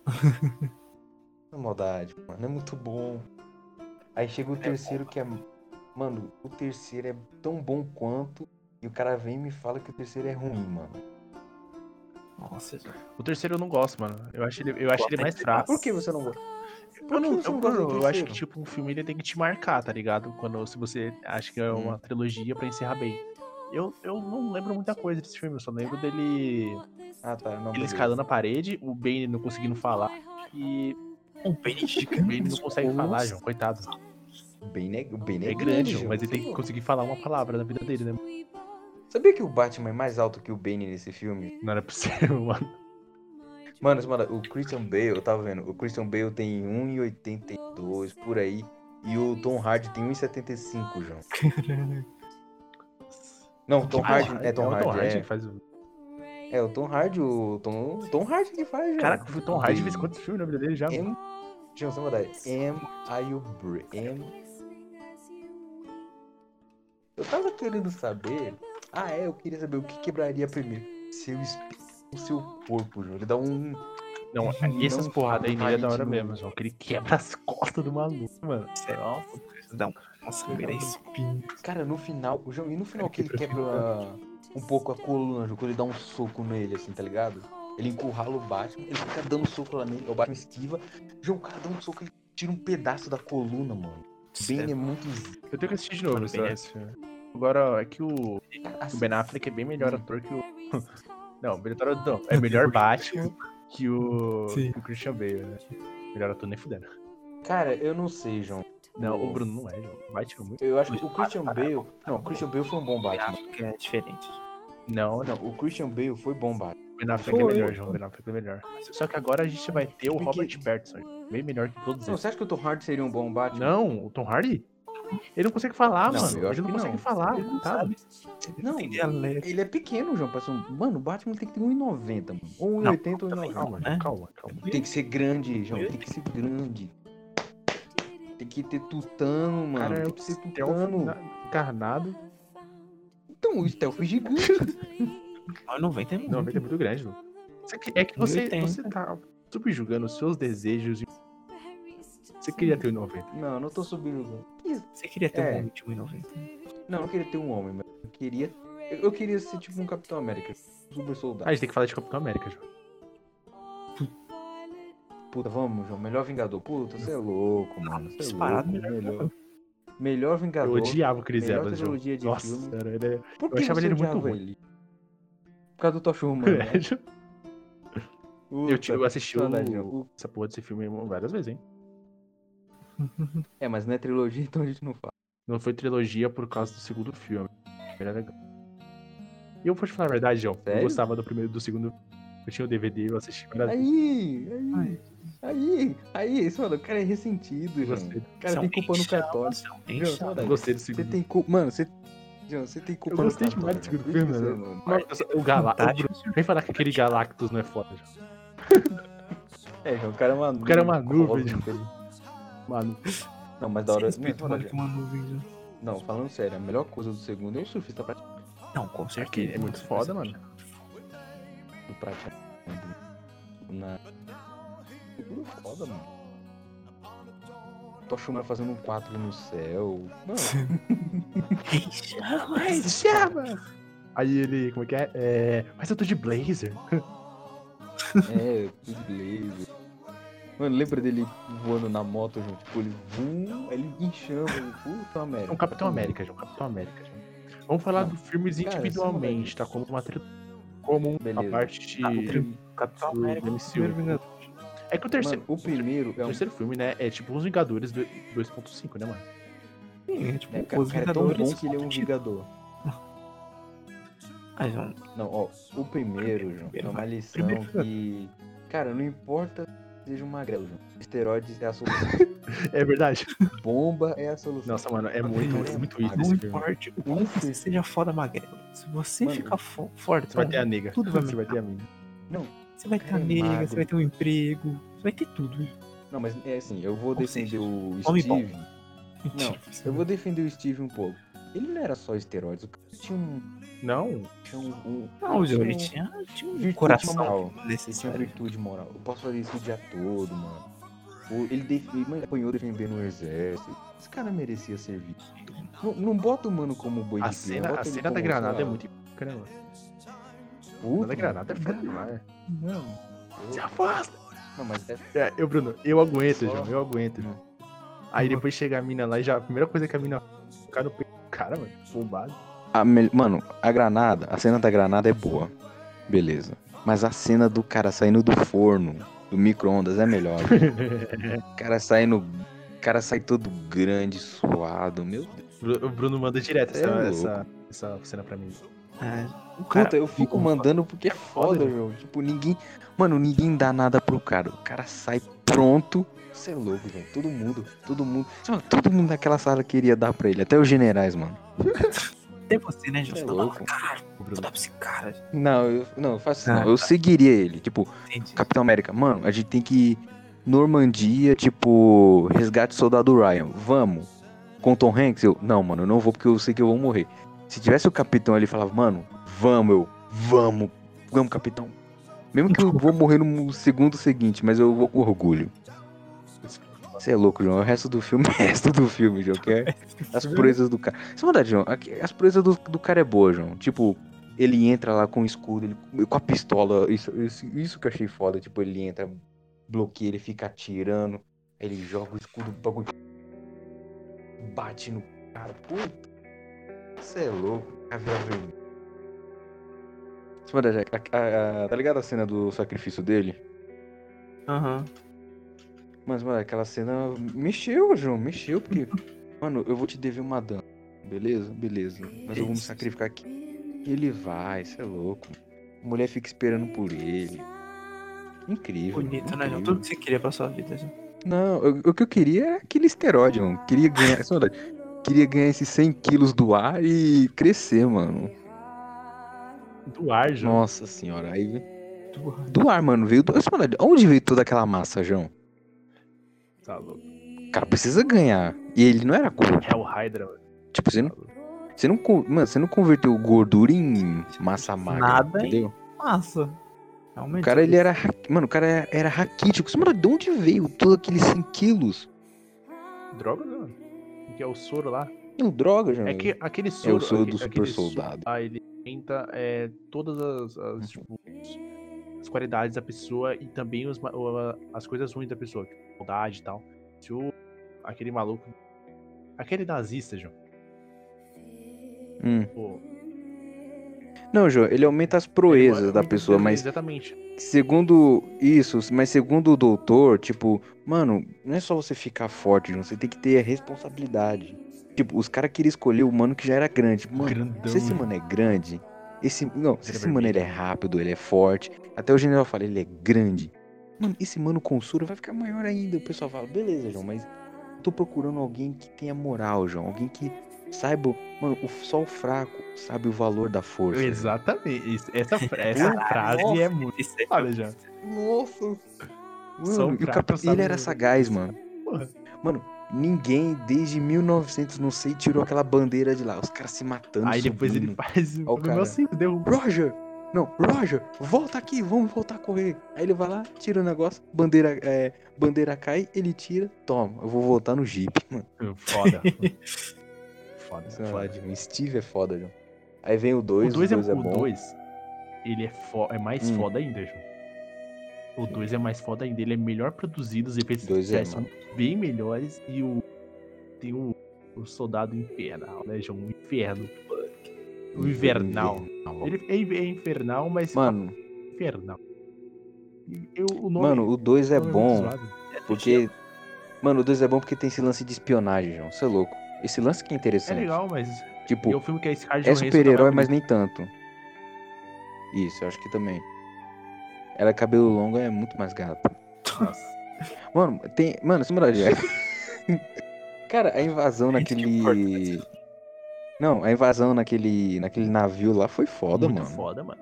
Speaker 1: mano. Na maldade, mano, é muito bom. Aí chega o terceiro que é. Mano, o terceiro é tão bom quanto. E o cara vem e me fala que o terceiro é ruim, mano.
Speaker 3: nossa, gente.
Speaker 4: O terceiro eu não gosto, mano. Eu acho ele, eu acho ele mais fraco.
Speaker 1: é, Por que você não gosta?
Speaker 4: Eu, não,
Speaker 1: Por que você
Speaker 4: eu,
Speaker 1: não gosta do
Speaker 4: eu acho
Speaker 1: terceiro?
Speaker 4: que, tipo, um filme ele tem que te marcar, tá ligado? Quando se você acha que é uma trilogia pra encerrar bem. Eu, eu não lembro muita coisa desse filme, eu só lembro dele.
Speaker 1: Ah, tá. Não,
Speaker 4: Ele
Speaker 1: beleza.
Speaker 4: escalando a parede, o Bane não conseguindo falar. E
Speaker 3: Um
Speaker 1: é
Speaker 3: pênis
Speaker 4: o
Speaker 3: gigante.
Speaker 4: Bane não consegue falar, João, coitado.
Speaker 1: O Ben é, o Ben é,
Speaker 4: É grande,
Speaker 1: João.
Speaker 4: João, mas ele tem que conseguir falar uma palavra na vida dele, né?
Speaker 1: Sabia que o Batman é mais alto que o Bane nesse filme?
Speaker 4: Não era possível, mano.
Speaker 1: Mano, mano, o Christian Bale, eu tava vendo, o Christian Bale tem 1,82 por aí. E o Tom Hardy tem 1,75, João. Não, Tom
Speaker 4: Ah,
Speaker 1: Hardy, é Tom
Speaker 4: o
Speaker 1: Hardy,
Speaker 4: Hardy
Speaker 1: é.
Speaker 4: que faz o-
Speaker 1: É, o Tom Hardy, o Tom, o Tom Hardy que faz, João.
Speaker 4: Caraca, o Tom Hardy
Speaker 1: Tem
Speaker 4: fez quantos filmes na vida dele já? mano?
Speaker 1: M... João, você mandar. M, I, U, Br- M... Eu tava querendo saber... Ah, é, eu queria saber o que quebraria primeiro. Seu espírito, seu corpo, João. Ele dá um...
Speaker 4: Não, essas porradas aí nele é da hora mesmo, João. Que ele quebra as costas do maluco, mano. é
Speaker 5: Nossa, dá um...
Speaker 1: é
Speaker 5: Nossa, vira espinho.
Speaker 1: Cara, no final, o João, e no final que ele quebra um pouco a coluna, João, quando ele dá um soco nele, assim, tá ligado? Ele encurrala o Batman, ele fica dando soco lá nele, o Batman esquiva. João, o cara dá um soco e tira um pedaço da coluna, mano. Ben é muito.
Speaker 4: Eu tenho que assistir de novo esse esse filme. Agora, é que o, o
Speaker 1: Assim,
Speaker 4: Ben Affleck é bem melhor ator que o. Não, melhor ator não. É melhor Batman que o,
Speaker 5: Sim.
Speaker 4: que o Christian Bale, né? Melhor ator nem fudendo.
Speaker 1: Cara, eu não sei, João.
Speaker 4: Não, o Bruno não é, João. Batman é muito.
Speaker 1: Eu acho que o Christian Bale. Não, o Christian Bale foi um bom Batman.
Speaker 5: Acho que é diferente.
Speaker 4: Não, não.
Speaker 1: Não, o Christian Bale foi bom Batman.
Speaker 4: O Ben Affleck é melhor, João. O Ben Affleck é melhor. Só que agora a gente vai ter o Robert Pattinson. Bem melhor que todos
Speaker 1: Não,
Speaker 4: eles.
Speaker 1: você acha que o Tom Hardy seria um bom Batman?
Speaker 4: Não, o Tom Hardy? Ele não consegue falar,
Speaker 1: Não,
Speaker 4: mano.
Speaker 1: eu
Speaker 4: ele
Speaker 1: acho
Speaker 4: não
Speaker 1: que não.
Speaker 4: consegue falar, Tá, ele não sabe.
Speaker 1: Não,
Speaker 5: Tem dialeto.
Speaker 1: ele é pequeno, João. Parece um... Mano, o Batman tem que ter 1,90, mano. Um Ou
Speaker 4: Não,
Speaker 1: 1,80 ou
Speaker 4: Calma,
Speaker 1: 1,90.
Speaker 4: calma,
Speaker 5: né?
Speaker 4: calma, calma.
Speaker 1: Tem que ser grande, João. Tem que ser grande. Tem que ter tutano, mano.
Speaker 4: Cara,
Speaker 1: tem
Speaker 4: eu
Speaker 1: que ser
Speaker 4: preciso ter um
Speaker 1: tutano.
Speaker 4: encarnado.
Speaker 1: Então, o stealth é gigante.
Speaker 5: Mas 90 é muito.
Speaker 4: 90 é muito grande, mano. Só que- É que você,
Speaker 5: 1.080.
Speaker 4: você tá subjugando os seus desejos.
Speaker 1: Tá
Speaker 4: e- Você queria ter um o 90.
Speaker 1: Não, não tô subindo.
Speaker 5: Você queria ter
Speaker 1: É.
Speaker 5: um homem de 1,90.
Speaker 1: Não, eu não queria ter um homem, mas eu queria. Eu eu queria ser tipo um Capitão América. Super
Speaker 4: Ah, a
Speaker 1: soldado.
Speaker 4: gente tem que falar de Capitão América, João.
Speaker 1: Puta, vamos, João. Melhor Vingador. Puta, você é louco, mano. Você é
Speaker 5: disparado,
Speaker 1: louco. Melhor. Melhor
Speaker 4: né? Eu
Speaker 1: Vingador.
Speaker 4: odiava o Chris
Speaker 1: Melhor
Speaker 4: Evans, João.
Speaker 1: trilogia de
Speaker 4: Nossa,
Speaker 1: filme.
Speaker 4: cara, ele é...
Speaker 1: Por
Speaker 4: eu achava
Speaker 1: você
Speaker 4: ele muito
Speaker 1: odiava
Speaker 4: ruim.
Speaker 1: ele? Por causa do Tocha Humana. né?
Speaker 4: É, João. Eu, te- eu assisti
Speaker 1: Saudade, João.
Speaker 4: o... essa porra desse filme várias vezes, hein?
Speaker 1: É, mas não é trilogia, então a gente não fala.
Speaker 4: Não foi trilogia por causa do segundo filme. Era legal. E eu vou te falar a verdade, João. Eu
Speaker 1: Sério?
Speaker 4: gostava do primeiro e do segundo. Eu tinha o DVD, eu assisti várias vezes.
Speaker 1: Aí, aí, aí, aí, isso, mano, o cara é ressentido,
Speaker 4: Eu
Speaker 1: João.
Speaker 4: gostei.
Speaker 1: O cara
Speaker 5: São
Speaker 1: tem culpa no
Speaker 5: bichão,
Speaker 1: cartório.
Speaker 5: são bem
Speaker 1: João,
Speaker 5: chato.
Speaker 4: assim, Eu gostei do segundo.
Speaker 1: Você tem culpa, mano, você... João, você tem culpa
Speaker 4: Eu gostei
Speaker 1: no
Speaker 4: demais
Speaker 1: cartório.
Speaker 4: do segundo
Speaker 1: João.
Speaker 4: filme, né?
Speaker 1: Isso, mano.
Speaker 4: Mas eu só- o Galactus.
Speaker 5: Fantástico.
Speaker 4: Vem falar que aquele Galactus não é foda, João.
Speaker 1: É, João, o cara é uma nuvem.
Speaker 4: cara é uma nuvem,
Speaker 1: João.
Speaker 4: Mano,
Speaker 1: Não, mas da hora...
Speaker 5: Sim, respeito,
Speaker 4: né?
Speaker 5: mano, que uma nuvem, João.
Speaker 1: Não, falando sério, a melhor coisa do segundo é o surfista praticando.
Speaker 5: Não, com certeza.
Speaker 4: é muito foda, mano.
Speaker 1: praticando na... né? Foda, mano. Tocha Humana fazendo um 4 no céu. Mano,
Speaker 5: é,
Speaker 4: Aí ele, como é que é? É, Mas eu tô de blazer.
Speaker 1: É, tudo beleza. Mano, lembra dele voando na moto, João? Tipo, ele voa, ele enxama, ele
Speaker 4: É
Speaker 1: puta América.
Speaker 4: um Capitão América, João. Capitão América, João. Vamos falar
Speaker 1: Não.
Speaker 4: dos filmes
Speaker 1: Cara,
Speaker 4: individualmente,
Speaker 1: esse
Speaker 4: tá? Como uma tri... Como
Speaker 1: Beleza. Tá,
Speaker 4: a parte
Speaker 5: Ah, o prim- Capitão
Speaker 4: do
Speaker 5: América.
Speaker 4: MCU.
Speaker 5: primeiro Vingador.
Speaker 4: É que o
Speaker 1: Mano,
Speaker 4: terceiro,
Speaker 1: o primeiro
Speaker 4: o
Speaker 1: é um.
Speaker 4: terceiro filme, né? É tipo os Vingadores do- 2.5, né, mano?
Speaker 5: Sim, é tipo,
Speaker 1: É, cara, o
Speaker 5: os
Speaker 1: cara é tão
Speaker 5: Vingadores.
Speaker 1: bom que ele é um Vingador.
Speaker 5: Ah, João,
Speaker 1: Não, ó, o primeiro, João, é uma lição
Speaker 5: Primeiro
Speaker 1: que. Cara, não importa que seja um magrelo, João. Esteroides é a solução.
Speaker 4: É verdade.
Speaker 1: Bomba é a solução.
Speaker 4: Nossa, mano, é muito,
Speaker 1: Mano,
Speaker 4: é muito isso
Speaker 5: não
Speaker 4: esse filme.
Speaker 5: importa o quanto você seja foda magrelo. Se você
Speaker 1: Mano,
Speaker 5: ficar fo forte,
Speaker 4: Você vai ter a nega.
Speaker 5: Tudo vai
Speaker 4: Você vai ter a mina.
Speaker 5: você vai ter a
Speaker 1: É
Speaker 5: nega,
Speaker 1: magro.
Speaker 5: você vai ter um emprego, você vai ter tudo.
Speaker 1: Não, mas é assim, eu vou
Speaker 5: Ou seja,
Speaker 1: defender o
Speaker 5: homem
Speaker 1: Steve.
Speaker 5: bom.
Speaker 1: Não, eu vou defender o Steve um pouco. Ele não era só esteroides, o cara tinha um.
Speaker 4: Não,
Speaker 1: Tinha um, um-
Speaker 5: Não, João, ele
Speaker 1: tinha um-
Speaker 5: tinha, tinha um
Speaker 1: Virtude moral.
Speaker 5: coração
Speaker 1: Ele tinha
Speaker 5: necessário.
Speaker 1: virtude moral. Eu posso fazer isso o dia todo, mano. Ou Ele, def... ele mano, apanhou defendendo o exército. Esse cara merecia servir. Não, não bota o mano como boi de
Speaker 4: a
Speaker 1: pior,
Speaker 4: cena,
Speaker 1: bota
Speaker 4: a
Speaker 1: ele
Speaker 4: cena da
Speaker 1: como,
Speaker 4: granada
Speaker 1: sei
Speaker 4: é
Speaker 1: lá,
Speaker 4: muito icônica, né, mano? A
Speaker 1: puto,
Speaker 4: cena da granada é
Speaker 1: mano.
Speaker 4: foda demais.
Speaker 1: Não.
Speaker 4: Se afasta!
Speaker 1: Não, mas é
Speaker 4: É, eu, Bruno, eu aguento,
Speaker 1: Só-
Speaker 4: João, eu aguento, João. Aí depois chega a mina lá e já. A primeira coisa que a mina fica no peito do cara, mano, bombado.
Speaker 1: A mel- Mano, a granada, a cena da granada é boa. Beleza. Mas a cena do cara saindo do forno, do micro-ondas, é melhor. o cara saindo. O cara sai todo grande, suado. Meu Deus.
Speaker 4: Bru- O Bruno manda direto
Speaker 1: É
Speaker 4: essa,
Speaker 1: louco.
Speaker 4: essa, essa cena pra mim.
Speaker 5: Ah, o cara-
Speaker 1: Puta, eu fico mandando porque é
Speaker 4: foda,
Speaker 1: foda, João. Tipo, ninguém. Mano, ninguém dá nada pro cara. O cara sai pronto. Você é louco, João. Todo mundo, todo mundo. Mano, todo mundo daquela sala queria dar pra ele. Até os generais, mano.
Speaker 5: Até você, né, João?
Speaker 1: Você
Speaker 5: Você
Speaker 1: é
Speaker 5: tá
Speaker 1: louco.
Speaker 5: lá, cara,
Speaker 4: O
Speaker 5: vou
Speaker 4: Bruno.
Speaker 5: dar pra esse cara.
Speaker 1: Não, eu, não, eu faço isso.
Speaker 5: Ah,
Speaker 1: não. Eu seguiria ele. Tipo,
Speaker 5: Entende?
Speaker 1: Capitão América, mano, a gente tem que ir Normandia, tipo, resgate soldado Ryan. Vamos. Com Tom Hanks, eu, não, mano, eu não vou porque eu sei que eu vou morrer. Se tivesse o capitão ali, falava, mano, vamos, eu, vamos, vamos, capitão. Mesmo que eu vou morrer no segundo seguinte, mas eu vou com orgulho. Você é louco, João. O resto do filme é o resto do filme, João. Que é as proezas do cara. Sem maldade, João. aqui- As proezas do, do cara é boa, João. Tipo, ele entra lá com o escudo, ele, com a pistola. Isso, isso, isso que eu achei foda. Tipo, ele entra, bloqueia, ele fica atirando. Ele joga o escudo, o bagulho. Bate no cara. Puta. Você é louco. Cara, vira vermelho. Sem maldade, a- a- a- tá ligado a cena do sacrifício dele?
Speaker 5: Aham.
Speaker 1: Mas, mano, aquela cena mexeu, João, mexeu, porque, mano, eu vou te dever uma dança, beleza? Beleza, mas eu vou me sacrificar aqui. E ele vai, isso é louco. A mulher fica esperando por ele. Incrível.
Speaker 5: Bonito, né, João?
Speaker 1: incrível.
Speaker 5: Tudo que você queria pra sua vida, João.
Speaker 1: Não, eu- o que eu queria é aquele esteroide, mano. Queria ganhar, isso é verdade. queria ganhar esses 100 quilos do ar e crescer, mano.
Speaker 4: Do ar, João.
Speaker 1: Nossa senhora, aí. Do ar, mano, veio do. isso é verdade. Onde veio toda aquela massa, João?
Speaker 4: Tá louco.
Speaker 1: O cara precisa ganhar. E ele não era gordo.
Speaker 4: É o Hydra, mano. Tá
Speaker 1: Tipo, você não. Você não, con- mano, você não converteu gordura em massa magra,
Speaker 5: Nada, hein?
Speaker 1: entendeu?
Speaker 5: Massa. É um Realmente.
Speaker 1: O cara, ele era... ra- Mano, o cara era, era raquítico. Você, mano, de onde veio todos aqueles 100 quilos?
Speaker 4: Droga, né, mano. Que é o soro lá.
Speaker 1: Não, droga, já.
Speaker 4: É que aquele soro.
Speaker 1: soro
Speaker 4: aque-
Speaker 1: do super
Speaker 4: aquele soro
Speaker 1: soldado.
Speaker 4: lá, ele aumenta é, todas as, as, tipo, os- as qualidades da pessoa e também os ma- o- a- as coisas ruins da pessoa, tipo, maldade e tal. Se o, aquele maluco. Aquele nazista, João.
Speaker 1: Hum.
Speaker 4: pô,
Speaker 1: Não, João, ele aumenta as proezas
Speaker 4: ele-
Speaker 1: da
Speaker 4: ele-
Speaker 1: pessoa, mas
Speaker 4: Exatamente.
Speaker 1: segundo isso, mas segundo o doutor, tipo, mano, não é só você ficar forte, João, você tem que ter a responsabilidade. Tipo, os caras queriam escolher o mano que já era grande. Mano,
Speaker 4: Grandão.
Speaker 1: Se esse mano é grande, esse. Não, se
Speaker 4: Então, Ele é
Speaker 1: esse mano ele é rápido, ele é forte. Até o general fala, ele é grande. Mano, esse mano com sura vai ficar maior ainda. O pessoal fala, beleza, João, mas eu tô procurando alguém que tenha moral, João. Alguém que saiba. Mano, o- só o fraco sabe o valor da força.
Speaker 4: Exatamente. Isso- Essa, fra- essa frase é muito
Speaker 5: Isso aí,
Speaker 4: foda, João.
Speaker 1: Nossa!
Speaker 4: Só o
Speaker 1: Mano, e o
Speaker 4: fraco
Speaker 1: cap...
Speaker 4: sabe
Speaker 1: ele
Speaker 4: o-
Speaker 1: era sagaz, mano.
Speaker 4: Porra.
Speaker 1: Mano, ninguém desde 1900 não sei tirou aquela bandeira de lá. Os caras se matando.
Speaker 4: Aí depois
Speaker 1: subindo.
Speaker 4: ele faz. um assim,
Speaker 1: Ó o cara.
Speaker 4: Meu senhor, deu
Speaker 1: Roger! Não, Roger, volta aqui, vamos voltar a correr. Aí ele vai lá, tira o negócio, bandeira, é, bandeira cai, ele tira, toma, eu vou voltar no Jeep, mano.
Speaker 4: Foda. foda,
Speaker 1: Isso é
Speaker 4: foda.
Speaker 1: verdade, o Steve é foda, João. Aí vem o 2,
Speaker 4: O 2 é,
Speaker 1: é,
Speaker 4: o
Speaker 1: bom.
Speaker 4: dois, ele é, fo- é mais
Speaker 1: Hum.
Speaker 4: foda ainda, João. O 2 é mais foda ainda, ele é melhor produzido, os efeitos
Speaker 1: Dois é,
Speaker 4: especiais são bem melhores e o tem o, o soldado infernal, né, João? O inferno. O invernal. Ele é in- é infernal, mas
Speaker 1: Hum, Mano,
Speaker 4: é infernal. E eu- o nome,
Speaker 1: mano, o 2 é
Speaker 4: o nome
Speaker 1: bom
Speaker 4: muito zoado.
Speaker 1: porque. Mano, o 2 é bom porque tem esse lance de espionagem, João. Você é louco. Esse lance que é
Speaker 4: É
Speaker 1: interessante.
Speaker 4: legal, mas
Speaker 1: Tipo,
Speaker 4: e é o filme que a Scarlett
Speaker 1: É
Speaker 4: Johansson
Speaker 1: super-herói,
Speaker 4: trabalha
Speaker 1: mas nem tanto. Isso, eu acho que também. Ela é cabelo longo, é muito mais gata. Mano, tem. Mano, isso é Cara, a invasão
Speaker 5: É isso que
Speaker 1: naquele. Não, a invasão naquele. naquele navio lá foi foda,
Speaker 4: muito
Speaker 1: mano.
Speaker 4: foda, mano.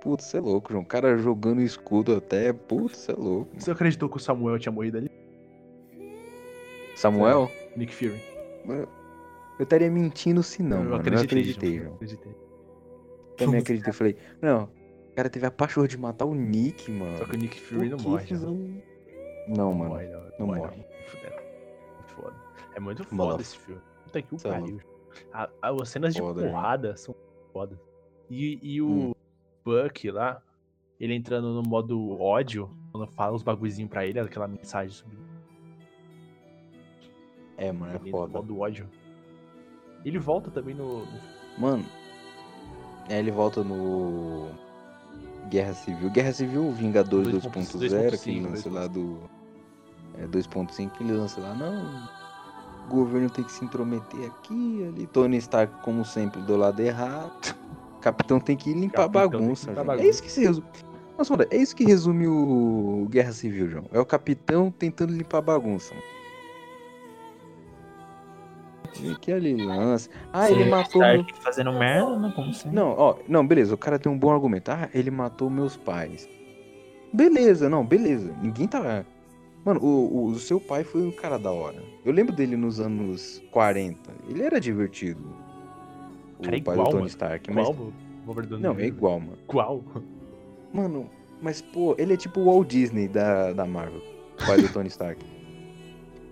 Speaker 1: Putz, você é louco, João. O cara jogando escudo até. Putz, você é louco.
Speaker 4: Você acreditou que o Samuel tinha morrido ali?
Speaker 1: Samuel?
Speaker 4: Nick Fury.
Speaker 1: Eu estaria mentindo se não, mano. eu acreditei,
Speaker 4: João,
Speaker 1: João.
Speaker 4: acreditei.
Speaker 1: Também acreditei. Falei, não, o cara teve a paixão de matar o Nick, mano.
Speaker 4: Só que o Nick Fury não
Speaker 1: Por que
Speaker 4: morre, né?
Speaker 1: isso,
Speaker 4: João.
Speaker 1: não? Não, mano.
Speaker 4: morre, não,
Speaker 1: não
Speaker 4: Fudeu. Muito foda. É muito foda
Speaker 1: Mano.
Speaker 4: esse filme. Puta que o
Speaker 1: Tá louco.
Speaker 4: pariu. A- a- As cenas de
Speaker 1: Foda,
Speaker 4: porrada são foda. E, e o
Speaker 1: Hum.
Speaker 4: Buck lá, ele entrando no modo ódio, quando fala os bagulhozinhos pra ele, aquela mensagem sobre
Speaker 1: É, mano,
Speaker 4: ele
Speaker 1: é
Speaker 4: no
Speaker 1: foda.
Speaker 4: modo ódio. Ele volta também no. no-
Speaker 1: Mano, aí ele volta no Guerra Civil. Guerra Civil Vingadores 2.0,
Speaker 4: 2.0,
Speaker 1: aquele lance lá do. É 2.5, aquele lance lá, não. O governo tem que se intrometer aqui, ali. Tony Stark, como sempre, do lado errado. Capitão tem que limpar a
Speaker 4: Capitão tem que
Speaker 1: bagunça,
Speaker 4: limpar a
Speaker 1: João. É
Speaker 4: bagunça.
Speaker 1: isso que se resume. Nossa, mano, é isso que resume o Guerra Civil, João. É o capitão tentando limpar a bagunça. mano. E que ali lance. Ah, ele
Speaker 5: Sim,
Speaker 1: matou. meu-
Speaker 5: Stark fazendo merda, né? Como sempre.
Speaker 1: não, ó, não, beleza, o cara tem um bom argumento. Ah, ele matou meus pais. Beleza, não, beleza. Ninguém tá. Mano, o, o- o seu pai foi um cara da hora. Eu lembro dele nos anos 40. Ele era divertido. O
Speaker 4: Cara, é
Speaker 1: pai
Speaker 4: igual,
Speaker 1: do Tony
Speaker 4: mano.
Speaker 1: Stark.
Speaker 4: Igual,
Speaker 1: mas...
Speaker 4: o Robert Downey
Speaker 1: Não, é
Speaker 4: Jr.
Speaker 1: igual, mano.
Speaker 4: Igual.
Speaker 1: Mano, mas pô, ele é tipo o Walt Disney da, da Marvel. Pai do Tony Stark.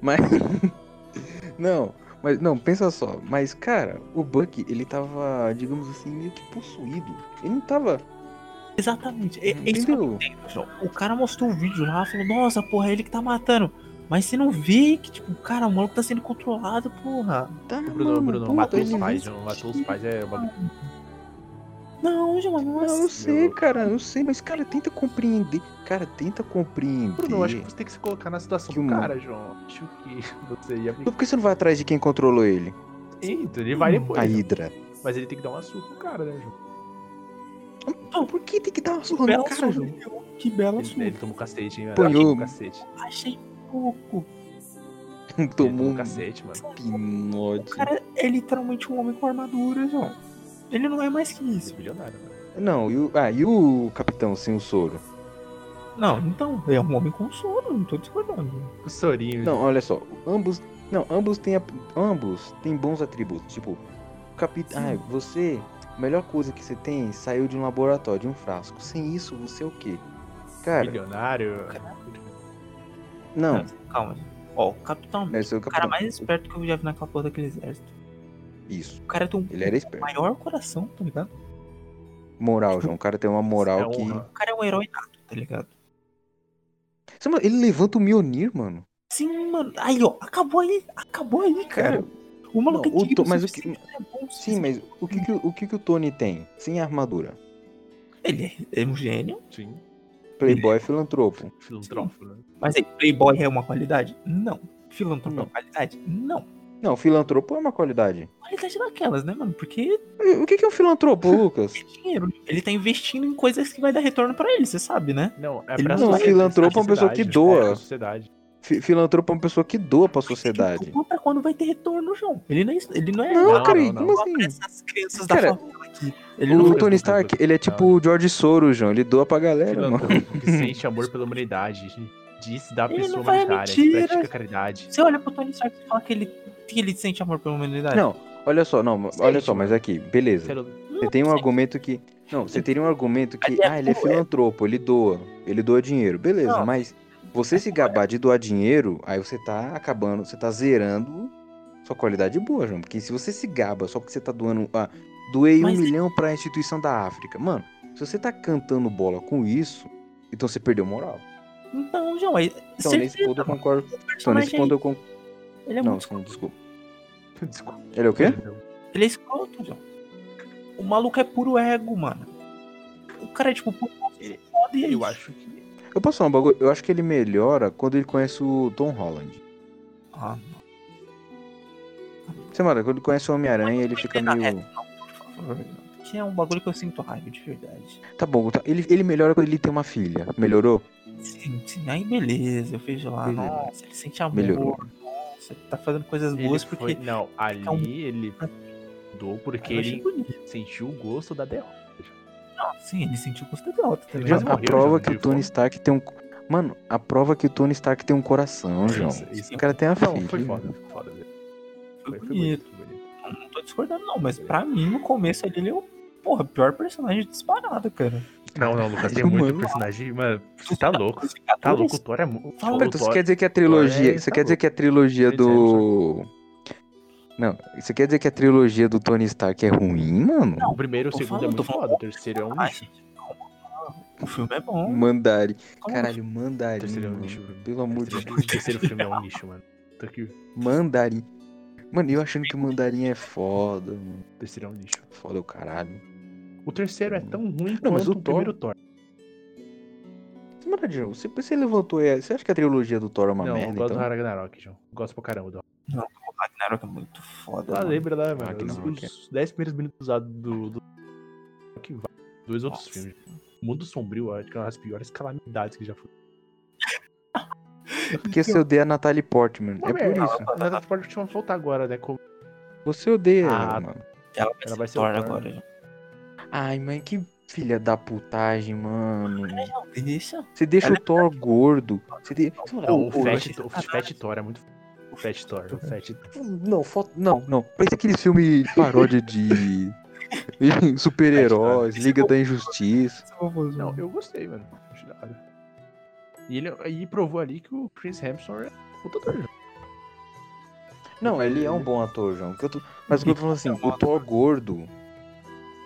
Speaker 1: Mas. não, mas não, pensa só. Mas, cara, o Buck, ele tava, digamos assim, meio que possuído. Ele não tava.
Speaker 5: Exatamente. É, é isso que eu não entendo, pessoal. O cara mostrou um vídeo lá, falou, nossa, porra, é ele que tá matando. Mas você não vê que, tipo, cara, o maluco tá sendo controlado, porra.
Speaker 1: Tá,
Speaker 4: Bruno,
Speaker 1: mano,
Speaker 4: Bruno,
Speaker 1: pô,
Speaker 4: matou os
Speaker 1: ele
Speaker 4: pais,
Speaker 1: não-
Speaker 4: não matou os pais é uma...
Speaker 5: Não, é João,
Speaker 1: Não,
Speaker 5: mas...
Speaker 1: eu sei, cara, eu sei, mas, cara, tenta compreender. Cara, tenta compreender.
Speaker 4: Bruno, eu acho que você tem que se colocar na situação
Speaker 1: Que
Speaker 4: do
Speaker 1: um-
Speaker 4: cara, João. Acho que você ia
Speaker 1: Por
Speaker 4: brincar.
Speaker 1: que você não vai atrás de quem controlou ele?
Speaker 4: Então, ele vai depois. né?
Speaker 1: A Hydra.
Speaker 4: Mas ele tem que dar uma surra no cara, né, João?
Speaker 1: Não, por que tem que dar uma surra
Speaker 5: Bela
Speaker 1: no cara,
Speaker 5: surra.
Speaker 1: João?
Speaker 5: Que bela
Speaker 4: Ele,
Speaker 5: surra.
Speaker 4: ele toma um cacete, hein, velho?
Speaker 1: Apanhou.
Speaker 4: Ele toma um cacete.
Speaker 5: Achei pouco.
Speaker 4: Ele
Speaker 1: Tomou
Speaker 4: toma um
Speaker 1: um
Speaker 4: cacete, mano.
Speaker 5: O
Speaker 1: pinote.
Speaker 5: cara é literalmente um homem com armadura, João. Ele não é mais que
Speaker 4: Ele
Speaker 5: isso.
Speaker 4: é milionário, velho.
Speaker 1: Não, e o, ah, e o capitão sem o soro?
Speaker 5: Não, então, ele é um homem com sono, não tô discordando.
Speaker 4: O Sorinho.
Speaker 1: Não, olha só, ambos, não, ambos têm a- ambos têm bons atributos, tipo, o capitão, ah, você, a melhor coisa que você tem saiu de um laboratório, de um frasco. Sem isso, você é o quê? Cara,
Speaker 4: Milionário.
Speaker 1: não,
Speaker 5: Calma, gente. Ó, o Capitão América,
Speaker 1: é seu
Speaker 5: o cara
Speaker 1: capitão.
Speaker 5: mais esperto que eu já vi naquela porra daquele exército.
Speaker 1: Isso.
Speaker 5: O cara tem um
Speaker 1: Ele era esperto.
Speaker 5: maior coração, tá ligado?
Speaker 1: Moral, João, o cara tem uma moral
Speaker 4: É
Speaker 1: que
Speaker 4: honra.
Speaker 5: O cara é um herói nato, tá ligado?
Speaker 1: Você, mano, ele levanta o Mionir, mano.
Speaker 5: Sim, Assim, mano. Aí, ó, acabou aí. Acabou aí, cara.
Speaker 1: Cara,
Speaker 5: o maluco
Speaker 1: É. não, o
Speaker 5: é digno,
Speaker 1: to- mas o que-
Speaker 5: suficiente, ele é bom,
Speaker 1: Sim,
Speaker 5: sim,
Speaker 1: mas o que que o, o que que o Tony tem? Sem armadura.
Speaker 5: Ele é- é um gênio.
Speaker 4: Sim.
Speaker 1: Playboy é filantropo.
Speaker 4: Filantrófico, né?
Speaker 5: Mas aí, playboy é uma qualidade? Não. Filantropo é
Speaker 1: Não.
Speaker 5: uma qualidade? Não.
Speaker 1: Não, filantropo é uma qualidade.
Speaker 5: Qualidade daquelas, né, mano? Porque
Speaker 1: O que que é um filantropo, Lucas?
Speaker 5: é dinheiro. Ele tá investindo em coisas que vai dar retorno pra ele, você sabe, né?
Speaker 4: Não, é
Speaker 5: Ele
Speaker 4: pra
Speaker 5: não é
Speaker 4: sociedade,
Speaker 1: filantropo, é uma pessoa que
Speaker 4: sociedade,
Speaker 1: doa.
Speaker 4: É pra sociedade.
Speaker 1: Fi- Filantropo é uma pessoa que doa pra sociedade.
Speaker 5: Então, pra quando vai ter retorno, João. Ele não é. Ele não é
Speaker 1: Não,
Speaker 4: Não,
Speaker 1: cara,
Speaker 4: não, não.
Speaker 1: como
Speaker 5: igual pra
Speaker 1: assim?
Speaker 5: essas crianças
Speaker 1: Cara,
Speaker 5: da favela aqui. Ele
Speaker 1: O
Speaker 5: não.
Speaker 1: Tony Stark, ele é tipo o George Soros, João. Ele doa pra galera, mano.
Speaker 4: Filantropo que sente amor pela humanidade. Diz da
Speaker 5: Ele
Speaker 4: pessoa
Speaker 5: não vai
Speaker 4: humanitária que
Speaker 5: mentira.
Speaker 4: pratica caridade.
Speaker 5: Você olha pro Tony Stark e fala que ele, que ele sente amor pela humanidade.
Speaker 1: Não, olha só, não, olha só, mas é aqui, beleza. Você tem um argumento que. Não, você tem um argumento que. Ah, ele é filantropo, ele doa. Ele doa dinheiro. Beleza,
Speaker 5: Não.
Speaker 1: mas você se gabar de doar dinheiro, aí você tá acabando, você tá zerando sua qualidade boa, João. Porque se você se gaba só porque você tá doando. Ah, doei
Speaker 5: Mas- é
Speaker 1: um milhão pra instituição da África. Mano, se você tá cantando bola com isso, então você perdeu moral.
Speaker 5: Então, João, aí.
Speaker 1: Então, nesse
Speaker 5: certeza,
Speaker 1: ponto eu
Speaker 5: mano.
Speaker 1: concordo.
Speaker 5: O
Speaker 1: Então, nesse
Speaker 5: personagem
Speaker 1: ponto eu concordo.
Speaker 5: aí, ele é
Speaker 1: Não,
Speaker 5: muito.
Speaker 1: desculpa, desculpa.
Speaker 4: Desculpa.
Speaker 1: Ele é o quê?
Speaker 5: Ele é escroto, João. O maluco é puro ego, mano. O cara é tipo puro
Speaker 4: Ele-
Speaker 5: foda e é
Speaker 4: Eu
Speaker 5: isso.
Speaker 4: acho que.
Speaker 1: Eu posso falar um bagulho? Eu acho que ele melhora quando ele conhece o Tom Holland.
Speaker 5: Ah,
Speaker 1: Você mano, quando ele conhece o Homem-Aranha, ele fica
Speaker 5: Não, é,
Speaker 1: meio.
Speaker 5: não, por favor, não. Que é um bagulho que eu sinto raiva, de verdade.
Speaker 1: Tá bom, tá- ele, ele melhora quando ele tem uma filha. Melhorou?
Speaker 5: Sim, sim. Aí beleza, eu vejo lá.
Speaker 1: Beleza.
Speaker 5: Nossa, ele sente amor.
Speaker 1: Melhorou.
Speaker 5: Nossa, ele tá fazendo coisas
Speaker 4: Ele
Speaker 5: boas
Speaker 4: foi-
Speaker 5: porque.
Speaker 4: Não,
Speaker 5: é um-
Speaker 4: ali ele Ah, doou porque
Speaker 5: Eu achei
Speaker 4: ele
Speaker 5: bonito.
Speaker 4: sentiu o gosto da derrota.
Speaker 5: Não, sim, ele sentiu o custo dela também.
Speaker 4: já
Speaker 1: Mano, a
Speaker 4: morreu,
Speaker 1: prova
Speaker 4: João,
Speaker 1: que o
Speaker 4: de
Speaker 1: Tony
Speaker 4: fome.
Speaker 1: Stark tem um. co- Mano, a prova que o Tony Stark tem um coração, João.
Speaker 4: Isso, isso.
Speaker 1: Esse cara tem a
Speaker 4: Não,
Speaker 1: filha.
Speaker 4: foi foda, foi foda. velho. Foi,
Speaker 5: Foi
Speaker 4: foi
Speaker 5: bonito.
Speaker 4: bonito, foi bonito.
Speaker 5: Não tô discordando, não, mas pra mim, no começo ali, ele é o porra, pior personagem disparado, cara.
Speaker 4: Não, não, Lucas, tem
Speaker 1: Caralho,
Speaker 4: muito
Speaker 1: mano.
Speaker 4: personagem, mano. Você tá louco. Tá louco, o Thor é muito.
Speaker 5: Fala,
Speaker 4: o
Speaker 1: Pera, então você
Speaker 4: Thor-
Speaker 1: quer dizer que a trilogia.
Speaker 4: É,
Speaker 1: Você
Speaker 4: tá
Speaker 1: quer dizer
Speaker 4: louco.
Speaker 1: que a trilogia
Speaker 4: Tô dizendo,
Speaker 1: do. Não, você quer dizer que a trilogia do Tony Stark é ruim, mano?
Speaker 4: O primeiro e o
Speaker 5: Tô
Speaker 4: segundo é
Speaker 5: falando,
Speaker 4: muito
Speaker 5: tô falando.
Speaker 4: foda, o terceiro é um
Speaker 5: Ai,
Speaker 4: lixo.
Speaker 5: gente, calma, calma. O filme é bom.
Speaker 1: Mandari.
Speaker 5: calma.
Speaker 1: Caralho, mandarim.
Speaker 4: Terceiro é um
Speaker 1: mano.
Speaker 4: lixo, Bruno.
Speaker 1: Pelo amor de
Speaker 4: O terceiro filme é um lixo, mano. Tô aqui.
Speaker 1: Mandarim. Mano, eu achando que o mandarim é foda, mano.
Speaker 4: O terceiro é um lixo.
Speaker 1: Foda o caralho.
Speaker 4: O terceiro é tão ruim quanto
Speaker 1: Não, mas
Speaker 4: o,
Speaker 1: o Thor-
Speaker 4: primeiro Thor.
Speaker 1: Você, mano, João, você, você levantou aí. Você acha que a trilogia do Thor é uma
Speaker 4: não, eu
Speaker 1: merda,
Speaker 4: gosto do
Speaker 1: então?
Speaker 4: Ragnarok, João. Gosto pra caramba do
Speaker 5: O Ragnarok é muito foda.
Speaker 4: Ah,
Speaker 5: mano.
Speaker 4: lembra lá, mano.
Speaker 1: Ragnarok,
Speaker 4: os, os 10 primeiros minutos lá do. do... Que vai. Dois outros
Speaker 5: Nossa.
Speaker 4: filmes. O Mundo Sombrio, acho que é uma das piores calamidades que já foi.
Speaker 1: É Porque você odeia a Natalie Portman.
Speaker 4: Uma
Speaker 1: É por
Speaker 4: merda.
Speaker 1: isso.
Speaker 4: A Natalie Portman voltar agora, né? Como
Speaker 1: Você odeia
Speaker 4: Ah,
Speaker 1: ela, mano.
Speaker 5: Ela vai
Speaker 4: ela
Speaker 5: ser
Speaker 4: vai ser o
Speaker 5: Thor
Speaker 4: Thor.
Speaker 5: agora. já.
Speaker 1: Ai, mãe, que filha da putagem, mano.
Speaker 5: Não, deixa.
Speaker 1: Você deixa
Speaker 5: Ela
Speaker 1: o Thor gordo. Você de...
Speaker 4: É o
Speaker 1: Ô, ô,
Speaker 4: Fat,
Speaker 5: eu
Speaker 4: o
Speaker 5: achei
Speaker 4: Fat Thor é muito. O Fat Thor, o Fat Thor.
Speaker 1: Não, foto... não, não. Parece aquele filme paródia de Super-heróis, Liga da Injustiça.
Speaker 5: tá
Speaker 4: Não, eu gostei, mano. Acho da hora. E ele aí provou ali que o Chris Hemsworth é puta ator.
Speaker 1: Não, ele é um bom ator, João. que eu tô- Mas o que eu tô falando assim, o Thor gordo.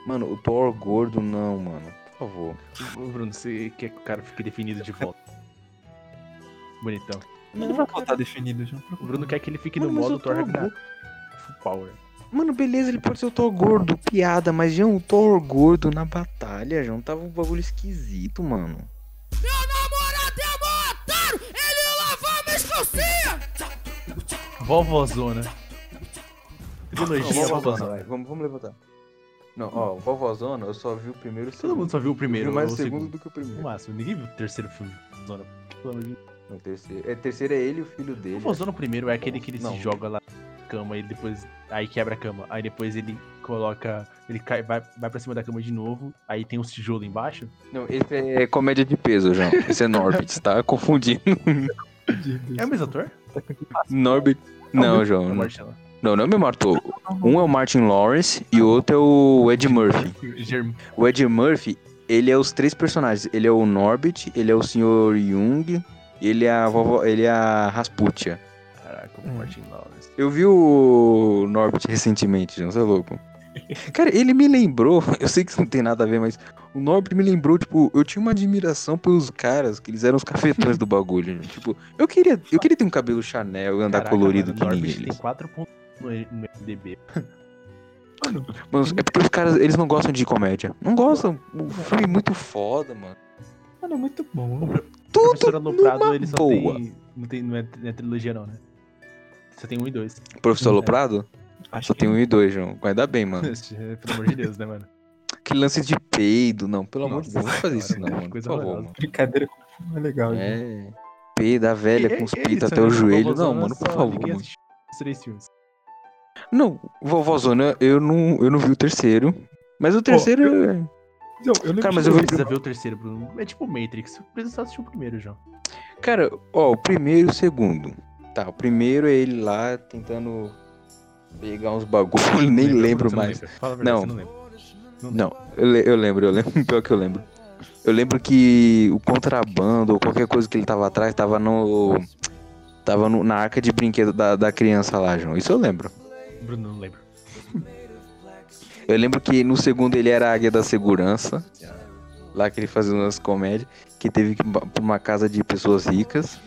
Speaker 1: Mano, o Thor gordo não, mano. Por favor.
Speaker 4: Ô, Bruno, você quer que o cara fique definido de volta. Bonitão.
Speaker 5: Ele vai voltar definido, João.
Speaker 4: O Bruno quer que ele fique
Speaker 1: Mano,
Speaker 4: no
Speaker 1: mas
Speaker 4: modo
Speaker 1: eu tô
Speaker 4: Thor Ragnarok. Full power.
Speaker 1: Mano, beleza, ele pode ser o Thor gordo, piada, mas João, o Thor gordo na batalha, João, tava um bagulho esquisito, mano.
Speaker 6: Meu namorado é um otário! Ele lavou minhas calcinhas!
Speaker 4: Vovozona.
Speaker 1: Não,
Speaker 4: Trilogia
Speaker 1: vovózona,
Speaker 4: vovozona.
Speaker 1: vai, vamos, vamos levantar. Não, ó, vovózona, eu só vi o primeiro e o
Speaker 4: Todo
Speaker 1: segundo.
Speaker 4: mundo só viu o
Speaker 1: Eu vi
Speaker 4: primeiro,
Speaker 1: mais
Speaker 4: ou
Speaker 1: o
Speaker 4: o
Speaker 1: segundo
Speaker 4: segundo.
Speaker 1: do que o
Speaker 4: No
Speaker 1: primeiro.
Speaker 4: máximo, ninguém viu o terceiro filme. Vovozona. Pelo amor de Deus.
Speaker 1: Não, o terceiro. É, o terceiro é ele e o filho
Speaker 4: O
Speaker 1: dele.
Speaker 4: Vovozona primeiro é aquele que ele
Speaker 1: Não.
Speaker 4: se joga lá na cama e depois. Aí quebra a cama. Aí depois ele coloca. Ele cai, vai, vai pra cima da cama de novo. Aí tem uns tijolos embaixo.
Speaker 1: Não, esse é comédia de peso, João. Esse é Norbit, tá? Confundindo.
Speaker 4: É o mesmo ator? É
Speaker 1: Norbit. Não, João. não.
Speaker 4: Marcelo.
Speaker 1: Não, é não me matou. Um é o Martin Lawrence e o outro é o Ed Murphy.
Speaker 4: Germ...
Speaker 1: O Ed Murphy, ele é os três personagens. Ele é o Norbit, ele é o Sr. Jung, e ele é a vovó, ele é a Rasputia.
Speaker 4: Caraca,
Speaker 1: É.
Speaker 4: o Martin Lawrence.
Speaker 1: Eu vi o Norbit recentemente, João, você é louco. Cara, ele me lembrou, eu sei que isso não tem nada a ver, mas o Norbit me lembrou, tipo, eu tinha uma admiração pelos caras, que eles eram os cafetões do bagulho. né? Tipo, eu queria, eu queria ter um cabelo Chanel e andar
Speaker 4: Caraca,
Speaker 1: colorido
Speaker 4: mano,
Speaker 1: que nem
Speaker 4: Norbit
Speaker 1: eles.
Speaker 4: tem 4 pontos no no MDB.
Speaker 1: Mano, é porque os caras, eles não gostam de comédia. Não gostam. O filme é muito foda, mano.
Speaker 4: Tá
Speaker 5: Mano, é muito bom.
Speaker 4: Professor
Speaker 1: Tudo
Speaker 4: Aloprado,
Speaker 1: numa
Speaker 4: ele só
Speaker 1: boa.
Speaker 4: tem. Não, tem não, é, não é trilogia, não, né? Só tem um e dois.
Speaker 1: Professor Aloprado?
Speaker 4: tá
Speaker 5: Acho
Speaker 1: Só tem um e dois, João. Ainda bem, mano.
Speaker 4: Pelo amor de Deus, né, mano?
Speaker 1: Que lance de peido. Não, pelo amor de
Speaker 4: Nossa
Speaker 1: Deus, não faz isso não,
Speaker 4: senhora,
Speaker 1: mano. Por
Speaker 4: coisa
Speaker 1: favor, mano.
Speaker 4: horrorosa.
Speaker 5: Brincadeira é legal. gente.
Speaker 1: É. Peido, a velha é com os
Speaker 4: E- e-
Speaker 1: peitos
Speaker 4: eles
Speaker 1: até o
Speaker 4: também,
Speaker 1: joelho. Não,
Speaker 4: Vovózona,
Speaker 1: mano, por
Speaker 4: né? só
Speaker 1: favor,
Speaker 4: ninguém
Speaker 1: mano.
Speaker 4: assistiu Os três filmes.
Speaker 1: Não, vovózona, eu não, eu não vi o terceiro. Mas o terceiro. é-
Speaker 5: Não, eu lembro
Speaker 1: Cara, mas
Speaker 5: de-
Speaker 1: eu vi.
Speaker 4: Precisa ver o terceiro, Bruno. É tipo Matrix. Precisa só assistir o primeiro, João.
Speaker 1: Cara, ó, o primeiro e o segundo. Tá, o primeiro é ele lá tentando pegar uns bagulho, nem
Speaker 4: Lembra,
Speaker 1: lembro
Speaker 4: você
Speaker 1: mais.
Speaker 4: lembra. Fala a verdade,
Speaker 1: Não.
Speaker 4: você não lembra.
Speaker 1: Não, eu, le- eu lembro, eu lembro, pior que eu lembro. Eu lembro que o contrabando ou qualquer coisa que ele tava atrás tava no. Tava no- na arca de brinquedo da, da criança lá, João. Isso eu lembro.
Speaker 4: Bruno, não lembro.
Speaker 1: Eu lembro que no segundo ele era a águia da segurança. Lá que ele fazia umas comédias. Que teve que ir pra uma casa de pessoas ricas.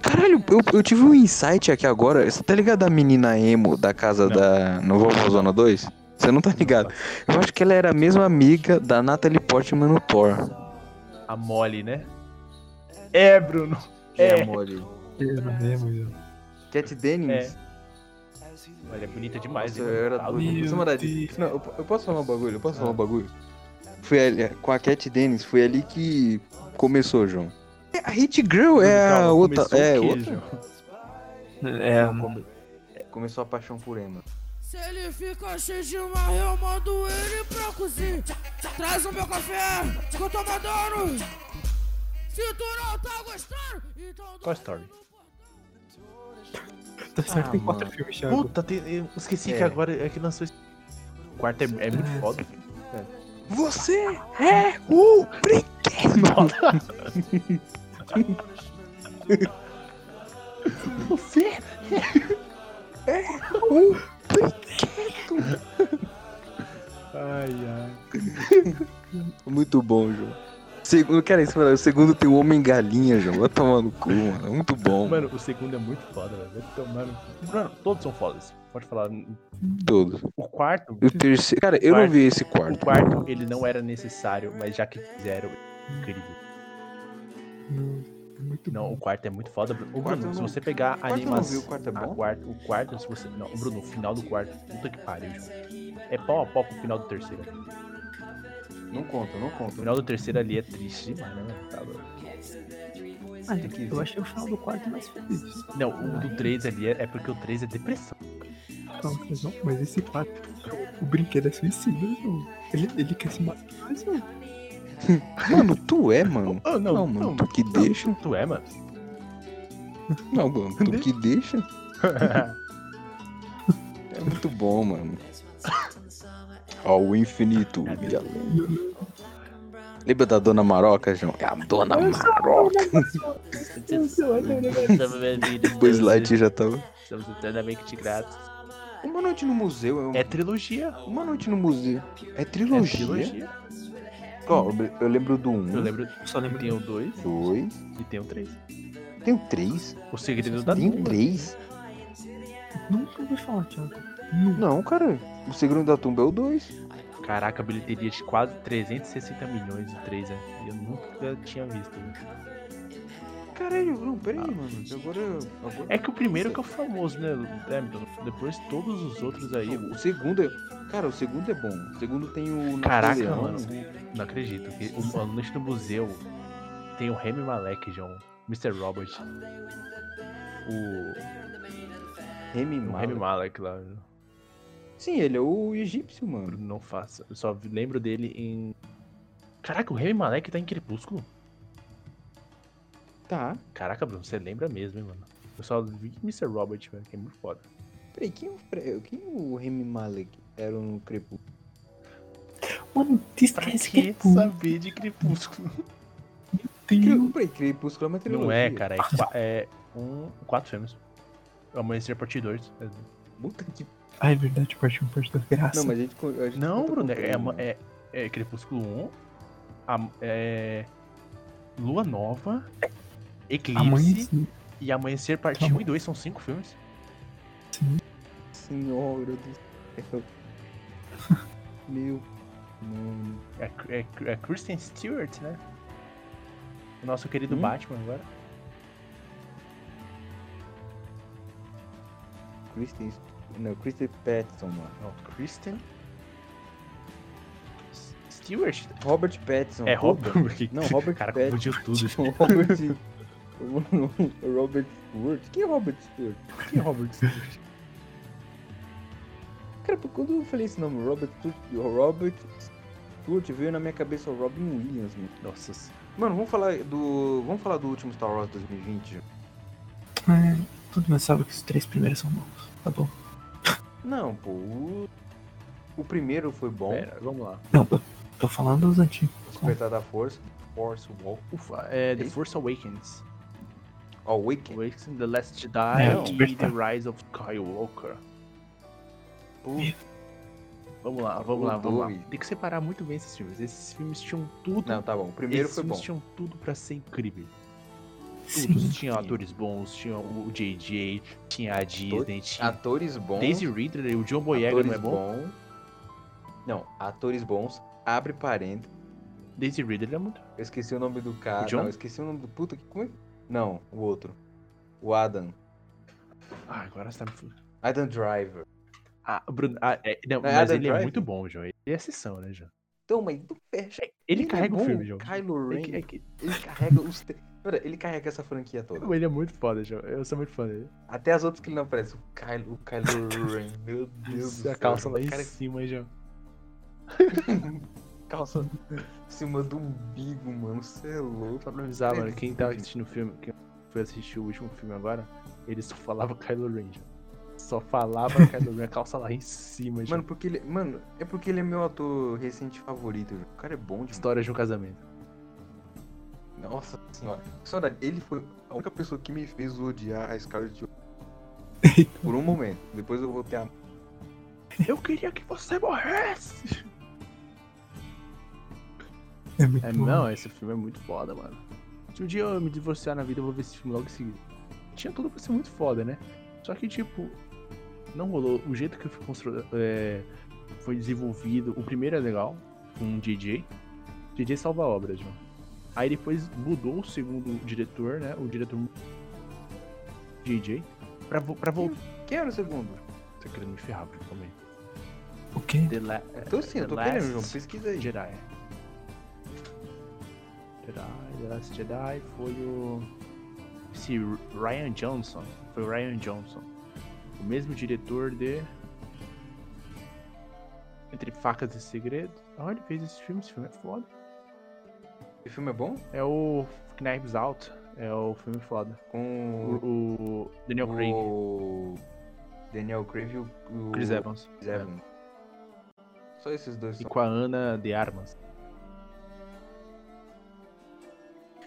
Speaker 1: Caralho, eu, eu tive um insight aqui agora. Você tá ligado a menina emo da casa
Speaker 4: Não.
Speaker 1: da. No Vovozona 2? Você não tá ligado? Eu acho que ela era a mesma amiga da Natalie Portman no Thor.
Speaker 4: A Molly, né? É, Bruno. É.
Speaker 1: mole.
Speaker 5: Eu não lembro, João.
Speaker 1: Cat Dennings?
Speaker 4: Olha, é bonita demais.
Speaker 1: Nossa,
Speaker 4: hein,
Speaker 1: eu era
Speaker 4: Tá
Speaker 1: doido.
Speaker 4: louco.
Speaker 1: Você mandar de- Não, eu, eu posso falar um bagulho? Eu posso falar um bagulho? Foi ali, é, com a Cat Dennis, foi ali que começou, João. A Hit Girl é
Speaker 4: Calma,
Speaker 1: a outra.
Speaker 4: começou
Speaker 1: É,
Speaker 4: o quê,
Speaker 1: outra.
Speaker 4: João?
Speaker 5: É,
Speaker 1: Começou a paixão por Emma.
Speaker 6: Se ele fica cheio de mar, eu mando ele pra cozinha. Traz o meu café, que eu tô mandando. Se tu não tá gostando, então...
Speaker 4: Qual a story?
Speaker 5: tá certo,
Speaker 1: Ah,
Speaker 5: tem quatro
Speaker 1: mano.
Speaker 5: filmes, Thiago.
Speaker 4: Puta, tem- eu esqueci
Speaker 1: É.
Speaker 4: que agora é que lançou esse. O quarto é, é muito foda.
Speaker 1: Você é o brinquedo!
Speaker 4: Você?
Speaker 1: o
Speaker 4: Ai, ai.
Speaker 1: Muito bom, João. Segundo, cara, isso falar, o segundo tem o Homem Galinha, João. Vai tomar no cu, mano. É Muito bom.
Speaker 4: Mano, o segundo é muito foda, velho. Vai tomar no- Mano, todos são fodas. Pode falar.
Speaker 1: Todo.
Speaker 4: O quarto.
Speaker 1: O terceiro. Cara, eu não
Speaker 4: Quarto.
Speaker 1: vi esse
Speaker 4: O
Speaker 1: quarto.
Speaker 4: quarto, ele não era necessário, mas já que fizeram, é incrível.
Speaker 5: Muito
Speaker 4: Não, o quarto é muito foda, Bruno. Ô,
Speaker 1: quarto eu
Speaker 4: Bruno, se
Speaker 1: não-
Speaker 4: você pegar a
Speaker 1: quarto eu não vi,
Speaker 4: animação.
Speaker 1: o quarto é
Speaker 4: a
Speaker 1: bom?
Speaker 4: quarta- O quarto, se você. Não, Bruno, o final do quarto. Puta que pariu, João. É pau a pau pro final do terceiro.
Speaker 1: Não conta, não
Speaker 4: O
Speaker 1: conta.
Speaker 4: final do terceiro ali é triste demais, né, mano? Tá louco.
Speaker 5: Ah, eu achei o final do quarto mais feliz.
Speaker 4: Não, o do 3 ali é, é porque o 3 é depressão.
Speaker 5: Não, mas não, tá mas esse quarto, o brinquedo é suicida, João. Ele, ele quer se matar, João.
Speaker 1: Mano, tu é, mano.
Speaker 4: Oh,
Speaker 1: Não, mano, tu que deixa.
Speaker 4: Tu é, mano?
Speaker 1: Não, mano, tu que deixa. É muito bom, mano. ao infinito e além. Lembra da Dona Maroca, João? É a Dona Maroca. Depois lá de já tava.
Speaker 4: Estamos eternamente de gratos.
Speaker 1: Uma noite no museu é, um...
Speaker 4: É trilogia.
Speaker 1: Uma noite no museu. É trilogia?
Speaker 4: É trilogia.
Speaker 1: Qual? Eu lembro do 1. Um,
Speaker 4: Eu lembro, só lembro que tem o 2
Speaker 1: Dois.
Speaker 4: e tem o 3.
Speaker 1: Tem o 3?
Speaker 4: O segredo da
Speaker 1: Tem o
Speaker 4: Lua.
Speaker 1: 3?
Speaker 5: Nunca ouvi falar, é um- Thiago.
Speaker 4: um.
Speaker 1: Não, cara. O segredo da tumba é o 2.
Speaker 4: Caraca, bilheteria de quase 360 milhões o 3, né? Eu nunca tinha visto. né?
Speaker 1: Caralho, não, peraí,
Speaker 4: Ah,
Speaker 1: mano. Agora. agora...
Speaker 4: É que o primeiro que é o famoso, né, Hamilton? Depois todos os outros aí.
Speaker 1: O segundo é. Cara, o segundo é bom. O segundo tem o.
Speaker 4: Caraca,
Speaker 1: Napoleão.
Speaker 4: mano. Não acredito. Que o a noite no museu tem o Remy Malek, João. Mr. Robert. O,
Speaker 1: Remy
Speaker 4: o
Speaker 1: Malek.
Speaker 4: Remy Malek lá.
Speaker 1: Sim, ele é o egípcio, mano.
Speaker 4: Não faça. Eu só lembro dele em. Caraca, o Remy Malek tá em Crepúsculo?
Speaker 1: Tá.
Speaker 4: Caraca, Bruno, você lembra mesmo, hein, mano. Eu só vi Mr. Robert, velho, que é muito foda.
Speaker 1: Peraí, quem é o, Fre- quem é o Remy Malek? Era um crepúsculo.
Speaker 5: Mano, te
Speaker 4: Pra
Speaker 5: esquece que
Speaker 4: que
Speaker 5: é puro.
Speaker 4: saber de Crepúsculo?
Speaker 1: Cre... Peraí, crepúsculo é uma trilogia.
Speaker 4: Não é, cara. É, qua- é um, quatro filmes. Amanhecer Parte 2.
Speaker 1: Puta que.
Speaker 5: Ah, é verdade, parte 1, parte 2, graça.
Speaker 1: Não, mas a gente. co- a gente
Speaker 4: Não,
Speaker 1: conta
Speaker 4: Bruno,
Speaker 1: com
Speaker 4: é,
Speaker 1: ele,
Speaker 4: ama-
Speaker 1: mano.
Speaker 4: é, é Crepúsculo 1, a- é, Lua Nova, Eclipse
Speaker 5: Amanhã
Speaker 4: e Amanhecer
Speaker 1: Tá
Speaker 4: Parte 1 e 2 são cinco filmes. é-
Speaker 1: Senhora do céu. Meu. Mano.
Speaker 4: É, é, é Kristen Stewart, né? O nosso querido
Speaker 1: Hum?
Speaker 4: Batman agora.
Speaker 1: é Kristen. Não, Kristen Pattinson, mano.
Speaker 4: Não, Kristen S- Stewart?
Speaker 1: Robert Pattinson.
Speaker 4: É Robert.
Speaker 1: Não, Robert
Speaker 4: Cara,
Speaker 1: Pattinson.
Speaker 4: confundiu tudo.
Speaker 1: O Robert. o Robert Stewart. Quem é Robert Stewart? é
Speaker 4: Que Robert Stewart?
Speaker 1: Cara, porque quando eu falei esse nome, Robert Stewart, Robert Stewart veio na minha cabeça o Robin Williams, mano.
Speaker 4: Nossa senhora.
Speaker 1: Mano, vamos falar do. Vamos falar do último Star Wars 2020.
Speaker 5: É, todo mundo sabe que os três primeiros são bons. Tá bom.
Speaker 1: Não, pô. O, o primeiro foi bom,
Speaker 4: Pera, vamos lá.
Speaker 5: Não, tô, tô falando dos antigos.
Speaker 1: o Despertar da Força, Force Walk,
Speaker 4: Ufa, é The
Speaker 1: Ei.
Speaker 4: Force Awakens.
Speaker 1: Awakening.
Speaker 4: Awakening, The Last Jedi
Speaker 5: É, o
Speaker 4: e The
Speaker 5: despertar.
Speaker 4: Rise of Skywalker.
Speaker 1: Pô,
Speaker 4: Vamos lá, vamos lá,
Speaker 1: O
Speaker 4: vamos lá.
Speaker 1: dois.
Speaker 4: Tem que separar muito bem esses filmes. Esses filmes tinham tudo.
Speaker 1: Não, tá bom. O primeiro
Speaker 4: esses
Speaker 1: foi
Speaker 4: filmes
Speaker 1: bom.
Speaker 4: tinham tudo pra ser incrível. Tudo.
Speaker 5: Sim.
Speaker 4: Tinha atores bons, tinha o JJ, tinha a Disney, tinha
Speaker 1: Atores bons.
Speaker 4: um Daisy Ridley, o John Boyega
Speaker 1: atores
Speaker 4: não é bom?
Speaker 1: bons. Não, atores bons. Abre parênteses.
Speaker 4: Daisy Ridley é muito.
Speaker 1: Eu esqueci o nome do cara.
Speaker 4: O John?
Speaker 1: Não, eu esqueci o nome do puta. que- Como é? Não, o outro. O Adam.
Speaker 4: Ah, agora você tá me fudendo.
Speaker 1: Adam Driver.
Speaker 4: Ah, Bruno, ah, é, não,
Speaker 1: Não é
Speaker 4: mas
Speaker 1: Adam
Speaker 4: ele é
Speaker 1: Driver?
Speaker 4: muito bom, João. Ele é sessão, né, João?
Speaker 1: Então, mas não fecha.
Speaker 4: Ele,
Speaker 1: é
Speaker 4: carrega
Speaker 1: bom,
Speaker 4: o filme, João.
Speaker 1: Kylo
Speaker 4: É
Speaker 1: Ren,
Speaker 4: que- é que-
Speaker 1: ele carrega os... tre- Cara, ele carrega essa franquia toda.
Speaker 4: Ele é muito foda, João. Eu sou muito fã dele.
Speaker 1: Até as outras que ele não aparece. O Kylo, o Kylo Ren, meu Deus do céu.
Speaker 4: a calça lá em
Speaker 1: Cara, é
Speaker 4: cima, hein, João.
Speaker 1: calça em cima do umbigo, mano. Você é louco.
Speaker 4: Só pra avisar, mano, quem tava assistindo o filme, quem foi assistir o último filme agora, ele só falava Kylo Ren. já. Só falava Kylo Ren, a calça lá em cima, já.
Speaker 1: Mano, porque ele... Mano, é porque ele é meu ator recente favorito. velho. O cara é bom demais.
Speaker 4: História de um casamento.
Speaker 1: Nossa senhora. Senhora, ele foi a única pessoa que me fez odiar a Scarlett Johansson. Por um momento. Depois eu voltei a...
Speaker 4: Eu queria que você morresse!
Speaker 5: É muito
Speaker 4: É,
Speaker 5: bom.
Speaker 4: não, esse filme é muito foda, mano. Se um dia eu me divorciar na vida, eu vou ver esse filme logo em seguida. Tinha tudo pra ser muito foda, né? Só que, tipo, não rolou. O jeito que foi, constru... é, foi desenvolvido, o primeiro é legal, com um DJ. DJ salva a obra, João. Aí depois mudou o segundo diretor, né? O diretor DJ. Pra, vo- pra voltar.
Speaker 1: Quem era o segundo?
Speaker 4: Tá querendo me ferrar, Bruno, também.
Speaker 5: O quê?
Speaker 4: The la... é,
Speaker 1: Tô sim, eu tô
Speaker 4: The
Speaker 1: querendo, João.
Speaker 4: Last
Speaker 1: Pesquisa aí.
Speaker 4: Jedi. Jedi, The Last Jedi foi o. Esse Ryan Johnson. Foi o Ryan Johnson. O mesmo diretor de. Entre Facas e Segredo. Olha, ele fez esse filme, esse filme é foda.
Speaker 1: O filme é bom?
Speaker 4: É o Knives Out. É o filme foda.
Speaker 1: Com...
Speaker 4: O, o Daniel Craig.
Speaker 1: O Daniel Craig e o, o
Speaker 4: Chris Evans.
Speaker 1: Chris Evans. Só esses dois.
Speaker 4: E com a Ana de Armas.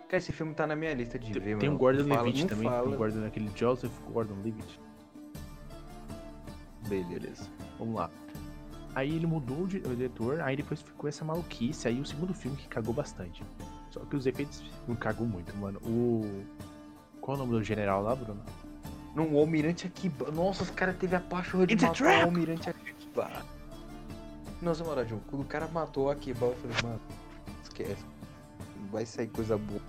Speaker 1: Cara, esse filme tá na minha lista de
Speaker 4: Tem,
Speaker 1: ver,
Speaker 4: tem
Speaker 1: mano.
Speaker 4: um Gordon
Speaker 1: Não fala,
Speaker 4: Levitt
Speaker 1: não
Speaker 4: também. Tem
Speaker 1: fala.
Speaker 4: um Gordon, aquele Joseph Gordon Levitt.
Speaker 1: Beleza.
Speaker 4: Vamos lá. Aí ele mudou de- o diretor, aí depois ficou essa maluquice. Aí o segundo filme que cagou bastante. Só que os efeitos cagou muito, mano. O. Qual é o nome do general lá, Bruno?
Speaker 1: Não, o Almirante Akiba. Nossa, os caras teve a pachorra de
Speaker 4: It's a
Speaker 1: matar o
Speaker 4: trap!
Speaker 1: Almirante Akiba. Nossa, mano, João, quando o cara matou o Akiba, eu falei, mano, esquece. Não vai sair coisa boa.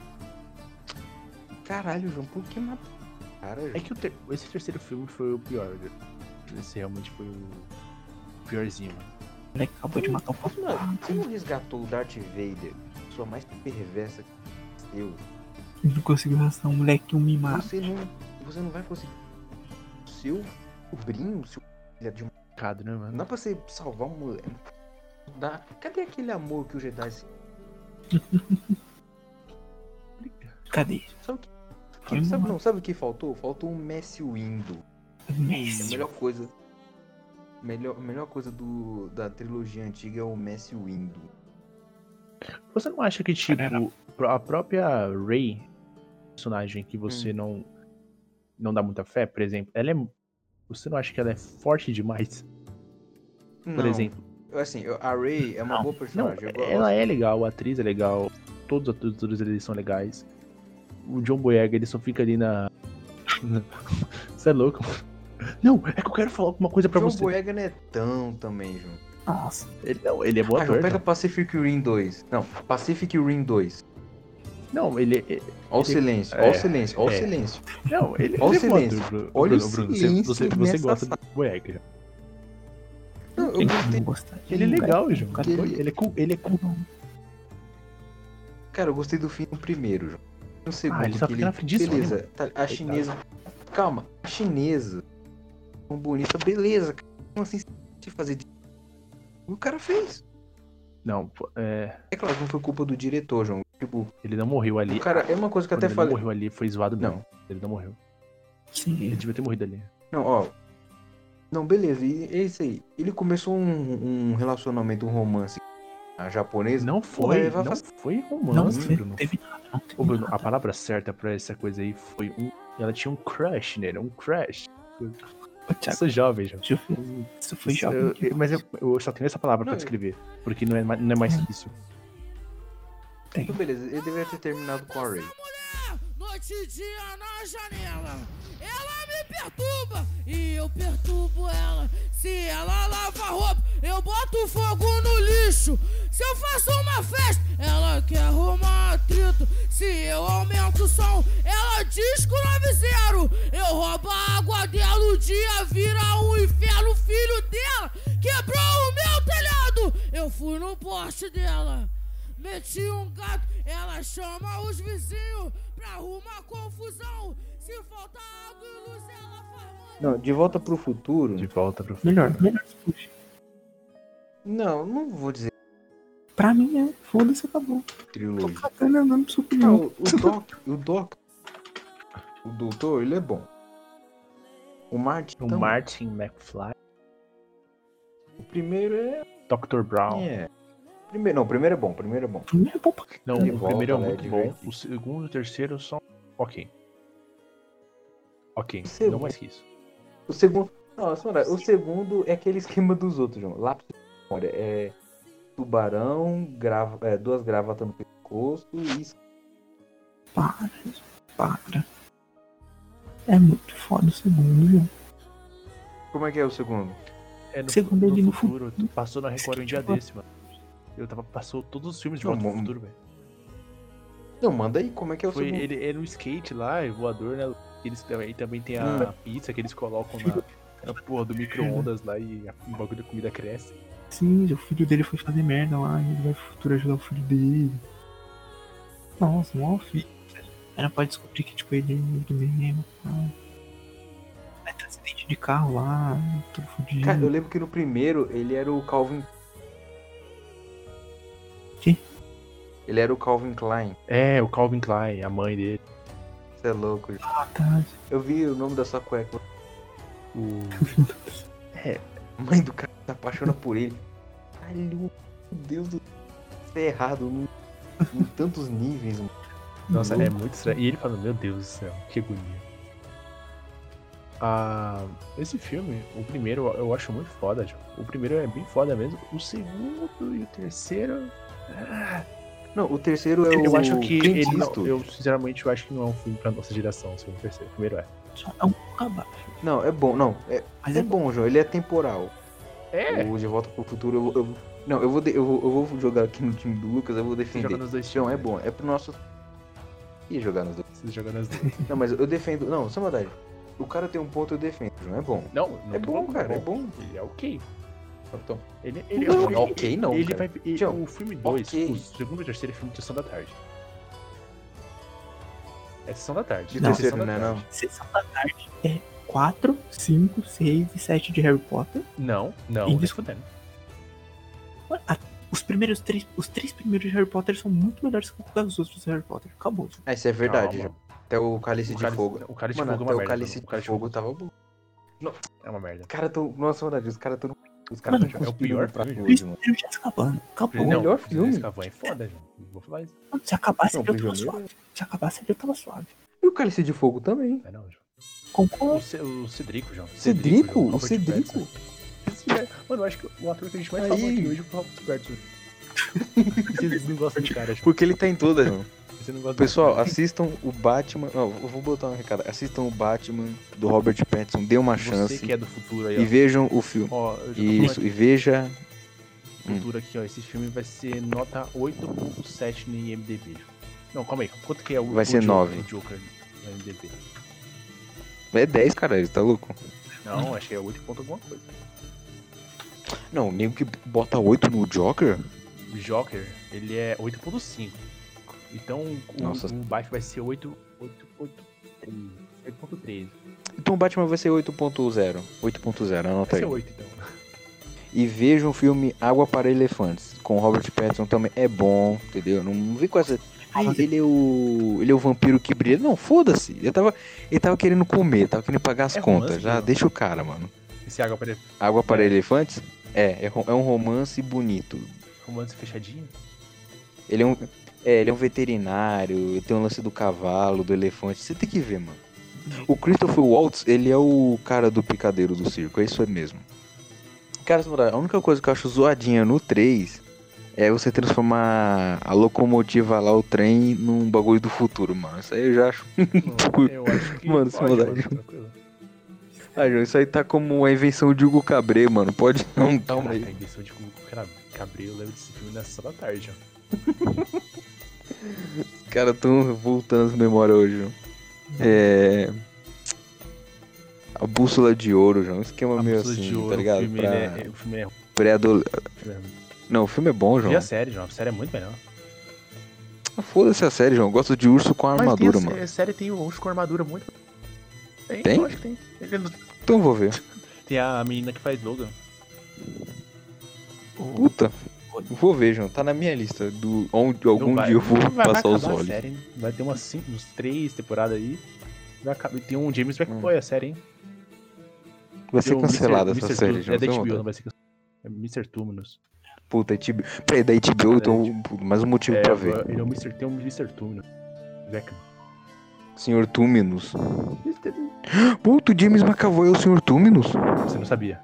Speaker 1: Caralho, João, por que matou? o Cara,
Speaker 4: É
Speaker 1: João?
Speaker 4: que o ter- esse terceiro filme foi o pior. né? Esse realmente foi o piorzinho, mano.
Speaker 3: Ele acabou de matar um povo.
Speaker 1: Mano, você não resgatou o Darth Vader? Sua mais perversa que eu.
Speaker 3: Ele não conseguiu arrastar um moleque um mimado.
Speaker 1: Você não. Você não vai conseguir. Seu sobrinho, seu filho de
Speaker 4: Cado, né, mano?
Speaker 1: Não dá pra você salvar um moleque. Não dá. Cadê aquele amor que o Jedi se-
Speaker 3: Cadê?
Speaker 1: Sabe o que-
Speaker 3: Foi
Speaker 1: sabe,
Speaker 3: mal.
Speaker 1: não, sabe o que faltou? Faltou um Messi Window. É a
Speaker 3: Messi.
Speaker 1: melhor coisa. Melhor, a melhor coisa do, da trilogia antiga é o Messi Window.
Speaker 4: Você não acha que, tipo,
Speaker 3: Caralho.
Speaker 4: pró- a própria Rey, personagem que
Speaker 1: Hum.
Speaker 4: você não não dá muita fé, por exemplo, ela é. Você não acha que ela é forte demais? Por exemplo.
Speaker 1: Assim, eu- a Ray é uma
Speaker 4: Não,
Speaker 1: boa
Speaker 4: Não,
Speaker 1: personagem. eu gosto.
Speaker 4: ela é legal, a atriz é legal, todos os atores todos eles são legais. O John Boyega, ele só fica ali na. você é louco? Não, é que eu quero falar alguma coisa pra
Speaker 1: John
Speaker 4: você.
Speaker 1: Boyega não é tão também, João.
Speaker 3: Nossa.
Speaker 4: Ele, não, ele é bom
Speaker 1: Ah, João,
Speaker 4: ator.
Speaker 1: pega
Speaker 4: tá?
Speaker 1: Pacific Rim 2. Não, Pacific Rim 2.
Speaker 4: Não, ele, ele-
Speaker 1: Olha o
Speaker 4: Ele-
Speaker 1: silêncio, olha
Speaker 4: é,
Speaker 1: o silêncio, olha o
Speaker 4: é.
Speaker 1: silêncio.
Speaker 4: Não, ele,
Speaker 1: Olha o
Speaker 4: ele é bom
Speaker 1: silêncio.
Speaker 4: ator, Bruno.
Speaker 1: Olha o
Speaker 4: Bruno, Bruno,
Speaker 1: silêncio
Speaker 4: você, você, você
Speaker 1: nessa
Speaker 4: gosta do Boyega.
Speaker 1: Não, eu
Speaker 3: Ele não
Speaker 1: gostei.
Speaker 3: gosta.
Speaker 4: Ele é legal, João.
Speaker 1: cara, ele-
Speaker 4: Ele é cool. Ele é cool.
Speaker 1: Cara, eu gostei do fim do primeiro, João. No segundo,
Speaker 4: Ah, ele só
Speaker 1: que
Speaker 4: fica na frente disso, né?
Speaker 1: Beleza, tá- a chinesa. Calma, a chinesa. Tão bonita, beleza, cara. Como assim se fazer de. O cara fez.
Speaker 4: Não, pô, é,
Speaker 1: É claro que não foi culpa do diretor, João. Tipo,
Speaker 4: ele não morreu ali.
Speaker 1: o cara, é uma coisa que eu
Speaker 4: Quando
Speaker 1: até
Speaker 4: ele
Speaker 1: falei.
Speaker 4: não morreu ali, foi zoado
Speaker 1: Não.
Speaker 4: mesmo. Ele não morreu. Ele
Speaker 3: Sim.
Speaker 4: devia ter morrido ali.
Speaker 1: Não, ó. Não, beleza, e é isso aí. Ele começou um, um relacionamento, um romance com a japonesa.
Speaker 4: Não foi,
Speaker 1: ele vai
Speaker 4: não foi
Speaker 3: Não,
Speaker 4: romance,
Speaker 3: não
Speaker 4: Bruno.
Speaker 3: teve nada. Não teve
Speaker 4: Ô, Bruno,
Speaker 3: nada.
Speaker 4: a palavra certa pra essa coisa aí foi um... Ela tinha um crush nele, um crush.
Speaker 3: Ô, Thiago,
Speaker 4: Eu sou jovem, já.
Speaker 3: isso foi- Isso foi
Speaker 4: Isso,
Speaker 3: jovem.
Speaker 4: eu- eu- mas eu, eu só tenho essa palavra pra
Speaker 1: Não,
Speaker 4: descrever. Porque não é, ma- não é mais que isso.
Speaker 1: Então, beleza, ele deveria ter terminado com a Ray.
Speaker 6: Noite e dia na janela. Ela me perturba e eu perturbo ela. Se ela lava roupa, eu boto fogo no lixo. Se eu faço uma festa, ela quer arrumar atrito. Se eu aumento o som, ela diz que o nove zero. Eu roubo a água dela, o dia vira um inferno. O filho dela quebrou o meu telhado. Eu fui no poste dela. Meti um gato, ela chama os vizinhos pra arrumar confusão. Se falta água e luz, ela faz mãe.
Speaker 1: Não, de volta pro futuro.
Speaker 4: De volta pro...
Speaker 3: Melhor, melhor que fugir.
Speaker 1: Não, não vou dizer
Speaker 3: Pra mim é. Foda-se, acabou. Tô
Speaker 1: trilogia.
Speaker 3: cagando andando pro suco
Speaker 1: Não, Ah, o, o Doc, o Doc, o doutor, ele é bom. O Martin,
Speaker 4: O
Speaker 1: também.
Speaker 4: Martin McFly.
Speaker 1: o primeiro é...
Speaker 4: Dr. Brown.
Speaker 1: é. Primeiro, não, o primeiro é bom, o primeiro é bom.
Speaker 3: Primeiro é bom pra
Speaker 4: Não,
Speaker 1: De
Speaker 4: o
Speaker 1: volta,
Speaker 4: primeiro é
Speaker 1: né,
Speaker 4: muito
Speaker 1: de
Speaker 4: bom,
Speaker 1: verdade.
Speaker 4: o segundo e o terceiro são. Ok. Ok,
Speaker 1: Segundo.
Speaker 4: não mais que isso.
Speaker 1: O segundo, nossa, mano, o segundo é aquele esquema dos outros, João. Lápis de memória, é tubarão, grava, é, duas gravatas no pescoço e...
Speaker 3: Para, para. É muito foda o segundo, viu?
Speaker 1: Como é que é o segundo?
Speaker 4: É no,
Speaker 3: Segundo
Speaker 4: no
Speaker 3: ele no
Speaker 4: futuro, tu passou na Record um dia
Speaker 3: Esquece.
Speaker 4: desse, mano. Eu tava, passou todos os filmes de
Speaker 1: Não,
Speaker 4: Volta pro
Speaker 1: mano,
Speaker 4: Futuro, velho.
Speaker 1: Não, manda aí, como é que é o
Speaker 4: Foi
Speaker 1: segundo?
Speaker 4: ele, ele no skate lá, é voador, né? Eles também, também tem a,
Speaker 1: Hum.
Speaker 4: a pizza que eles colocam na, na porra do micro-ondas lá e a, o bagulho da comida cresce.
Speaker 3: Sim, o filho dele foi fazer merda lá, e ele vai pro futuro ajudar o filho dele. Nossa, mó filho. Ela pode descobrir que tipo ele é ele mesmo. pá. Aí tá acidente de carro lá, tudo fudido.
Speaker 1: Cara, eu lembro que no primeiro ele era o Calvin...
Speaker 3: Quem?
Speaker 1: Ele era o Calvin Klein.
Speaker 4: É, o Calvin Klein, a mãe dele.
Speaker 1: Você é louco, João.
Speaker 3: Ah, tá.
Speaker 1: Eu vi o nome da sua cueca.
Speaker 4: O...
Speaker 1: Mãe do cara se apaixona por ele. Caralho, meu Deus do céu. É errado em, em tantos níveis, mano.
Speaker 4: Nossa, é muito estranho. E ele falando, meu Deus do céu, que agonia. Ah, esse filme, o primeiro, eu acho muito foda, tipo, O primeiro é bem foda mesmo. O segundo e o terceiro. ah,
Speaker 1: Não, o terceiro é o.
Speaker 4: eu acho que
Speaker 1: Clint
Speaker 4: ele. não-
Speaker 1: Eastwood.
Speaker 4: eu sinceramente eu acho que não é um filme pra nossa geração, o segundo e o terceiro. O primeiro é.
Speaker 5: Só é um pouco abaixo.
Speaker 1: Não, é bom, não. É,
Speaker 5: Mas
Speaker 1: é
Speaker 5: é
Speaker 1: bom, João. Ele é temporal.
Speaker 4: É!
Speaker 1: O De Volta pro Futuro, eu, eu- não, eu vou, de- eu, vou, eu vou jogar aqui no time do Lucas, eu vou defender.
Speaker 4: Joga nos dois
Speaker 1: João, é
Speaker 4: times, né?
Speaker 1: bom, é pro nosso. Ih, jogar nos dois.
Speaker 4: Você joga nas duas.
Speaker 1: Não, mas eu defendo. Não, sem maldade. O cara tem um ponto, eu defendo, João. É bom.
Speaker 4: Não, não
Speaker 1: é
Speaker 4: tô
Speaker 1: bom,
Speaker 4: falando que
Speaker 1: cara, é bom.
Speaker 4: Ele é ok.
Speaker 1: Então,
Speaker 4: Ele, ele
Speaker 1: Não,
Speaker 4: ele-
Speaker 1: não é ok não,
Speaker 4: Ele
Speaker 1: cara.
Speaker 4: vai. ele-
Speaker 1: João,
Speaker 4: o filme 2,
Speaker 1: ok.
Speaker 4: o segundo e o terceiro é filme de Sessão da Tarde. É Sessão da Tarde.
Speaker 1: de
Speaker 4: Não, é
Speaker 1: terceiro,
Speaker 4: Sessão da
Speaker 1: né?
Speaker 4: Tarde.
Speaker 1: Não.
Speaker 5: Sessão da tarde é 4, 5, 6 e 7 de Harry Potter.
Speaker 4: Não, não.
Speaker 5: Isso.
Speaker 4: nem fudendo.
Speaker 5: Ué, a- Os primeiros três, os três primeiros de Harry Potter são muito melhores que qualquer os outros de Harry Potter. Acabou.
Speaker 1: Ah, isso é verdade,
Speaker 4: Calma.
Speaker 1: João. Até o Cálice de
Speaker 4: Cálice-
Speaker 1: Fogo.
Speaker 4: O Cálice
Speaker 1: Mano,
Speaker 4: de Fogo é
Speaker 1: até o
Speaker 4: uma merda.
Speaker 1: Cálice
Speaker 4: mano.
Speaker 1: de
Speaker 4: O Cálice de
Speaker 1: Fogo tava bom.
Speaker 4: Fogo É uma merda.
Speaker 1: Cara, tô. Nossa, maldade, os caras tão. Os caras
Speaker 5: Mano,
Speaker 1: tão
Speaker 4: é o pior
Speaker 1: pra
Speaker 4: filme.
Speaker 1: hoje, mano.
Speaker 5: Primeiro já se acabando. Acabou.
Speaker 1: Não. melhor
Speaker 4: o
Speaker 1: filme.
Speaker 4: Cavan é foda, gente. Não Vou falar isso.
Speaker 5: Mano, Se acabasse
Speaker 1: Não,
Speaker 5: ele, eu tava
Speaker 1: prisioneiro.
Speaker 5: suave. Se acabasse ele, eu tava suave.
Speaker 1: E o Cálice de Fogo também.
Speaker 4: Não, é não, João. O,
Speaker 5: Concordo.
Speaker 4: Ce- o Cedrico, João.
Speaker 1: Cedrico?
Speaker 4: João.
Speaker 1: O
Speaker 4: Robert
Speaker 1: Cedrico?
Speaker 4: Pattinson. Esse cara- Mano, eu acho que o ator que a gente mais
Speaker 1: Aí.
Speaker 4: falou aqui hoje foi o Robert Pattinson. Vocês não gostam de cara, João.
Speaker 1: Porque ele tá em todas, João.
Speaker 4: Você não gosta do
Speaker 1: Pessoal,
Speaker 4: cara.
Speaker 1: assistam o Batman. Não, eu vou botar um recado. Assistam o Batman do Robert Pattinson, dê uma
Speaker 4: Você
Speaker 1: chance.
Speaker 4: que é do futuro aí,
Speaker 1: E
Speaker 4: ó.
Speaker 1: vejam o filme.
Speaker 4: Ó, eu já tô
Speaker 1: Isso,
Speaker 4: falando
Speaker 1: e veja.
Speaker 4: aqui, futuro aqui, ó. Esse filme vai ser nota 8.7 no IMDB. João. Não, calma aí. Quanto que é o
Speaker 1: Vai
Speaker 4: o
Speaker 1: ser
Speaker 4: Joker-
Speaker 1: nove.
Speaker 4: o Joker no IMDB?
Speaker 1: É 10, caralho, tá louco?
Speaker 4: Não, acho que é 8 ponto alguma coisa.
Speaker 1: Não, o nego que bota 8 no Joker?
Speaker 4: O Joker, ele é 8.5. Então, o,
Speaker 1: Nossa.
Speaker 4: o baixo vai ser 8, 8, 8.3.
Speaker 1: Então o Batman vai ser 8.0. 8.0, anota
Speaker 4: Vai
Speaker 1: aí.
Speaker 4: ser 8, então.
Speaker 1: E vejam o filme Água para Elefantes, com o Robert Pattinson também. É bom, entendeu? Não, não vem com essa. Ai, ele é o. Ele é o vampiro que brilha. Não, foda-se. Ele tava, ele tava querendo comer, tava querendo pagar as
Speaker 4: É romance,
Speaker 1: contas. já
Speaker 4: não?
Speaker 1: deixa o cara, mano.
Speaker 4: Esse água para
Speaker 1: Água para Elefantes? É, é, ro- é um romance bonito.
Speaker 4: romance um fechadinho.
Speaker 1: Ele é um. É, ele é um veterinário, ele tem o lance do cavalo, do elefante, você tem que ver, mano. O Christopher Waltz, ele é o cara do picadeiro do circo, é isso aí mesmo. Cara, sem maldade, a única coisa que eu acho zoadinha no 3 é você transformar a locomotiva lá, o trem, num bagulho do futuro, mano. Isso aí eu já acho.
Speaker 4: eu acho que.
Speaker 1: Mano, sem
Speaker 4: pode,
Speaker 1: maldade.
Speaker 4: mano, tranquilo.
Speaker 1: Ah, João, isso aí tá como a invenção de Hugo Cabré, mano. Pode não, calma aí.
Speaker 4: Caraca, Tá, a invenção de Cuco Cabreiro leva desse filme na sala da tarde, ó.
Speaker 1: Os caras tão voltando as memórias hoje, João. É. A bússola de ouro, João. Um esquema
Speaker 4: A
Speaker 1: meio
Speaker 4: Bússola
Speaker 1: assim,
Speaker 4: de Ouro,
Speaker 1: tá ligado?
Speaker 4: O filme,
Speaker 1: pra...
Speaker 4: ele é, é- o filme é ruim.
Speaker 1: pré-adol-
Speaker 4: o filme é ruim.
Speaker 1: Não, o filme é bom,
Speaker 4: E
Speaker 1: João.
Speaker 4: a série, João? A série é muito melhor.
Speaker 1: Ah, Foda-se a série, João. Eu gosto de urso com armadura, mano.
Speaker 4: A série tem o urso com armadura muito. Tem?
Speaker 1: Tem?
Speaker 4: Eu acho que tem. Ele não-
Speaker 1: Então vou ver.
Speaker 4: Tem a menina que faz Logan. Oh.
Speaker 1: Puta. Vou ver, João. Tá na minha lista. Do... Onde... Algum
Speaker 4: Não vai-
Speaker 1: dia eu vou
Speaker 4: vai- vai
Speaker 1: passar os
Speaker 4: acabar a
Speaker 1: olhos.
Speaker 4: série, hein? vai ter umas cinco, uns três temporadas aí. Vai acabar- Tem um James McCoy, a série, hein?
Speaker 1: Hum. Vai ser
Speaker 4: Tem o Mr.
Speaker 1: cancelada essa
Speaker 4: Mr.
Speaker 1: série,
Speaker 4: Tu-
Speaker 1: João.
Speaker 4: É da
Speaker 1: sem
Speaker 4: HBO,
Speaker 1: vontade.
Speaker 4: não vai ser cancelada. É Mr. Tumnus.
Speaker 1: Puta, é HBO. Peraí, da HBO, então mais um motivo
Speaker 4: É,
Speaker 1: pra ver.
Speaker 4: ele é o Mr. Tem um Mr. Tumnus. Zeca.
Speaker 1: Senhor Túminos. Puta, o James McAvoy é o Senhor Túminos?
Speaker 4: Você não sabia.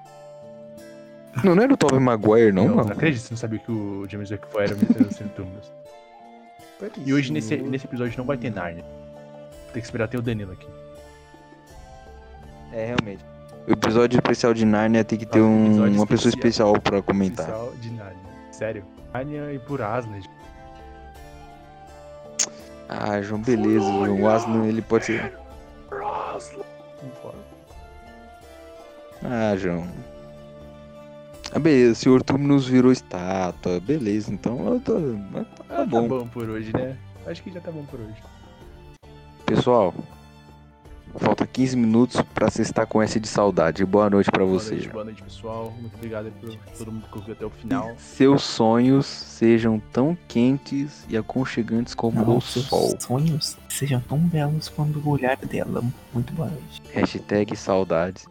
Speaker 1: Não, não era o Tobey Maguire, não,
Speaker 4: não,
Speaker 1: mano?
Speaker 4: acredito, você não sabia que o James McCoy era o Mr. Tumnus. E hoje, nesse,
Speaker 1: Uhum.
Speaker 4: nesse episódio, não vai ter Narnia. Tem que esperar ter o Danilo aqui.
Speaker 1: É, realmente. O episódio especial de Narnia tem que ter
Speaker 4: Nossa,
Speaker 1: um-
Speaker 4: episódio
Speaker 1: uma pessoa
Speaker 4: especial.
Speaker 1: especial pra comentar.
Speaker 4: Oficial de Narnia. Sério. Narnia e por Aslan. gente.
Speaker 1: Ah, João, beleza, João. O Aslan, ele pode ser.
Speaker 4: Não pode.
Speaker 1: Tá Ah, João. Ah, beleza, o senhor Túmulos virou estátua. Beleza, então eu tô. mas Tá
Speaker 4: Tá
Speaker 1: bom.
Speaker 4: bom por hoje, né? Acho que já tá bom por hoje.
Speaker 1: Pessoal, falta 15 minutos pra se estar com S de saudade. Boa noite pra
Speaker 4: Boa
Speaker 1: você.
Speaker 4: noite,
Speaker 1: João.
Speaker 4: boa noite, pessoal. Muito obrigado aí por todo mundo que ouviu até o final.
Speaker 1: Seus sonhos sejam tão quentes e aconchegantes como o
Speaker 5: Nossos
Speaker 1: sol.
Speaker 5: sonhos sejam tão belos quanto o olhar dela. Muito boa noite.
Speaker 1: Hashtag saudades.